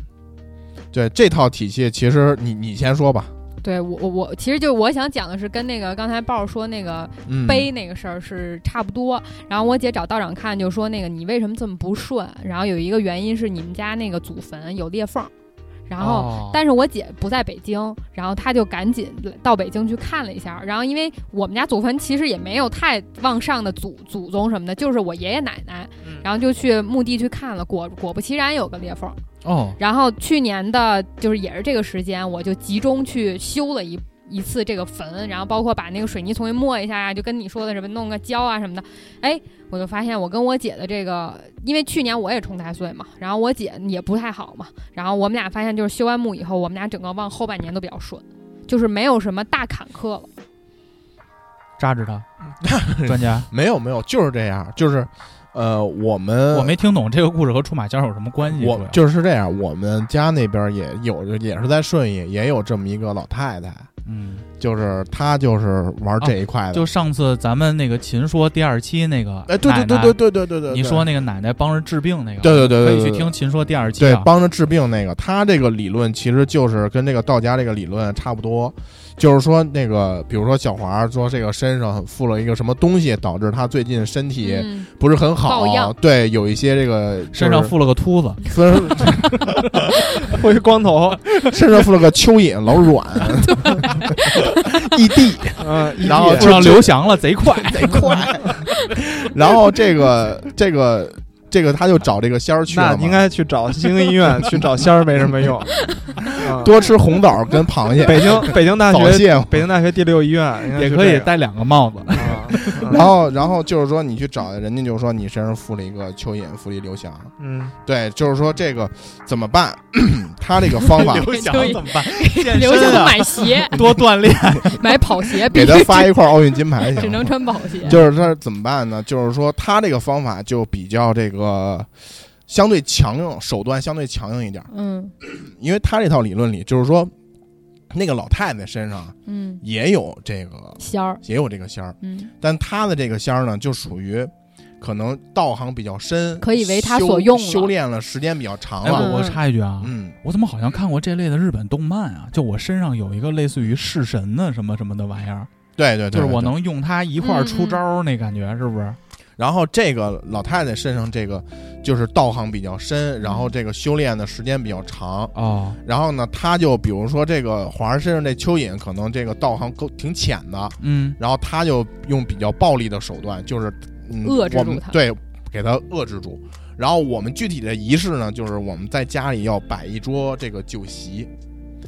E: 对这套体系，其实你你先说吧。
D: 对我我我，其实就我想讲的是跟那个刚才豹儿说那个
E: 嗯，
D: 背那个事儿是差不多。然后我姐找道长看，就说那个你为什么这么不顺？然后有一个原因是你们家那个祖坟有裂缝儿，然后
A: 哦
D: 但是我姐不在北京，然后她就赶紧呃到北京去看了一下。然后因为我们家祖坟其实也没有太往上的祖祖宗什么的，就是我爷爷奶奶，
A: 嗯
D: 然后就去墓地去看了，果果不其然有个裂缝。
B: 哦，
D: 然后去年的就是也是这个时间，我就集中去修了一。一次这个坟，然后包括把那个水泥重新抹一下呀，就跟你说的什么弄个胶啊什么的，哎，我就发现我跟我姐的这个，因为去年我也冲太岁嘛，然后我姐也不太好嘛，然后我们俩发现就是修完墓以后，我们俩整个往后半年都比较顺，就是没有什么大坎坷了。
B: 扎着 他，专家，
E: 没有没有，就是这样，就是呃，我们
B: 我没听懂这个故事和出马仙儿有什么关系。主
E: 我
B: 要
E: 就是这样，我们家那边也有，也是在顺义，也有这么一个老太太，
B: 嗯，
E: 就是她就是玩
B: 哦
E: 这一块的。
B: 就上次咱们那个秦说第二期那个，
E: 哎哎，对对对对，对对对对，
B: 你
E: 对
B: 说那个奶奶帮人治病那个，
E: 对对对对对
B: 可以去
E: 对
B: 听秦说第二期
E: 对
B: 啊。
E: 帮着治病那个，她这个理论其实就是跟这个道家这个理论差不多，就是说那个，比如说小华说这个身上附了一个什么东西，导致他最近身体
D: 嗯，
E: 不是很好
D: 抱恙，
E: 对，有一些这个就是
B: 身上 附了个秃子，
E: 分
C: 我一光头，
E: 身上附了个蚯蚓，老软，异地，
C: 嗯，
E: 然后
B: 附
E: 就
B: 上刘翔了，贼快。
E: 得快。然后这个这个这个，他就找这个仙儿去
C: 那
E: 了
C: 你应
E: 嘛，
C: 该去找星星医院，去找仙儿没什么 用。嗯
E: 多吃红枣跟螃蟹、
C: 北京北京大
E: 早
C: 学
E: 蟹。
C: 北京大学第六医院应该
B: 也
C: 是
B: 可以
C: 这个
B: 戴两个帽子，
C: 啊 嗯
E: 然后，然后就是说，你去找人家，就说你身上附了一个蚯蚓，附了一刘翔。
C: 嗯，
E: 对，就是说这个怎么办？ 他这个 方 法，
B: 翔怎么办？健
D: 刘翔
B: 身啊，
D: 买 鞋，
B: 多锻炼。
D: 买跑鞋，
E: 给他
D: 必须
E: 发一块奥运金牌
D: 只
E: 去。
D: 能穿跑鞋。
E: 就是他怎么办呢？就是说他这个方法就比较这个相对强硬，手段相对强硬一点。
D: 嗯
E: 因为他这套理论里，就是说那个老太太身上
D: 嗯，
E: 也有这个
D: 仙儿，
E: 也有这个仙儿，
D: 嗯，
E: 但他的这个仙儿呢，就属于可能道行比较深，
D: 可以为他
E: 修
D: 所用了
E: 修炼了时间比较长
B: 哎，
E: 了。
B: 我我插一句啊，
E: 嗯，
B: 我怎么好像看过这类的日本动漫啊？就我身上有一个类似于式神的什么什么的玩意儿，
E: 对对对，
B: 就是我
E: 对。
B: 能用它一块儿出招儿那感觉，是不是？
E: 然后这个老太太身上这个就是道行比较深，然后这个修炼的时间比较长。
B: 哦，
E: 然后呢，他就比如说这个皇上身上这蚯蚓，可能这个道行够挺浅的，
B: 嗯，
E: 然后他就用比较暴力的手段，就是、嗯、
D: 遏制住
E: 我们
D: 它
E: 对，给他遏制住。然后我们具体的仪式呢，就是我们在家里要摆一桌这个酒席，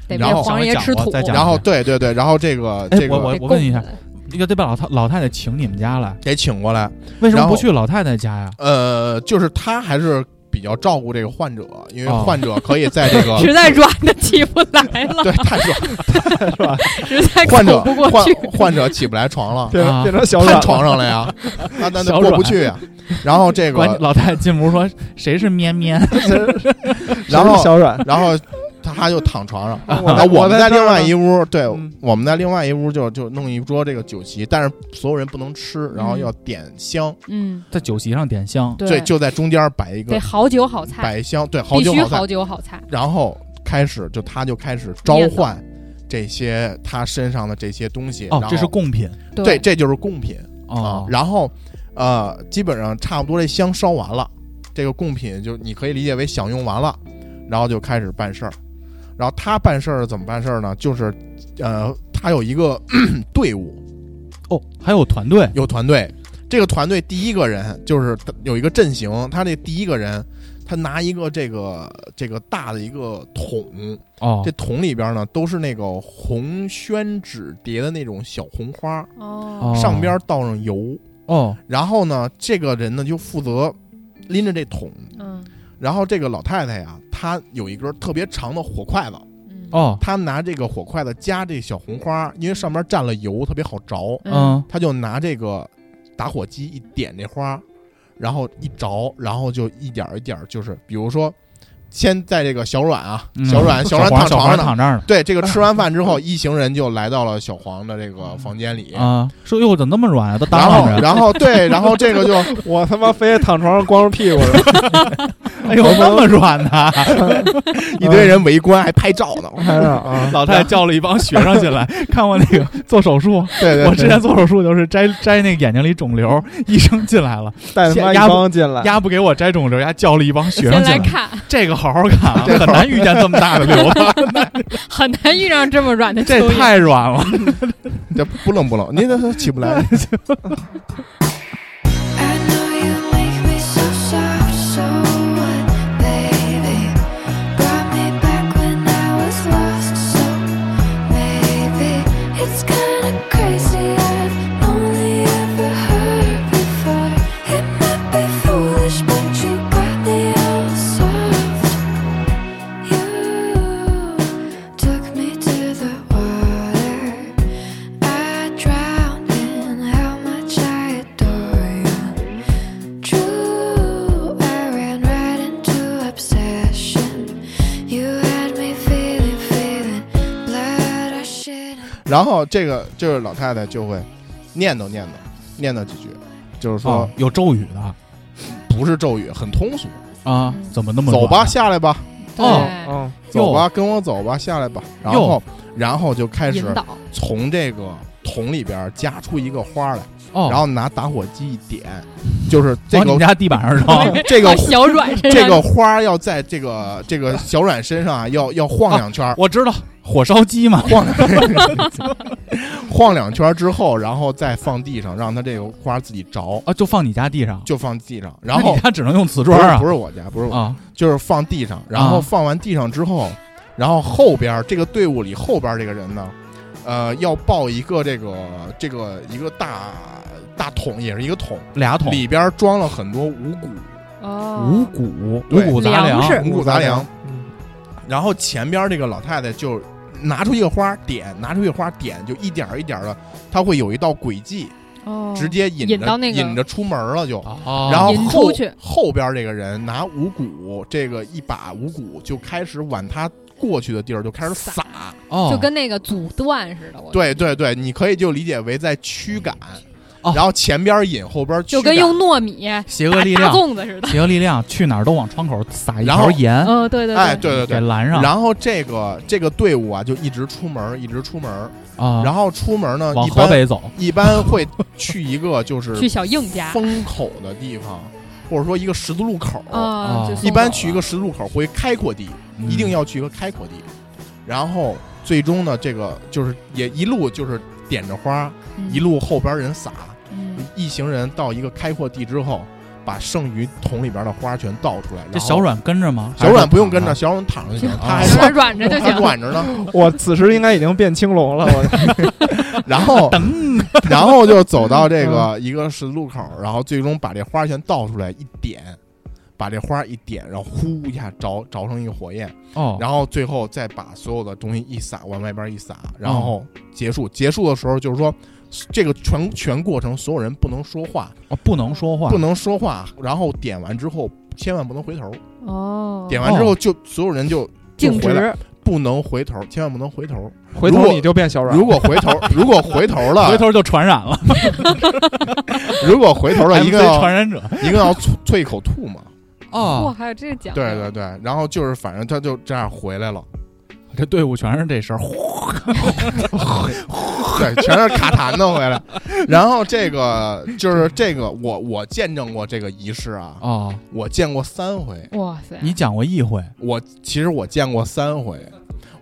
D: 得
E: 然
D: 被
E: 后
D: 黄爷吃土
B: 再。讲
E: 然后对对对，然后这个
B: 哎
E: 这个
B: 我
D: 得
B: 我问一
D: 供
B: 下那个得把老太老太太请你们家来，
E: 得请过来。
B: 为什么
E: 然后
B: 不去老太太家呀？
E: 呃，就是他还是比较照顾这个患者，因为
B: 哦
E: 患者可以在 这个、
D: 实在软的起不来了，
E: 呃对太爽，
D: 实在
E: 患者
D: 口不过
E: 患
D: 去。
E: 患者起不来 床了，
C: 变成
B: 啊
C: 变成小
E: 瘫
C: 软
E: 床上了呀，那那那
B: 小
E: 过
B: 软
E: 不去呀。然后这
B: 管
E: 个，
B: 老太太进屋说谁是绵绵？
E: 然后
C: 小软，
E: 然后他就躺床
B: 啊
E: 上。
C: 我
E: 那
C: 在
E: 我们在
C: 这儿
E: 另外
C: 呢
E: 一屋，对
C: 嗯，
E: 我们在另外一屋就就弄一桌这个酒席，但是所有人不能吃，然后要点香，
D: 嗯，
B: 在酒席上点香，
E: 对，就在中间摆一
D: 得
E: 个
D: 好酒好菜，
E: 摆香，对，好
D: 必
E: 酒
D: 须
E: 好菜
D: 好，酒好菜。
E: 然后开始就他就开始召唤这些他身上的这些东西，
B: 哦
E: 然，后
B: 这是贡品
E: 对，这就是贡品啊
B: 哦。。
E: 然后呃，基本上差不多这香烧完了，这个贡品就你可以理解为享用完了，然后就开始办事儿。然后他办事儿怎么办事儿呢？就是呃，他有一个 队伍。
B: 哦，还有团队
E: 有团队。这个团队第一个人就是有一个阵型，他这第一个人，他拿一个这个这个大的一个桶，
B: 哦
E: 这，桶里边呢都是那个红宣纸叠的那种小红花，
D: 哦，
E: 上边倒上油。
B: 哦
E: 然后呢，这个人呢就负责拎着这桶，
D: 嗯
E: 然后这个老太太呀，她有一根特别长的火筷子，
D: 嗯
B: 哦
E: 她拿这个火筷子夹这小红花，因为上面蘸了油，特别好着。
B: 嗯，
E: 他就拿这个打火机一点这花，然后一着，然后就一点儿一点儿，就是比如说先在这个小阮啊，
B: 嗯
E: 小阮
B: 小
E: 阮躺
B: 小
E: 床
B: 黄
E: 上呢。
B: 躺这儿
E: 对，这个吃完饭之后，一行人就来到了小黄的这个房间里
B: 呢。啊，说哟怎么那么软啊，都
E: 然
B: 当
E: 后
B: 啷，着，
E: 然后对，然后这 个就
C: 我他妈非得躺床上光着屁股了，
B: 哎呦那么软啊呢，
E: 一堆人围观，还拍照 呢。
C: 还是 啊，
B: 老太太叫了一帮学生进 来，看我那个做手术，
E: 对对，
B: 我之前做手术就是摘摘那个眼睛里肿 瘤，医生进来了，
C: 带他妈一帮进来，
B: 丫不给我摘肿瘤，丫叫了一帮学
D: 先
B: 生进
D: 来
B: 来，
D: 看，
B: 这个好好看啊，很难遇见这么大的瘤 子，
D: 很难遇上这么软的蚯蚓。
B: 这太软了。
E: 这不冷不冷，您这起不来。
G: I know you make me so soft, so what, baby? Brought me back when I was lost, so maybe it's kinda crazy. I've only ever heard before. It might be foolish, but you got me all soft. You took me to the water. I drowned in how much I adore you. True, I ran right into obsession. You had me feeling, feeling blood. I should.
E: 然后这个就是老太太就会念叨念叨念叨几句，就是说
B: 哦有咒语的
E: 不是咒语，很通俗。
B: 啊，怎么那么
E: 走吧，
B: 软
E: 下来吧，
D: 对
B: 哦
C: 嗯，
E: 走吧，跟我走吧，下来吧。然后然后就开始
D: 引导，
E: 从这个桶里边夹出一个花来，
B: 哦，
E: 然后拿打火机一点，就是这
B: 往你
E: 个
B: 们家地板上扔，
E: 这个
D: 往小软身上
E: 这个花要在这个这个小阮身上啊， 要要晃两圈儿，
B: 我知道火烧鸡嘛，
E: 晃两圈儿，晃两圈儿之后，然后再放地上，让它这个花自己着，
B: 啊，就放你家地上，
E: 就放地上，然后
B: 那你家只能用瓷
E: 不
B: 砖
E: 是
B: 啊
E: 不是我家，不是我，
B: 啊，
E: 就是放地上，然后
B: 啊
E: 放完地上之后，然后后边儿这个队伍里后边儿这个人呢，呃，要抱一个这个这个一个大大桶，也是一个桶，
B: 俩桶
E: 里边儿装了很多五谷
B: 五
D: 哦，
B: 谷五
E: 对
B: 谷杂粮
D: 粮食
E: 五谷杂粮，
C: 嗯
E: 然后前边这个老太太就拿出一个花点，拿出一个花点，就一点儿一点的，它会有一道轨迹，
D: 哦
E: 直接引着
D: 引到那个
E: 着出门了就。
B: 啊
E: 然后
D: 引
E: 后
D: 出去
E: 后边这个人拿五谷，这个一把五谷就开始往他过去的地儿就开始撒。
B: 哦
D: 就跟那个阻断似的，我
E: 对对对，你可以就理解为在驱赶，
B: 哦
E: 然后前边引，后边驱
D: 就
E: 赶。
D: 跟用糯米
B: 邪恶
D: 打
B: 力
D: 大
B: 量，
D: 粽子似的。
B: 邪恶力量去哪儿都往窗口撒一
E: 然后
B: 条盐，
D: 嗯，对对
E: 哎，
D: 对，
E: 对对
B: 给
E: 对。
B: 拦上
E: 然后这个这个队伍啊，就一直出门，一直出门。
B: 啊，
E: 然后出门呢，
B: 往
E: 一
B: 河
E: 般
B: 北走，
E: 一般会去一个就是
D: 去小硬家，
E: 风口的地方，或者说一个十字路口。
D: 啊，
B: 哦
D: 就送
E: 一般
D: 走
E: 去
D: 了
E: 一个十字路口回开阔地，一定
B: 要
E: 要去一个开阔地。
D: 嗯
E: 然后最终呢，这个就是也一路就是点着花，一，路后边人撒，
D: 嗯嗯
E: 一行人到一个开阔地之后，把剩余桶里边的花全倒出来。然后
B: 这小阮跟着吗？
E: 小阮不用跟着，小阮躺着就行，他还
D: 有点
E: 算
D: 软着就
E: 他
D: 行。
E: 管着呢。
C: 我此时应该已经变青龙了，我
E: 然后， 然后就走到这个一个十字路口，然后最终把这花全倒出来一点，把这花一点，然后呼一下着着成一个火焰，
B: 哦，
E: 然后最后再把所有的东西一撒，往外边一撒，然后结束。结束的时候就是说，这个全全过程所有人不能说话，
B: 哦不能说话，
E: 不能说话，然后点完之后千万不能回头，
D: 哦，
E: 点完之后就所有人就就
D: 径
E: 回来，
D: 直，
E: 不能回头，千万不能回头。
C: 回头你就变小软
E: 如，果回头，如果回头了，
B: 回头就传染了，
E: 如果回 头了，一
B: MC
E: 个要
B: 传染者
E: 一个要啐啐一口吐沫。
D: 哇，
B: 哦，
D: 还有这个讲啊究，
E: 啊对对对，然后就是反正他就这样回来 了，
B: 这队伍全是这声儿，
E: 对，全是卡痰的回来。然后这个就是这个，我我见证过这个仪式啊，
B: 哦，
E: 我见过三回。
D: 哇塞，
B: 你讲过一回，
E: 我其实我见过三回，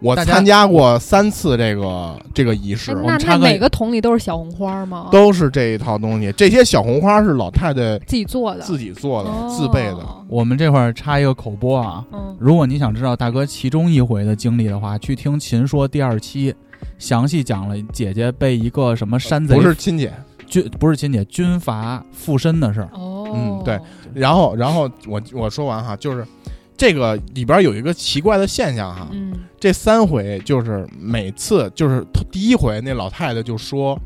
E: 我
B: 大家
E: 参加过三次这个这个仪式
D: 哎，
B: 我
D: 那
B: 们插
D: 那
B: 个
D: 每个桶里都是小红花吗？
E: 都是这一套东西。这些小红花是老太太
D: 自己做的，
E: 自己做的、
D: 哦
E: 自备的。。
B: 我们这会儿插一个口播啊，
D: 嗯，
B: 如果你想知道大哥其中一回的经历的话，去听《秦说》第二期，详细讲了姐姐被一个什么山贼
E: 不是亲姐，
B: 军不是亲姐军阀附身的事儿。
D: 哦，
E: 嗯对，然后，然后我我说完哈，就是这个里边有一个奇怪的现象哈，
D: 嗯，
E: 这三回就是每次就是头第一回那老太太就说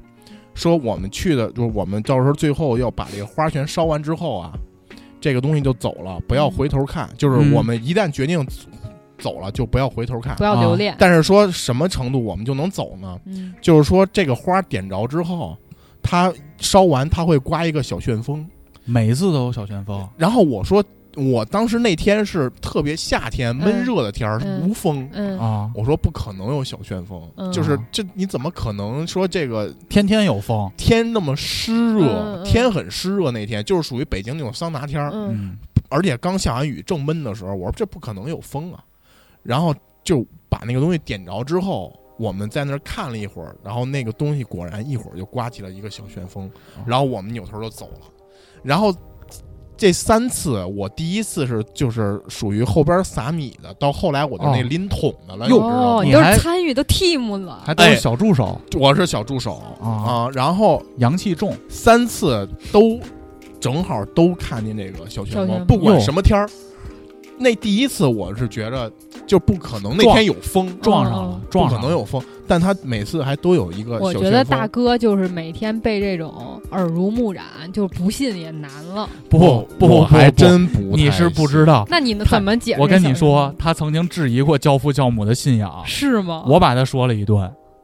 E: 说我们去的，就是我们到时候最后要把这个花全烧完之后啊，这个东西就走了，不要回头看。就是我们一旦决定走了，就不要回头看
D: 不。要留恋。
E: 但是说什么程度我们就能走呢？
D: 嗯，
E: 就是说这个花点着之后，它烧完它会刮一个小旋风。
B: 每一次都有小旋风，
E: 然后我说，我当时那天是特别夏天闷热的天儿，
D: 嗯
E: 无风。
D: 嗯
B: 啊，
E: 我说不可能有小旋风，
D: 嗯
E: 就是这你怎么可能说这个
B: 天天有风，
E: 天那么湿热，
D: 嗯嗯
E: 天很湿热那天就是属于北京那种桑拿天儿，
D: 嗯
B: 嗯，
E: 而且刚下完雨正闷的时候，我说这不可能有风啊，然后就把那个东西点着之后。我们在那儿看了一会儿，然后那个东西果然一会儿就刮起了一个小旋风，然后我们扭头就走了。然后这三次，我第一次是就是属于后边撒米的，到后来我就那
B: 哦
E: 拎桶的了，啊你知道吗
D: 哦，
B: 你
D: 你都
B: 还
D: 是参与，都 team 了，
B: 还都
E: 哎
B: 是小助手，
E: 我是小助手
B: 啊
E: 啊，然后
B: 阳气重，
E: 三次都正好都看见这个小
D: 小
E: 旋
D: 旋
E: 风，
D: 风
E: 不管
B: 哟
E: 什么天儿。那第一次我是觉着就不可能那
B: 撞
E: 天有风，
B: 撞上了
D: 嗯，
E: 不
B: 撞
E: 可
B: 上
E: 能
B: 了。
E: 有风，但他每次还都有一个
D: 我
E: 呃小
D: 觉得
E: 旋
D: 大
E: 风。
D: 哥就是每天被这种耳濡目染，就是不信也难了。
B: 不不
E: 我
B: 不，
E: 还
B: 不，
E: 真不太信，
B: 你是不知道。
D: 那你能
B: 太
D: 怎么解释？
B: 我跟你说，，他曾经质疑过教父教母的信仰，
D: 是吗？
B: 我把他说了一顿，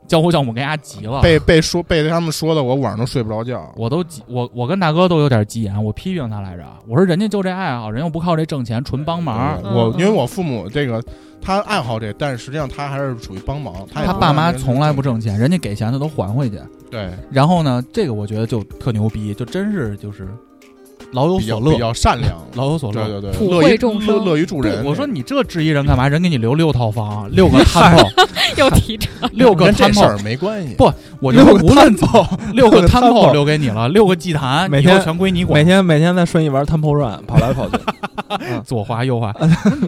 B: 教父教母给他急了，
E: 被被说被他们说的，我晚上都睡不着觉。
B: 我都急，我我跟大哥都有点急眼，我批评他来着，我说人家就这爱好，人又不靠这挣钱，纯帮忙
E: 对。
D: 嗯
E: 我
D: 嗯
E: 因为我父母这个他爱好这，但是实际上他还是属于帮忙。他也
B: 他
E: 不
B: 爸
E: 让
B: 妈
E: 人
B: 从来不挣钱，人家给钱他都还回去。
E: 对
B: 然后呢，这个我觉得就特牛逼，就真是就是老有
E: 比较
B: 所
E: 比
B: 乐，
E: 较善良。
B: 老有所乐。
E: 对对对，
D: 普
E: 乐
D: 惠
E: 于
D: 众
E: 乐
D: 生
E: 乐于助
B: 对
E: 人。
B: 我说你这质疑人干嘛？人给你留六套房，六 个摊头，
D: 又提这
B: 六个
E: 跟这
B: 摊
E: 事
B: 头
E: 儿，没关系。
B: 不我觉得无论
A: 走，
B: 六个摊
A: 摊
B: 头
A: 头
B: 留给你了，六个祭坛，
A: 每
B: 以后
A: 天
B: 全归你管
A: 每。天每天在顺义玩 Temple Run，跑来 跑去，
B: 左滑右滑，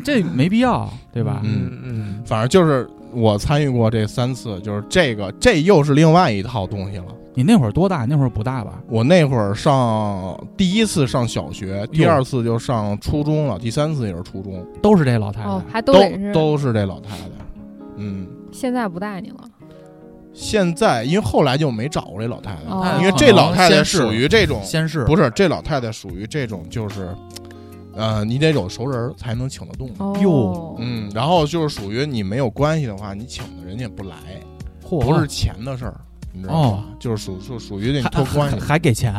B: 这没必要，对吧？
E: 嗯
A: 嗯
E: 反正就是我参与过这三次，就是这个，这又是另外一套东西了。
B: 你那会儿多大？那会儿不大吧？
E: 我那会儿上第一次上小学，第二次就上初中了，第三次也是初中，
B: 哎都是这老太太。
D: 哦，还都
E: 都
D: 得是
E: 都是这老太太。嗯，
D: 现在不带你了，
E: 现在因为后来就没找过这老太太，
D: 哦
E: 因为这老太
B: 可
E: 太
B: 能先是
E: 属于这种，
B: 先是
E: 不是这老太太属于这种就是，呃，你得有熟人儿才能请得动。
D: 哦
B: 哟，
E: 嗯，然后就是属于你没有关系的话，你请的人家不来，
B: 嚯
E: 不是钱的事儿，你知道吗？就是属就属于那
B: 哦还
E: 托关系
B: 还，还给钱，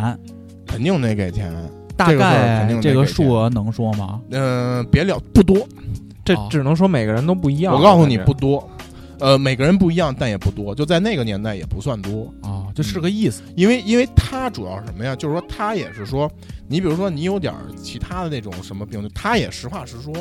E: 肯定得给钱。
B: 大
E: 这个事儿肯
B: 概
E: 定得
B: 这个
E: 给钱
B: 数额能说吗？
E: 嗯、别聊不多，
A: 这
B: 哦
A: 嗯只能说每个人都不一样。
E: 我告诉你
A: 感觉
E: 不，多。呃，每个人不一样，但也不多，就在那个年代也不算多，
B: 啊，就是个意思。
E: 因为因为他主要是什么呀？就是说他也是说，你比如说你有点儿其他的那种什么病，就他也实话实说，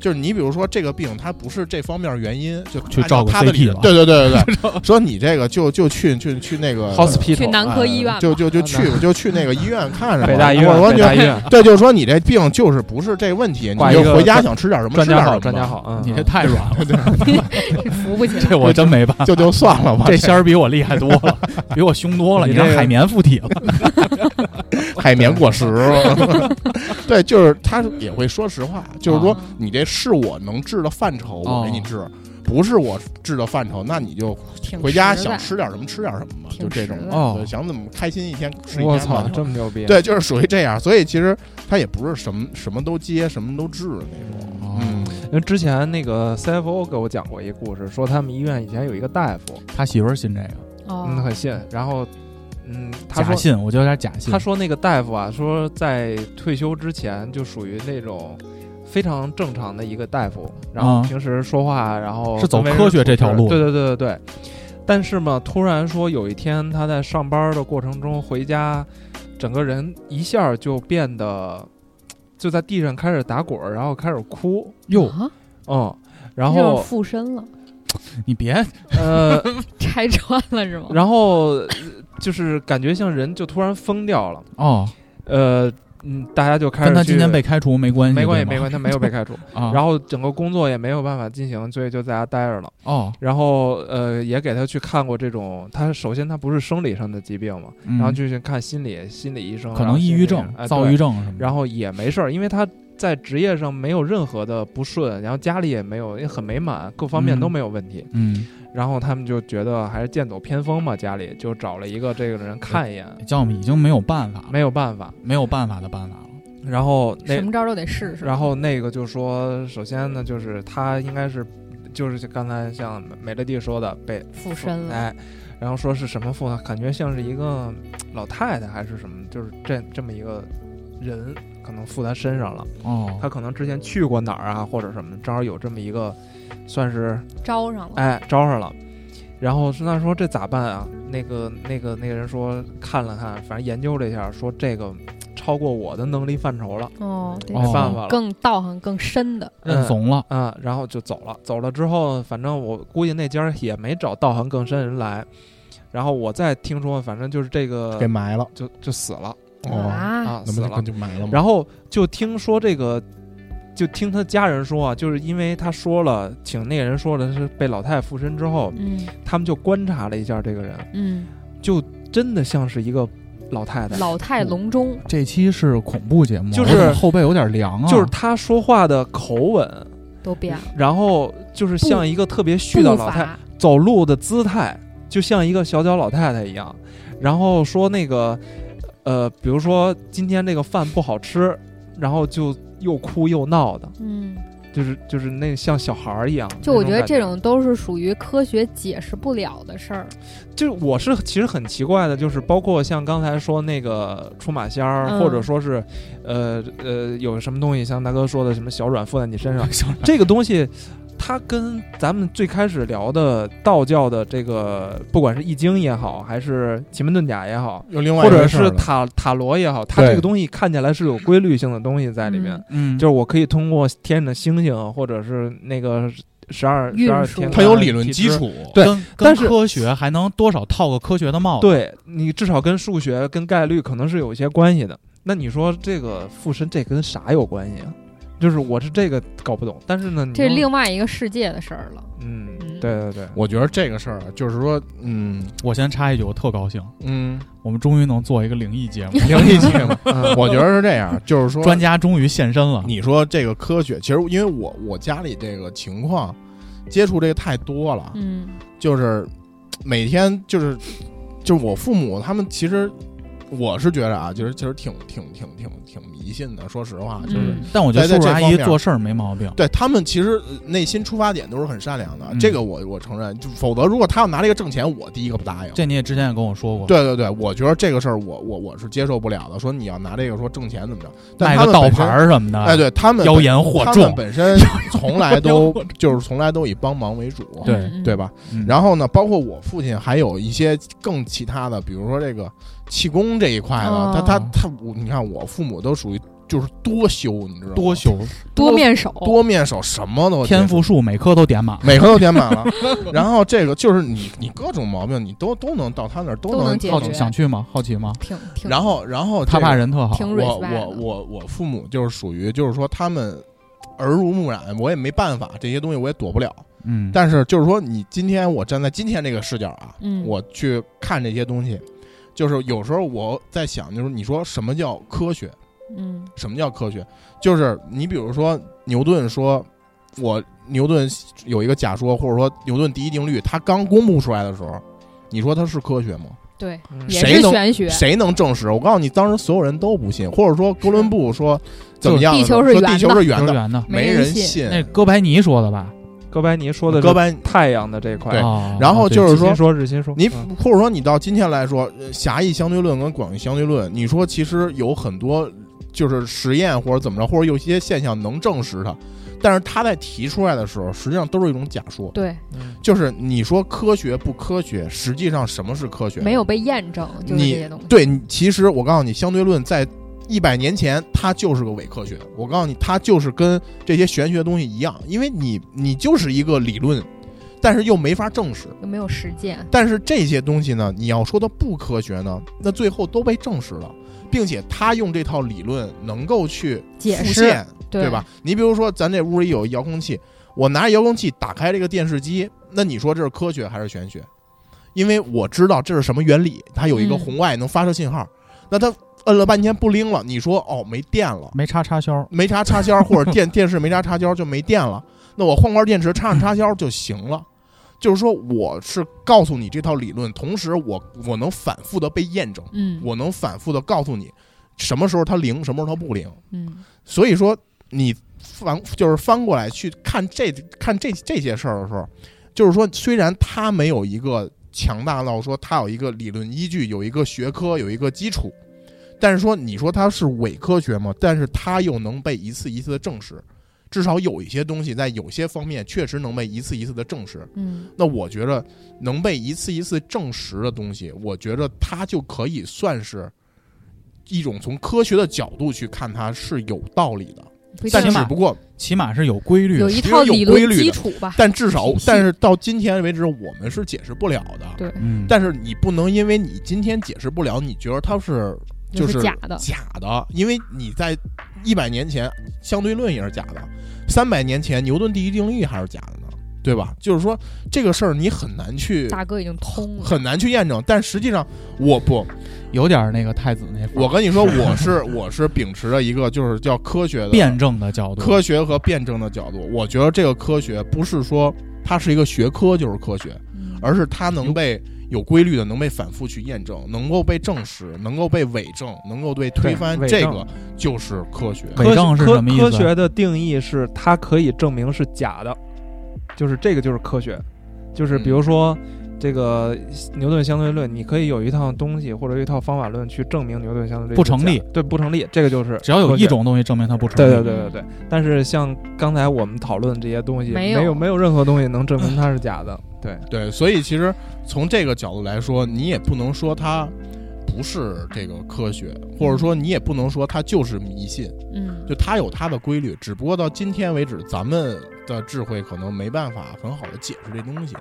E: 就是你比如说这个病，他不是这方面原因，就
B: 去
E: 按照
B: 照个
E: 他的
B: CT
E: 理论
B: 了
E: 对对对对对，说你这个就就去去去那个
A: Hospital
D: 去男科医院吧
E: 呃
D: 嗯
E: 就就就去就去那个医院看着吧
A: 北大医
E: 或者
A: 院，
E: 说
A: 北
E: 你
A: 大医院，
E: 对，就是说你这病就是不是这问题，
A: 挂
E: 你
A: 一个
E: 就回家想吃点什么
A: 专家
E: 吃
A: 好，
E: 点什么
A: 专家，好，嗯，
B: 你这太软 了，
D: 扶不起来。
B: 这我真没办法。
E: 就就算了吧。
B: 这仙儿比我厉害多了，比我凶多了。
A: 你
B: 你让
A: 这个
B: 海绵附体 了，
E: 海绵果实，对，就是他也会说实话，就是
A: 啊
E: 说你这是我能治的范畴，我给
A: 哦
E: 你治；不是我治的范畴，那你就
D: 挺
E: 回家
D: 实在
E: 想吃点什么吃点什么吧，就
D: 挺
E: 这种
D: 实。在
B: 哦
E: 对想怎么开心一天吃一天吧。
A: 我操，这么牛逼！，
E: 对，就是属于这样，所以其实他也不是什么什么都接，什么都治的那种。
B: 哦
E: 嗯，
A: 因为之前啊那个 CFO 给我讲过一个故事，说他们医院以前有一个大夫，
B: 他媳妇儿信这个，
D: 哦
A: 嗯，，很信，然后，嗯，他
B: 假
A: 说
B: 信，我觉得有点假信。
A: 他说那个大夫啊，说在退休之前就属于那种非常正常的一个大夫，然后
B: 啊
A: 平时说话，然后
B: 是走
A: 跟为人
B: 科学这条路
A: 处事对对对对对。但是嘛，突然说有一天他在上班的过程中回家，整个人一下就变得就在地上开始打滚儿，然后开始哭，
B: 哟，
D: 啊
A: 嗯，然
D: 这样
A: 后
D: 附身了，
B: 你别
A: 呃，
D: 拆穿了是吗？
A: 然后呃就是感觉像人就突然疯掉了，
B: 哦，
A: 呃，嗯，大家就开始
B: 跟他
A: 去
B: 今天被开除没关系，
A: 没关系，
B: 对
A: 没
B: 吗
A: 关系，他没有被开除。
B: 啊。
A: 然后整个工作也没有办法进行，所以就在家待着了。
B: 哦，
A: 然后呃，也给他去看过这种，他首先他不是生理上的疾病嘛，
B: 嗯
A: 然后就去看心理心理医生，
B: 可能抑郁症、躁郁
A: 症，
B: 症什么的。
A: 然后也没事儿，因为他在职业上没有任何的不顺，然后家里也没有也很美满，各方面都
B: 嗯
A: 没有问题。
B: 嗯，
A: 然后他们就觉得还是剑走偏锋嘛，家里 就找了一个这个人看一眼，
B: 教我们已经没有办法了，
A: 没有办法。
B: 没有办法的办法了。
A: 然后那
D: 什么招都得试试。
A: 然后那个就说，首先呢，就是他应该是，就是刚才像美乐蒂说的被
D: 附身了
A: 哎，然后说是什么附呢？感觉像是一个老太太还是什么，就是这这么一个人可能附他身上了。
B: 哦，
A: 他可能之前去过哪儿啊，或者什么，正好有这么一个，算是
D: 招上了，
A: 哎招上了。然后是那说这咋办啊？那个那个那个人说看了看，反正研究了一下，说这个超过我的能力范畴了，
D: 哦，得
A: 没
B: 哦
A: 办法了，
D: 更道行更深的，
B: 认怂了，
A: 嗯，然后就走了。走了之后，反正我估计那家儿也没找道行更深人来。然后我再听说，反正就是这个
E: 给埋了，
A: 就就死了
E: 哦，
D: 啊，
A: 啊，
E: 那
A: 死
E: 不
A: 了
E: 就。就埋了吗？
A: 然后就听说这个，就听他家人说啊，就是因为他说了，请那个人说了是被老太太附身之后，
D: 嗯
A: 他们就观察了一下这个人，
D: 嗯，
A: 就真的像是一个老太太，
D: 老态龙钟，
B: 这期是恐怖节目，
A: 就是
B: 我怎么后背有点凉啊，
A: 就是他说话的口吻，
D: 都变了，
A: 然后就是像一个特别絮叨
D: 步
A: 老太太。
D: 伐
A: 走路的姿态，就像一个小脚老太太一样。然后说那个，呃，比如说今天这个饭不好吃，然后就又哭又闹的，
D: 嗯，
A: 就是就是那像小孩儿一样。
D: 就我觉
A: 那
D: 得
A: 感觉
D: 这，种都是属于科学解释不了的事儿
A: 就是我是其实很奇怪的，就是包括像刚才说那个出马仙儿，
D: 嗯
A: 或者说是，呃呃，有什么东西像大哥说的什么小软附在你身上，这个东西。它跟咱们最开始聊的道教的这个，不管是易经也好，还是奇门遁甲也好，
E: 有另外
A: 或
E: 一
A: 者
E: 回事儿
A: 是
E: 了
A: 塔塔罗也好，它
E: 对
A: 这个东西看起来是有规律性的东西在里面，
D: 嗯
B: 嗯，
A: 就是我可以通过天上的星星，或者是那个十二
D: 运
A: 十二
D: 输
A: 天，
E: 它有理论基。础，
A: 对
B: 跟
A: 但
B: 跟
A: 是
B: 科学还能多少套个科学的帽子，
A: 对你至少跟数学、跟概率可能是有一些关系的。那你说这个附身这跟啥有关系啊？就是我是这个搞不懂，但是呢，你
D: 这是
A: 又
D: 另外一个世界的事儿了。
A: 嗯，
D: 嗯
A: 对对对，
E: 我觉得这个事儿啊就是说，嗯
B: 我先插一句，我特高兴，
E: 嗯，
B: 我们终于能做一个灵异节 目，
E: 灵异节目，
A: 嗯
E: 我觉得是这样，就是说，
B: 专家终于现身了。
E: 你说这个科学，其实因为我我家里这个情况，接触这个太多了，
D: 嗯，
E: 就是每天就是就是我父母他们其实。我是觉得啊，就是其实挺挺挺挺挺迷信的，说实话，啊就是、
D: 嗯
B: 但我觉得
E: 在
B: 叔叔
E: 在这
B: 阿
E: 方
B: 姨
E: 面
B: 做事儿没毛病，
E: 对他们其实呃内心出发点都是很善良的，
B: 嗯
E: 这个我我承认，就否则如果他要拿这个挣钱，我第一个不答应。
B: 这你也之前也跟我说过，
E: 对对对，我觉得这个事儿我我我是接受不了的。说你要拿这个说挣钱怎么着，但
B: 卖
E: 他
B: 个
E: 们
B: 道
E: 本身
B: 牌，儿什么的，
E: 哎，对他们
B: 妖言惑
E: 他们
B: 众，
E: 本身从来都就是从来都以帮忙为主，
B: 对
D: 嗯
E: 对？吧？
B: 嗯
E: 然后呢，包括我父亲还有一些更其他的，比如说这个气功这一块
D: 哦
E: 的，他他他，我你看我父母都属于就是多修，你知道吗？
B: 多修，
D: 多面手，
E: 多面手，什么都
B: 天
E: 赋。
B: 赋树每科都点满，
E: 每个都填满了，然后这个就是你，你各种毛病你都都能到他那儿都
D: 都能
E: 能
D: 解
B: 好
D: 决
B: 奇想去吗？好奇吗？
D: 挺挺，
E: 然后然后
B: 他
E: 这个
B: 怕人特好，
D: 挺
E: 我
D: respect 的
E: 我我我父母就是属于就是说他们耳濡目染，我也没办法，这些东西我也躲不了。
B: 嗯，
E: 但是就是说，你今天我站在今天这个视角啊，
D: 嗯
E: 我去看这些东西，就是有时候我在想，就是你说什么叫科学？
D: 嗯
E: 什么叫科学？就是你比如说牛顿说，我牛顿有一个假说，或者说牛顿第一定律，他刚公布出来的时候，你说它是科学吗？
D: 对，
A: 嗯
D: 也
E: 谁
D: 是
E: 能
D: 玄学，
E: 谁能证实？我告诉你，当时所有人都不信，或者说哥伦布说怎么样的？
D: 地球是
E: 说
D: 圆
E: 地
D: 的
E: 球是
B: 幼
E: 圆
B: 儿
E: 的，嗯
B: 园的，
D: 没
E: 没
D: 人
E: 人
D: 信
E: 信。
B: 那哥白尼说的吧？
A: 哥白尼说的是
E: 哥白尼
A: 太阳的这块，
E: 对
B: 哦
E: 然后
B: 对
E: 就是
A: 日
E: 说
A: 心说日心说，
E: 你
A: 嗯
E: 或者说你到今天来说，呃狭义相对论跟广义相对论，你说其实有很多就是实验或者怎么着，或者有一些现象能证实它，但是它在提出来的时候，实际上都是一种假说。
D: 对，
A: 嗯
E: 就是你说科学不科学，实际上什么是科学？
D: 没有被验证，就是这
E: 你
D: 些东西。
E: 对，你其实我告诉你，相对论在一百年前它就是个伪科学。我告诉你，它就是跟这些玄学的东西一样，因为你你就是一个理论，但是又没法证实。
D: 有没有实践？
E: 但是这些东西呢，你要说它不科学呢，那最后都被证实了，并且他用这套理论能够去
D: 解
E: 复
D: 释
E: 现，
D: 对
E: 对吧？？你比如说，咱这屋里有遥控器，我拿着遥控器打开这个电视机，那你说这是科学还是玄学？因为我知道这是什么原理，它有一个
D: 嗯
E: 红外能发射信号，那它摁了半天不灵了，你说哦没电了，
B: 没插插销，
E: 没插插销 或者电电视没插插销就没电了，那我换块电池插上插销就行了。就是说，我是告诉你这套理论，同时我我能反复的被验证，
D: 嗯，
E: 我能反复的告诉你，什么时候它灵，什么时候它不灵。
D: 嗯
E: 所以说你翻就是翻过来去看这看这这些事儿的时候，就是说虽然它没有一个强大到说它有一个理论依据，有一个学科，有一个基础。但是说，你说它是伪科学吗？但是它又能被一次一次的证实，至少有一些东西在有些方面确实能被一次一次的证实。
D: 嗯
E: 那我觉着能被一次一次证实的东西，我觉着它就可以算是一种从科学的角度去看，它是有道理的。
D: 不一
E: 但
D: 定
E: 只
D: 吧
E: 不过，
B: 起码是有规律
D: 有
B: 的。
D: 一
E: 其实
D: 套
E: 有
D: 理
E: 规
D: 论
E: 律
D: 基
E: 的
D: 础吧。
E: 但至 少
D: 体系，
E: 但是到今天为止，我们是解释不了的。
D: 对
B: 嗯，
E: 但是你不能因为你今天解释不了，你觉得它是
D: 就
E: 就是是
D: 假的
E: 假的，因为你在一百年前相对论也是假的，三百年前牛顿第一定律还是假的呢，对吧？就是说这个事儿你很难去
D: 大哥已经通 了，
E: 很难去验证，但实际上我不，
B: 有点那个太子那范儿
E: 我跟你 说，我是我是秉持着一个就是叫科学的
B: 辩证的角度，
E: 科学和辩证的角度，我觉得这个科学不是说它是一个学科就是科学，
D: 嗯
E: 而是它能被有规律的，能被反复去验证，能够被证实，能够被伪证，能够被推翻，
C: 伪证
E: 这个就是科学。
B: 伪证是
A: 科
B: 什么意
A: 科
B: 思啊
A: 学的定义是它可以证明是假的，就是这个就是科学，就是比如说。
B: 嗯
A: 这个牛顿相对论，你可以有一套东西或者一套方法论去证明牛顿相对论
B: 不成立
A: 是假的，对，不成立，这个就是
B: 只要有
A: 科
B: 一
A: 学
B: 种东西证明它不成
A: 对
B: 立，
A: 对对对对，但是像刚才我们讨论这些东西，
D: 没
A: 没
D: 有
A: 有没有任何东西能证明它是假的。对，
E: 对，所以其实从这个角度来说，你也不能说它不是这个科学，或者说你也不能说它就是迷信。
D: 嗯
E: 就它有它的规律，只不过到今天为止，咱们的智慧可能没办法很好的解释这东西。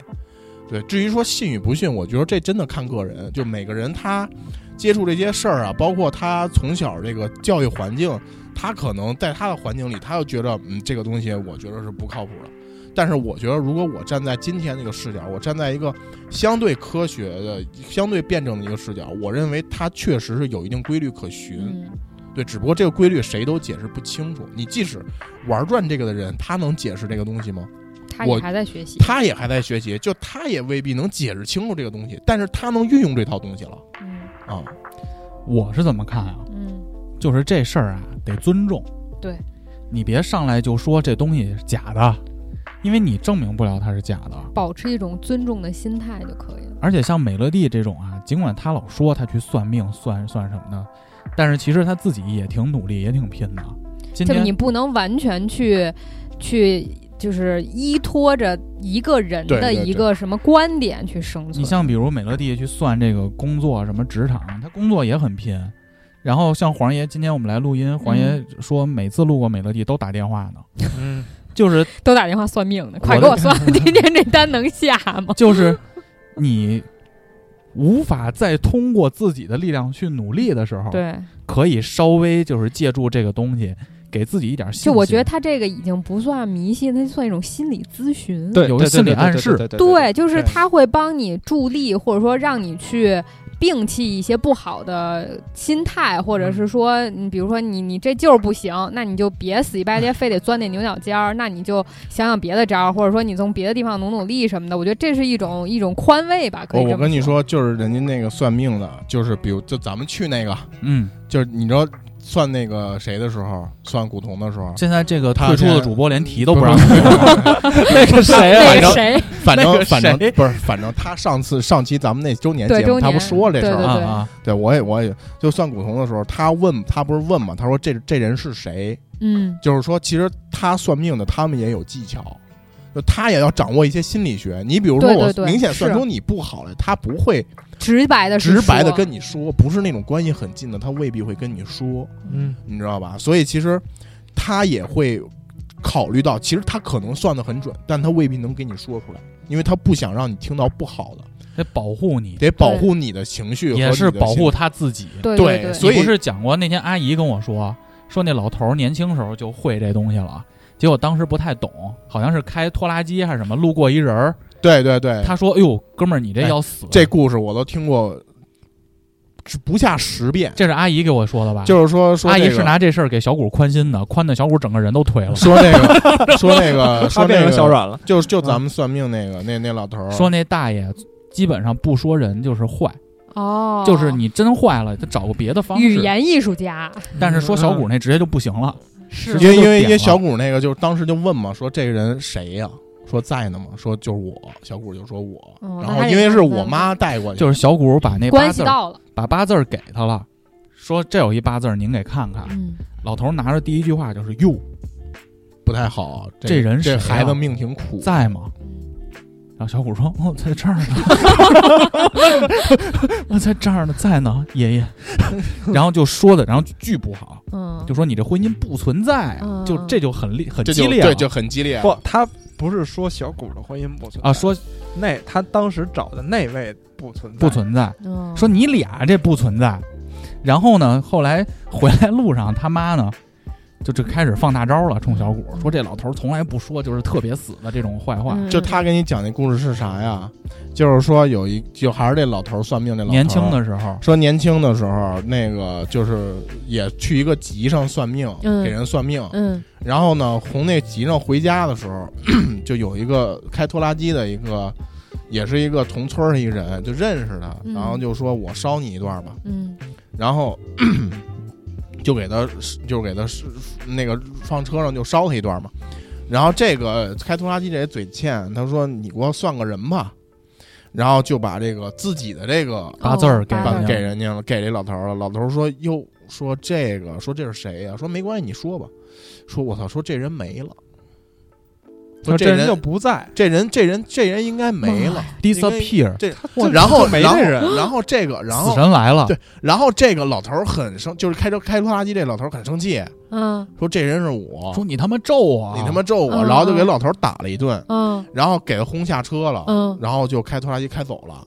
E: 对，至于说信与不信，我觉得这真的看个人，就每个人他接触这些事儿啊，包括他从小这个教育环境，他可能在他的环境里，他就觉得嗯这个东西我觉得是不靠谱的。但是我觉得，如果我站在今天这个视角，我站在一个相对科学的、相对辩证的一个视角，我认为它确实是有一定规律可循。
D: 嗯
E: 对，只不过这个规律谁都解释不清楚。你即使玩转这个的人，他能解释这个东西吗？
D: 他也
E: 我
D: 还在学习，
E: 他也还在学习，就他也未必能解释清楚这个东西，但是他能运用这套东西了
D: 嗯
E: 啊。
B: 我是怎么看啊？
D: 嗯
B: 就是这事儿啊，得尊重。
D: 对，
B: 你别上来就说这东西是假的，因为你证明不了它是假的。
D: 保持一种尊重的心态就可以了。
B: 而且像美乐蒂这种啊，尽管他老说他去算命、算算什么的，但是其实他自己也挺努力，也挺拼的。今
D: 就是
B: 天
D: 你不能完全去去就是依托着一个人
E: 对
D: 的
E: 对
D: 一
E: 对
D: 个什么观点去生存。
B: 你像比如美乐蒂去算这个工作什么职场，他工作也很拼。然后像黄爷，今天我们来录音，黄爷
D: 嗯
B: 说每次路过美乐蒂都打电话呢，
A: 嗯，
B: 就是
D: 都打电话算命的，
B: 我
D: 快给
B: 的
D: 我算，今天这单能下 吗？
B: 就是你无法再通过自己的力量去努力的时候，
D: 对，
B: 可以稍微就是借助这个东西给自己一点信心。
D: 就我觉得他这个已经不算迷信，他算一种心理咨询。
B: 有一心理暗示
A: 对对
D: 对，就是
A: 对
D: 他会帮你助力，或者说让你去摒弃一些不好的心态，或者是说，你比如说你你这就是不行，那你就别死乞白赖非得钻那牛角尖儿，那你就想想别的招儿，或者说你从别的地方努努力什么的。我觉得这是一种一种宽慰吧，可以
E: 哦我
D: 这么
E: 我跟你，说，就是人家那个算命的，就是比如就咱们去那个，
B: 嗯，
E: 就是你知道算那个谁的时候，算古铜的时候，
B: 现在这个
E: 他
B: 退出的
E: 现在
B: 主播连提都不让，
A: 那个 谁
B: 啊
D: 那个
E: 反正
D: 谁，
E: 反
B: 那
E: 正
B: 个
E: 反正
B: 谁
E: 不是，反正他上次上期咱们那周年
D: 对
E: 节目，
D: 周
E: 他不
D: 年
E: 说这事儿
D: 对
E: 吗
B: 啊啊，
E: 对，我也我也就算古铜的时候，他问他不是问嘛，他说这这人是谁？
D: 嗯，
E: 就是说，其实他算命的，他们也有技巧，就他也要掌握一些心理学。你比如说，
D: 对对
E: 我
D: 对
E: 明显算
D: 是
E: 出你不好来，他不会
D: 直白的
E: 直白的跟你说，不是那种关系很近的，他未必会跟你说，
B: 呃
A: 嗯，
E: 你知道吧？所以其实他也会考虑到，其实他可能算得很准，但他未必能给你说出来，因为他不想让你听到不好的，
B: 得保护你，
E: 得保护你的情绪和
B: 也
E: 你
B: 是
E: 的
B: 保
E: 心
B: 护
E: 理。
B: 他自己。
D: 对
E: 对
D: 对，
E: 所以
B: 你不是讲过那天阿姨跟我说，说那老头儿年轻时候就会这东西了。结果当时不太懂，好像是开拖拉机还是什么，路过一人儿，
E: 对对对，
B: 他说：“哎呦，哥们儿，你这
E: 哎
B: 要死！”
E: 这故事我都听过不下十遍。
B: 这是阿姨给我说的吧？
E: 就是说，说
B: 阿姨
E: 这个
B: 是拿这事儿给小谷宽心的，宽的小谷整个人都颓了。
E: 说那 个，说那个，
A: 他
E: 说
A: 变
E: 那
A: 成
E: 个
A: 小，软了。
E: 就就咱们算命那个，那那老头儿
B: 说那大爷基本上不说人就是坏，
D: 哦，
B: 就是你真坏了，他找个别的方
D: 语
B: 式。
D: 言嗯艺术家
B: 但是说小谷那直接就不行了，直
D: 是
E: 因
B: 接
E: 为
B: 就
E: 因为因
B: 点
E: 为
B: 了
E: 小谷那个就是当时就问嘛，说这个人谁呀、说在呢嘛，说就是我。小谷就说我，
D: 哦那
E: 然后
D: 他也
E: 因为
D: 是
E: 是
D: 在
E: 我妈带过去，
B: 就是小谷把那八
D: 关系
B: 字儿
D: 到了，
B: 把八字儿给他了，说这有一八字儿您给看看。
D: 嗯，
B: 老头拿着第一句话就是哟
E: 不太好。
B: 这
E: 这
B: 人谁
E: 这
B: 呀
E: 孩子命挺苦，
B: 在吗？然后小虎说：“哦，在这儿呢， 我在这儿呢，在呢，爷爷。”然后就说的，然后巨不好，
D: 嗯，
B: 就说你这婚姻不存在啊
D: 嗯，
B: 就这就很厉很
E: 这
B: 激
E: 就
B: 烈啊
E: 对
B: 了
E: 就很激烈了。啊
C: 不，他不是说小谷的婚姻不存在
B: 啊，说
C: 那他当时找的那位不存在，
B: 不存在，
D: 嗯
B: 说你俩这不存在。然后呢，后来回来路上，他妈呢，就就开始放大招了，冲小谷说：“这老头从来不说就是特别死的这种坏话。
D: 嗯
E: 就他给你讲那故事是啥呀？就是说有一就还是这老头儿算命这老头儿
B: 年轻的时候，
E: 说年轻的时候，那个就是也去一个集上算命，
D: 嗯
E: 给人算命。
D: 嗯
E: 然后呢，从那集上回家的时候， 就有一个开拖拉机的一个，也是一个同村儿的一个人，就认识他，
D: 嗯
E: 然后就说我捎你一段吧，
D: 嗯
E: 然后 就给他就给他那个放车上就捎他一段嘛。然后这个开拖拉机这也嘴欠，他说你给我算个人吧，然后就把这个自己的这个
B: 八字儿
D: 哦
B: 给人
D: 八字
E: 把
D: 儿
B: 家
E: 给人家了，给这老头儿了。老头儿说：“哟，说这个，说这是谁呀、说没关系，你说吧。说我操，说这人没了，说
C: 说
E: 这
C: 这
E: 人
C: 人就不在，
E: 这人这人这人应该没了。
B: disappear，
E: 这
C: 我
E: 然后
C: 没
E: 然后
C: 这人，啊
E: 然后这个然
B: 死
E: 后
B: 神来了。
E: 对然后这个老头儿很生，就是开车开拖拉机这老头儿很生气，
D: 嗯
E: 说这人是我，
B: 说你他妈咒我，
E: 你他妈咒我，
D: 嗯
E: 然后就给
D: 嗯
E: 老头儿打了一顿，
D: 嗯
E: 然后给他轰下车了。
D: 嗯
E: 然后就开拖拉机开走了。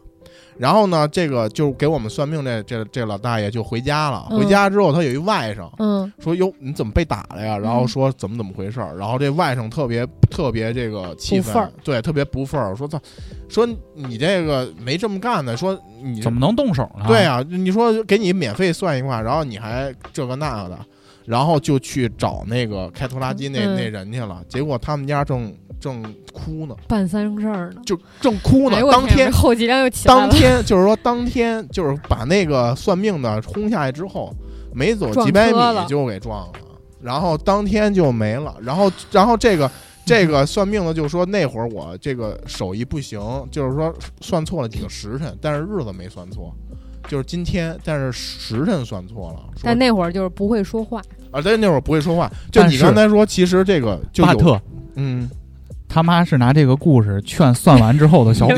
E: 然后呢，这个就给我们算命这这这老大爷就回家了。
D: 嗯
E: 回家之后，他有一外甥
D: 嗯
E: 说：“哟，你怎么被打了呀？”然后说怎么怎么回事儿。然后这外甥特别特别这个气
D: 不忿
E: 愤
D: 儿，
E: 对，特别不忿儿，说：“操，说你这个没这么干的，说你
B: 怎么能动手呢？
E: 对啊？你说给你免费算一卦，然后你还这个那个的。”然后就去找那个开拖拉机那、
D: 嗯
E: 那人去了，结果他们家正正哭呢，
D: 办丧事儿呢。
E: 就正哭呢。
D: 哎呦我
E: 当天
D: 这后脊梁又起来
E: 当
D: 了，
E: 天就是说，当天就是把那个算命的轰下来之后，没走几百
D: 撞车了
E: 米就给撞了，然后当天就没了。然后，然后这个这个算命的就说，那会儿我这个手艺不行，就是说算错了几个时辰，但是日子没算错。就是今天，但是时辰算错了。说
D: 但那会儿就是不会说话，
E: 啊，但那会儿不会说话。就
B: 但
E: 你
B: 是
E: 刚才说，其实这个就
B: 巴
E: 有，
B: 特
E: 嗯，
B: 他妈是拿这个故事劝算完之后的 小谷，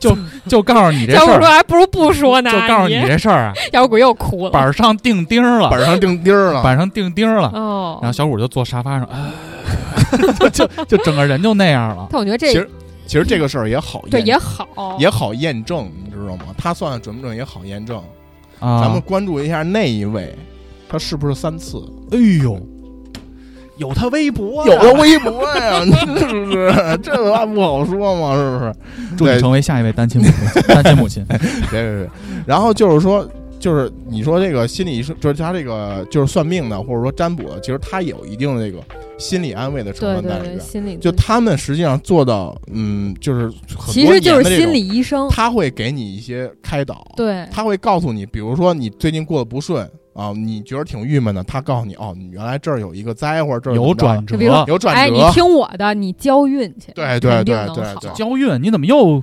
B: 就就告诉你这
D: 小
B: 事
D: 谷说
B: 儿，
D: 还不如不说呢，
B: 就告诉你这事儿 啊，
D: 小谷又哭了。
B: 板上钉钉了，
E: 板上钉钉儿了。
B: 板上钉钉了。
D: 哦，
B: 然后小谷就坐沙发上，哎 就就整个人就那样了。
D: 但我觉得
E: 其
D: 这
E: 实，其实这个事儿也好
D: 对
E: 验
D: 也好，
E: 也好验证，你知道吗？他算的准不准也好验证。
B: 啊，
E: 咱们关注一下那一位，他是不是三次？
B: 哎呦，有他微博
E: 有了微博呀， 是不是？这话不好说嘛，是不是？
B: 祝你
E: 对
B: 成为下一位单亲母亲，单亲母 亲。
E: 别别别！然后就是说，就是你说这个心理医生，就是他这个就是算命的，或者说占卜的，其实他有一定的这个心理安慰的成
D: 对
E: 分在
D: 对
E: 里
D: 对，
E: 边。
D: 心理
E: 就他们实际上做到，嗯，就是很多
D: 其实就
E: 年
D: 是
E: 的这
D: 心
E: 种，
D: 理医生，
E: 他会给你一些开导。
D: 对，
E: 他会告诉你，比如说你最近过得不顺啊，你觉得挺郁闷的，他告诉你哦，你原来这儿有一个灾祸，这儿
B: 有
E: 怎么着
B: 转折
D: 就，比如
E: 有转
D: 哎，
E: 折
D: 你，听我的，你交运去，
E: 对
D: 肯
E: 对
D: 定
E: 对
D: 能
E: 对
D: 好
E: 对，
B: 焦运，你怎么又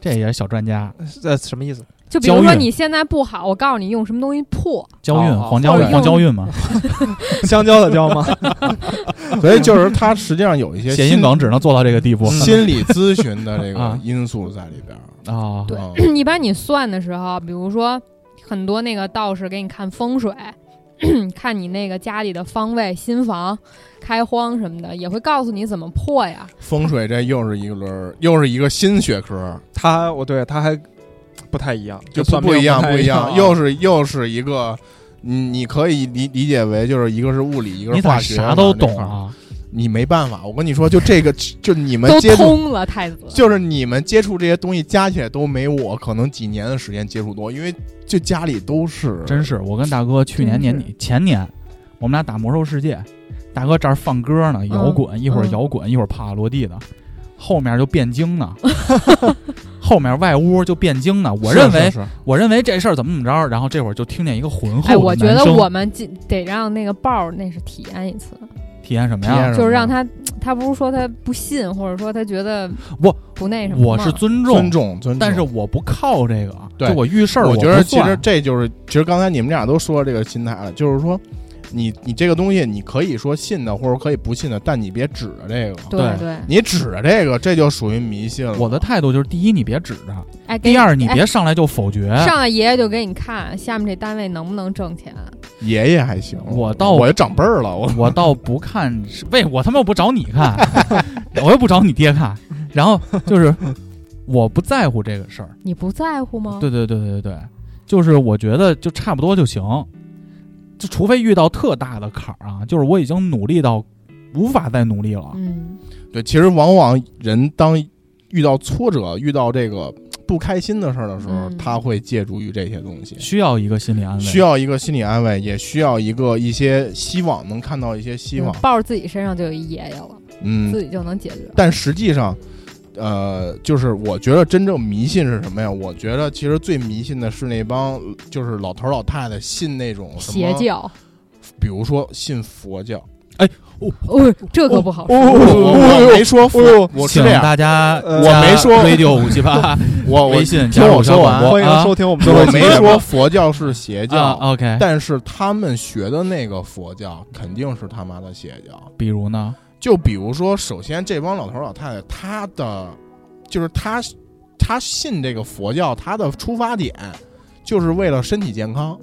B: 这也是小专家？
C: 这什么意思？
D: 就比如
B: 交
D: 说
B: 运
D: 你现在不好，我告诉你用什么东西破，
B: 焦运，
C: 哦
B: 黄焦
D: 哦
B: 运，黄
D: 用
B: 焦运 嘛，
C: 香蕉的蕉吗？
E: 所以就是他实际上有一些
B: 谐音
E: 心
B: 梗只能做到这个地步
E: 心理咨询的这个
B: 啊
E: 因素在里边儿。
B: 啊。
D: 对
E: 嗯，
D: 一般你算的时候，比如说很多那个道士给你看风水， 看你那个家里的方位、新房、开荒什么的，也会告诉你怎么破呀。
E: 风水这又是一轮儿，又是一个新学科，
C: 他我对他还不太一样，
E: 就不
C: 算命
E: 不一样
C: 不太
E: 一 样，
C: 啊
E: 又是又是一个。你你可以理理解为就是一个是物理，一个
B: 你
E: 是
B: 咋
E: 化学，
B: 啥都懂
E: 往这块儿？
B: 啊？
E: 你没办法，我跟你说，就这个，就你们
D: 都
E: 接触
D: 通了，太子。
E: 就是你们接触这些东西加起来都没我可能几年的时间接触多，因为就家里都是
B: 真是，我跟大哥去年年底前年，我们俩打魔兽世界，大哥这儿放歌
D: 嗯
B: 呢， 摇滚，一会儿摇滚，一会儿帕瓦罗蒂的，后面就变精呢，后面外屋就变精呢。我
E: 是
B: 认为
E: 是是
B: 我认为这事儿怎么怎么着，然后这会儿就听见一个浑厚的
D: 哎，我觉
B: 男
D: 得
B: 生
D: 我们进得让那个豹儿那是体验一次，
B: 体验什么
E: 体验
B: 呀？
E: 什
D: 就是
E: 么
D: 让他他不是说他不信，或者说他觉得
B: 不
D: 不那什么
B: 我
D: 吗。
B: 是尊重，
E: 尊重尊重，
B: 但是我不靠这个，
E: 对
B: 就我遇事儿
E: 我
B: 不
E: 觉得其实
B: 算
E: 这就是，其实刚才你们俩都说这个心态了，就是说，你你这个东西你可以说信的，或者可以不信的，但你别指着这个，
D: 对
B: 对
D: 对，
E: 你指着这个，这就属于迷信了。
B: 我的态度就是：第一，你别指着；
D: 哎，给
B: 第二，你
D: 哎
B: 别上来就否决。
D: 上来爷爷就给你看下面这单位能不能挣钱，
E: 爷爷还行，
B: 我到
E: 我就长辈儿了，我
B: 我倒不看，是为我他妈又不找你看， 我又不找你爹看，然后就是我不在乎这个事儿。
D: 你不在乎吗？
B: 对对对对对对，就是我觉得就差不多就行，就除非遇到特大的坎儿啊，就是我已经努力到无法再努力了。
D: 嗯，
E: 对，其实往往人当遇到挫折、遇到这个不开心的事儿的时候，
D: 嗯
E: 他会借助于这些东西。
B: 需要一个心理安慰，
E: 需要一个心理安慰，也需要一个一些希望，能看到一些希望
D: 嗯。豹儿自己身上就有一爷爷了，
E: 嗯，
D: 自己就能解决。
E: 但实际上，呃，就是我觉得真正迷信是什么呀？我觉得其实最迷信的是那帮就是老头儿老太太信那种什
D: 邪
E: 么，
D: 教，
E: 比如说信佛教。
D: 哦，这可不好说。
E: 我我
B: 哦
E: 我没说佛，哦我是
B: 请
E: 这样，
B: 大家
C: 呃
E: 我没说
B: radio 五七八
E: 我我
B: 微信
E: 听
B: 加入
E: 我
B: 小
E: 说
B: 馆
E: 完，
C: 欢迎
B: 啊
C: 收听我们
E: 我
C: 的
E: 没说佛教是邪
B: 啊
E: 教，
B: ，OK，
E: 但是他们学的那个佛教肯定是他妈的邪教。
B: 比如呢，
E: 就比如说，首先这帮老头老太太，他的就是他他信这个佛教，他的出发点就是为了身体健康，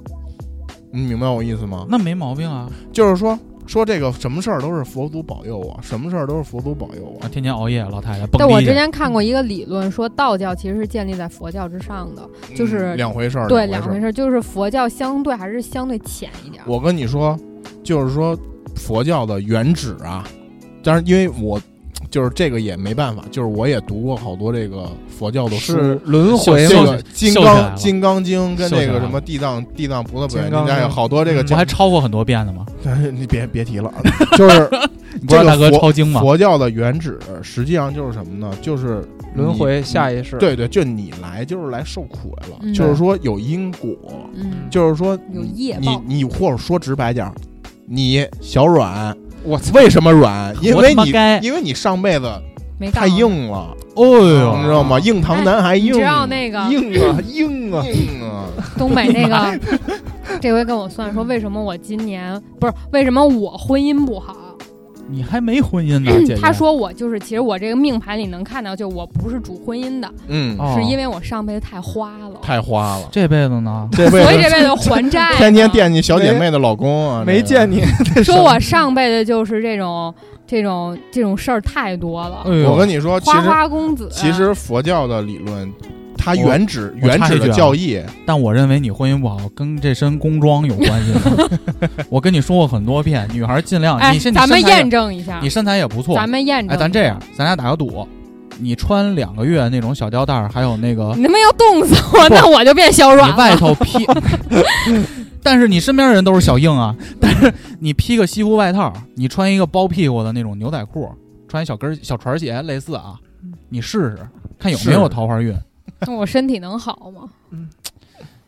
E: 你明白我意思
C: 嗯
E: 吗？
B: 那没毛病啊，
E: 就是说说这个什么事儿都是佛祖保佑我，什么事儿都是佛祖保佑我
B: 啊，。天天熬夜，老太太
E: 哦
B: 蹦
D: 但我
B: 迪
D: 之前看过一个理论，说道教其实是建立在佛教之上的，就是
E: 嗯两回事儿，
D: 对，
E: 两
D: 两
E: 回
D: 回
E: 事儿。
D: 事，就是佛教相对还是相对浅一点儿。
E: 我跟你说，就是说佛教的原旨啊，但是因为我就是这个也没办法，就是我也读过好多这个佛教的书，
C: 是轮回
E: 这
B: 秀秀
C: 吗？
E: 个《金
B: 秀起来
E: 刚
B: 了
E: 金刚经》跟
B: 秀起
E: 这
B: 来
E: 个
B: 了
E: 什么地藏地藏菩萨本
C: 金
E: 愿
C: 刚
E: 经家有
C: 经
E: 好多这个
B: 我
E: 讲
B: 还，抄过很多遍呢嘛，
E: 你别别提了，就是
B: 你不
E: 这
B: 知道大
E: 个
B: 哥
E: 佛
B: 抄经吗？
E: 佛教的原旨实际上就是什么呢？就是
A: 轮
E: 你
A: 回下一世，，
E: 对对，就你来就是来受苦来了，
D: 嗯
E: 就是说有因果，
D: 嗯，
E: 就是说
D: 有
E: 你
D: 业
E: 你
D: 报
E: 你或者说直白点儿，你小软
A: 我操，
E: 为什么软？因
B: 我
E: 为
B: 他妈
E: 你
B: 该
E: 因为你上辈子
D: 没干
E: 太
D: 过。
E: 硬了，
B: 哦
E: 你知道吗？硬
D: 哎
E: 糖男孩
D: 你
E: 硬，
D: 知道那个
C: 硬啊硬啊！
E: 硬 啊，
D: 东北那 个，这回跟我算说，为什么我今年不是为什么我婚姻不
E: 啊
D: 好？
B: 你还没婚姻呢，姐姐
D: 他说我就是，其实我这个命盘里能看到，就我不是主婚姻的，
E: 嗯，
B: 哦
D: 是因为我上辈子太花了，
E: 太花了。
B: 这辈子呢，
E: 这辈
D: 所以
E: 子
D: 这辈子 啊还债呢。
E: 天天惦记小姐妹的老公啊，
C: 没见你，
D: 说我上辈子就是这种这种这种事儿太多了，
B: 呃哎
E: 这个。我跟哎你说，其
D: 花
E: 实
D: 花嗯公子。
E: 其实佛教的理论，它
B: 我
E: 原旨
B: 我
E: 原
B: 插
E: 旨
B: 一句
E: 的
B: 啊
E: 教义，
B: 但我认为你婚姻不好跟这身工装有关系 呢。我跟你说过很多遍，女孩尽量，
D: 哎
B: 啊你，现
D: 咱们验
B: 证，
D: 证一下
B: 你，身材也不错
D: 咱，们验证。
B: 哎，咱这样，咱俩打个赌，你穿两个月那种小吊带儿，还有那个
D: 你他妈要冻死我， 那我就变小软
B: 你
D: 了。
B: 外头 披，但是你身边的人都是小硬啊，但是你披个西服外套，你穿一个包屁股的那种牛仔裤，穿一小跟儿小船鞋类似啊，你试试看有没有
E: 是
B: 桃花运。
D: 那我身体能好吗？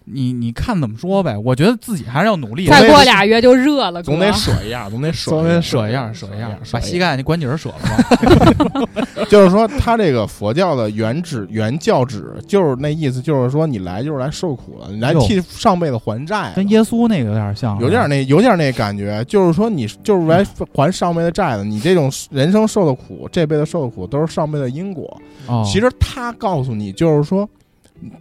B: 你你看怎么说呗，我觉得自己还是要努力，嗯
E: 总得
D: 再过俩月就热了，
E: 总
D: 哥
E: 得舍一样，总得舍
C: 总得
B: 舍一下舍
E: 舍
B: 一下，
E: 舍
B: 把
E: 一
B: 膝盖那关节儿舍了 吧。
E: 就是说，他这个佛教的原旨原教旨就是那意思，就是说你来就是来受苦了，你来
B: 哟
E: 替上辈子还债的
B: 跟。耶稣那个有点像，啊
E: 有点那有点那感觉，就是说你就是来还上辈子债的，你这种人生受的苦，这辈子受的苦都是上辈子因果。
B: 哦，
E: 其实他告诉你，就是说，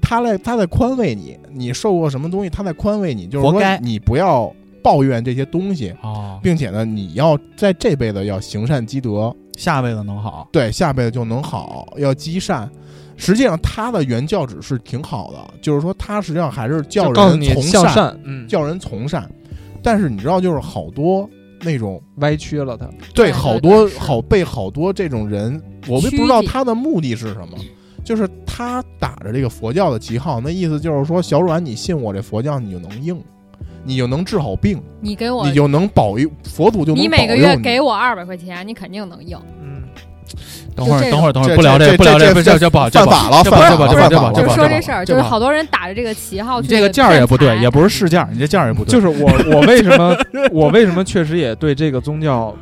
E: 他在他在宽慰你，你受过什么东西，他在宽慰你，就是
B: 活
E: 说
B: 该
E: 你不要抱怨这些东西，
B: 哦，
E: 并且呢，你要在这辈子要行善积德，
B: 下辈子能好。
E: 对，下辈子就能好，要积善。实际上，他的原教旨是挺好的，就是说，他实际上还是教
A: 就告诉
E: 人
A: 你
E: 从
A: 向善，嗯，
E: 教人从善。但是你知道，就是好多那种
A: 歪曲了他，
E: 对，
D: 对
E: 好
D: 对
E: 多
D: 是
E: 好被好多这种人，我们
D: 曲
E: 不知道
D: 解
E: 他的目的是什么，就是他打着这个佛教的旗号，那意思就是说，小阮，你信我这佛教，你就能硬，你就能治好病，
D: 你给我
E: 你，就能保佑佛祖就能
D: 你每个
E: 保佑
D: 月
E: 你
D: 给我二百块钱，你肯定能硬。
A: 嗯，
B: 等会
D: 就
B: 儿
D: 这
B: 等会儿等会儿
E: 这
B: 不聊
E: 这
B: 个不聊
E: 这
B: 这个
E: 这
B: 这这不好这
E: 犯
B: 不好
E: 法了，
B: 这
E: 犯
B: 不好
E: 法
B: 这不
E: 了，
B: 好这
E: 犯
B: 不
E: 法
B: 好
E: 了，
B: 这
D: 就
B: 不好
D: 是说
B: 这不
D: 这
B: 好
D: 事儿，
E: 这
D: 就
E: 不
D: 是
E: 好
D: 好多人打着这个旗号
B: 你
D: 去
B: 这个价儿也不对，
D: 骗财
B: 也不是市价儿，你这价儿也不对。
A: 就是 我，我为什么， 我为什么确实也对这个宗教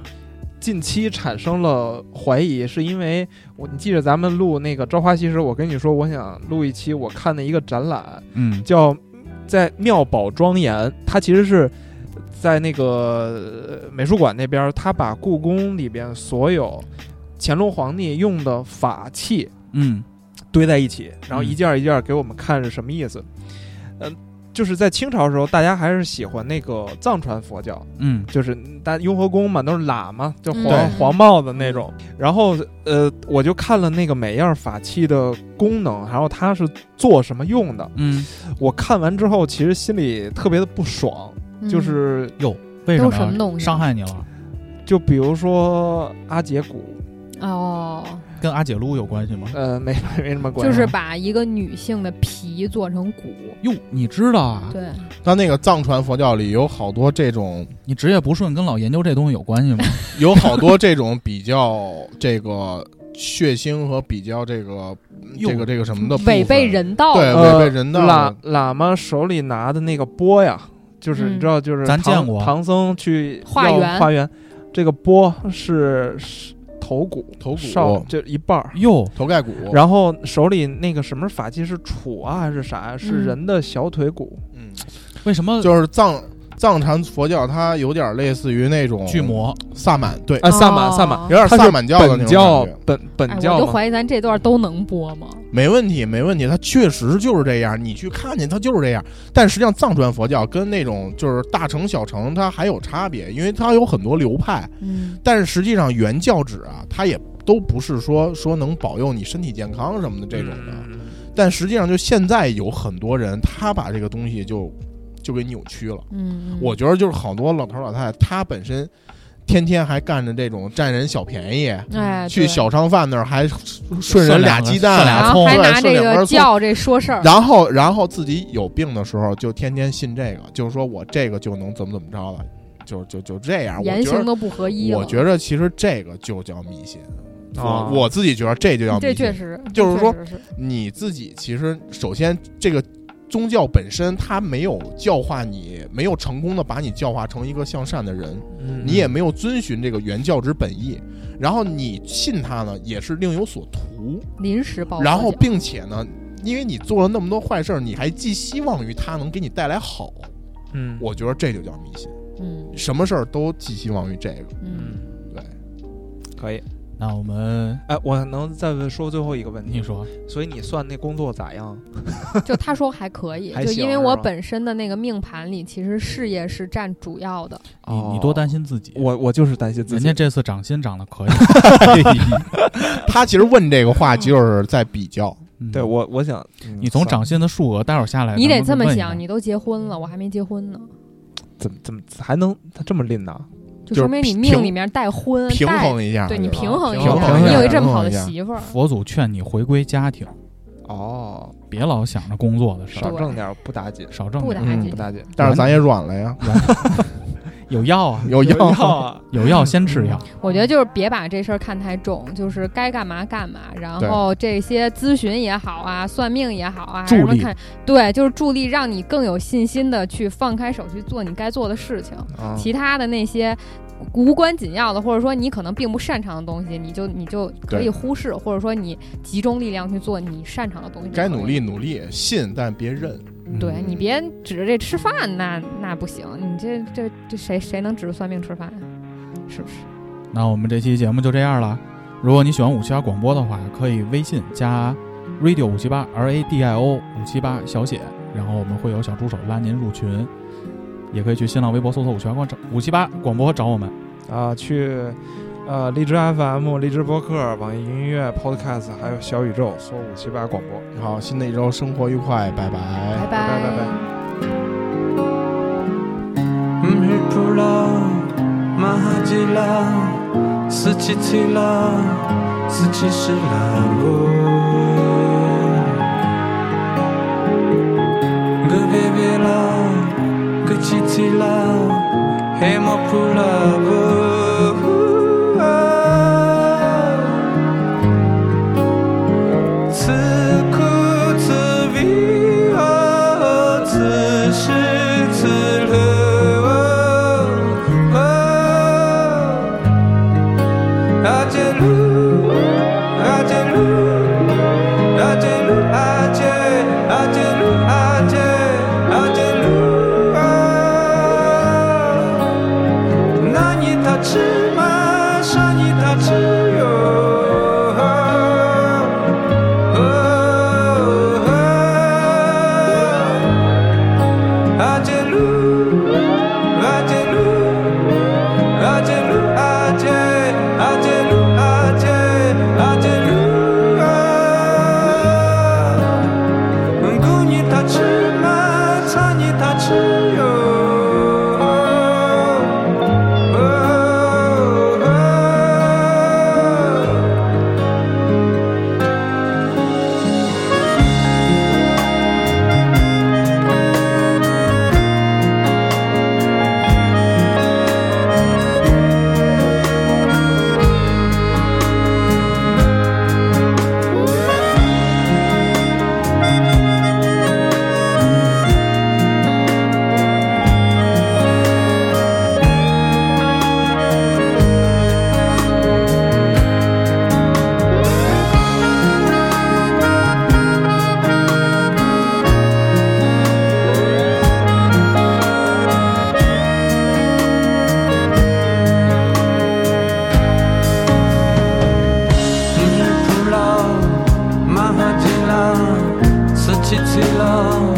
A: 近期产生了怀疑，是因为我你记着咱们录那个《朝花夕拾》，我跟你说，我想录一期我看的一个展览，
B: 嗯，
A: 叫在妙宝庄严，它其实是在那个呃美术馆那边儿，他把故宫里边所有乾隆皇帝用的法器
B: 嗯
A: 堆在一起，然后
B: 嗯
A: 一件儿一件儿给我们看是什么意思。嗯、就是在清朝的时候，大家还是喜欢那个藏传佛教，
B: 嗯
A: 就是大雍和宫嘛，都是喇嘛，就黄、
D: 对
A: 黄帽子那种。然后呃，我就看了那个每样法器的功能，然后它是做什么用的。
B: 嗯，
A: 我看完之后，其实心里特别的不爽，
D: 嗯
A: 就是
B: 哟，为
D: 都
B: 什
D: 是什么东
B: 么
D: 西
B: 伤害你了？
A: 就比如说阿杰古，
D: 哦，
B: 跟阿姐撸有关系吗？
A: 呃，没没没什么关
D: 就
A: 系，
B: 啊
D: 是把一个女性的皮做成骨，
B: 哟，你知道啊？
D: 对，
E: 他那个藏传佛教里有好多这种，
B: 你职业不顺跟老研究这东西有关系 吗？
E: 有好多这种比较这个血腥和比较这个
B: 哟
E: 这个这个什么的部分
D: 违背人道
E: 对
D: 了。
A: 呃
E: 违背人道
A: 喇
E: 的
A: 喇嘛手里拿的那个钵呀，就是
D: 嗯
A: 你知道，就是
B: 咱
A: 唐
B: 见过
A: 唐僧去
D: 化
A: 要
D: 缘
A: 化缘，这个钵是是头骨，
E: 头
A: 少
E: 骨、
A: 就一半儿。
B: 哟，
E: 头盖骨，
A: 然后手里那个什么法器是杵啊还是啥呀？是
D: 嗯
A: 人的小腿骨，
E: 嗯，
B: 为什么
E: 就是藏藏传佛教，它有点类似于那种
B: 巨魔？
E: 萨满，对，
A: 啊，萨满萨满，
D: 哦
E: 有点
A: 它
E: 萨
A: 是
E: 满教的那
A: 本教
E: 种感觉。
A: 本
D: 哎
A: 本
D: 我
A: 教
D: 就
A: 嘛
D: 怀疑咱这段都能播吗？
E: 没问题，没问题，它确实就是这样。你去看见它就是这样，但实际上藏传佛教跟那种就是大乘小乘它还有差别，因为它有很多流派。
D: 嗯，
E: 但是实际上原教旨啊，它也都不是说说能保佑你身体健康什么的这种的。
A: 嗯
E: 但实际上，就现在有很多人，他把这个东西就就给扭曲了。
D: 嗯，
E: 我觉得就是好多老头老太太，他本身天天还干着这种占人小便宜，
D: 哎，
E: 去
D: 对
E: 小商贩那儿 还顺人俩鸡
B: 涮
E: 蛋，啊
B: 俩
D: 然
B: 葱
D: 后还
E: 对
D: 拿
E: 顺
D: 这
E: 两根
D: 个
E: 葱
D: 叫这说事儿，
E: 然后然后自己有病的时候就天天信这个，就是说我这个就能怎么怎么着了，就就就这样。我
D: 言
E: 觉
D: 行
E: 得
D: 都不合一了。
E: 我觉得其实这个就叫迷信，
A: 啊
E: 我我自己觉得这就叫迷
D: 这
E: 信。
D: 确实，
E: 就是
D: 这
E: 说
D: 确实是
E: 你自己其实首先这个宗教本身它没有教化你，没有成功的把你教化成一个向善的人，
A: 嗯
E: 你也没有遵循这个原教旨本意，然后你信它呢也是另有所图，
D: 临时抱佛脚，
E: 然后并且呢。因为你做了那么多坏事儿，你还寄希望于它能给你带来好，
A: 嗯
E: 我觉得这就叫迷信。
D: 嗯
E: 什么事儿都寄希望于 这个，
D: 嗯，
E: 对，
A: 可以。
B: 那我们
A: 哎，我能再问说最后一个问
B: 你
A: 题，
B: 说
A: 所以你算那工作咋样？
E: 嗯
D: 就他说还可以，
A: 还
D: 就
A: 行
D: 因为我
A: 是吧
D: 本身的那个命盘里，其实事业是占主要的。
B: 你
E: 哦
B: 你多担
A: 心，
B: 心自己，
A: 哦我我就是担心自
B: 人
A: 己
B: 家。这次涨薪涨得 可以。
E: 他其实问这个话就是在比较，
B: 嗯
A: 对我，我想嗯
B: 你从
A: 算
B: 涨薪的数额待会儿
E: 哎
B: 下来，
D: 你得
B: 咱
D: 这
B: 们
D: 么
B: 问一
D: 想，
B: 下
D: 你都结婚了，我还没结婚呢，
A: 怎么怎么还能他这么吝呢？
D: 就
E: 就是
D: 说明你
E: 平
D: 命里面嗯带婚，
E: 平
D: 带
E: 衡一下，
D: 对你
E: 吧
D: 平衡一
E: 平
D: 下，
E: 衡
D: 你
E: 一下
D: 有一这么好的
E: 平衡一下
D: 媳妇儿，
B: 佛祖劝你回归家庭，
A: 哦，
B: 别老想着工作的事儿，
A: 少挣点儿不打紧，
B: 少挣
D: 不
B: 点
D: 打
B: 儿。
E: 嗯
D: 紧
A: 不。打紧。
E: 但是咱也软了呀，
B: 有药啊，
E: 有药
A: 啊，
B: 有药先吃药。
D: 我
E: 嗯
D: 觉得就是别把这事儿看太重，就是该干嘛干嘛。然
E: 对
D: 后这些咨询也好啊，算命也好啊，
B: 助
D: 什么
B: 力
D: 看对，就是助力让你更有信心的去放开手去做你该做的事情。
E: 嗯
A: 啊
D: 其他的那些无关紧要的，或者说你可能并不擅长的东西，你就你就可以
E: 对
D: 忽视，或者说你集中力量去做你擅长的东西。
E: 该努
D: 嗯
E: 力。嗯努力，信但别认，
D: 对你别指着这吃饭，那那不行，你这这这谁谁能指着算命吃饭啊？是不是？
B: 那我们这期节目就这样了。如果你喜欢五七八广播的话，可以微信加 radio 五七八 r a d i o 五七八小写，然后我们会有小助手拉您入群，也可以去新浪微博搜索五七八广五七八广播找我们。
A: 啊，去呃荔枝 FM、荔枝播客、网易云音乐、Podcast，还有小宇宙，搜五七八广播。
E: 好，新的一周生活愉快，拜哎拜
D: 拜
A: 拜拜拜
H: मिठुला महाजिला सुचिथिला सुचिशिला वो गुबेबेला गुचिथिला oh. हेमफुला वो Adieu, adieu, adieu, ah. 难以他吃吗？善意他吃哟。哦哦阿杰鲁，阿杰鲁，阿杰鲁，阿杰，阿杰鲁，阿杰，阿杰鲁啊。姑娘她吃吗？餐你她吃哟。哦哦嗯，不老，马哈吉拉，斯奇奇拉，Oh,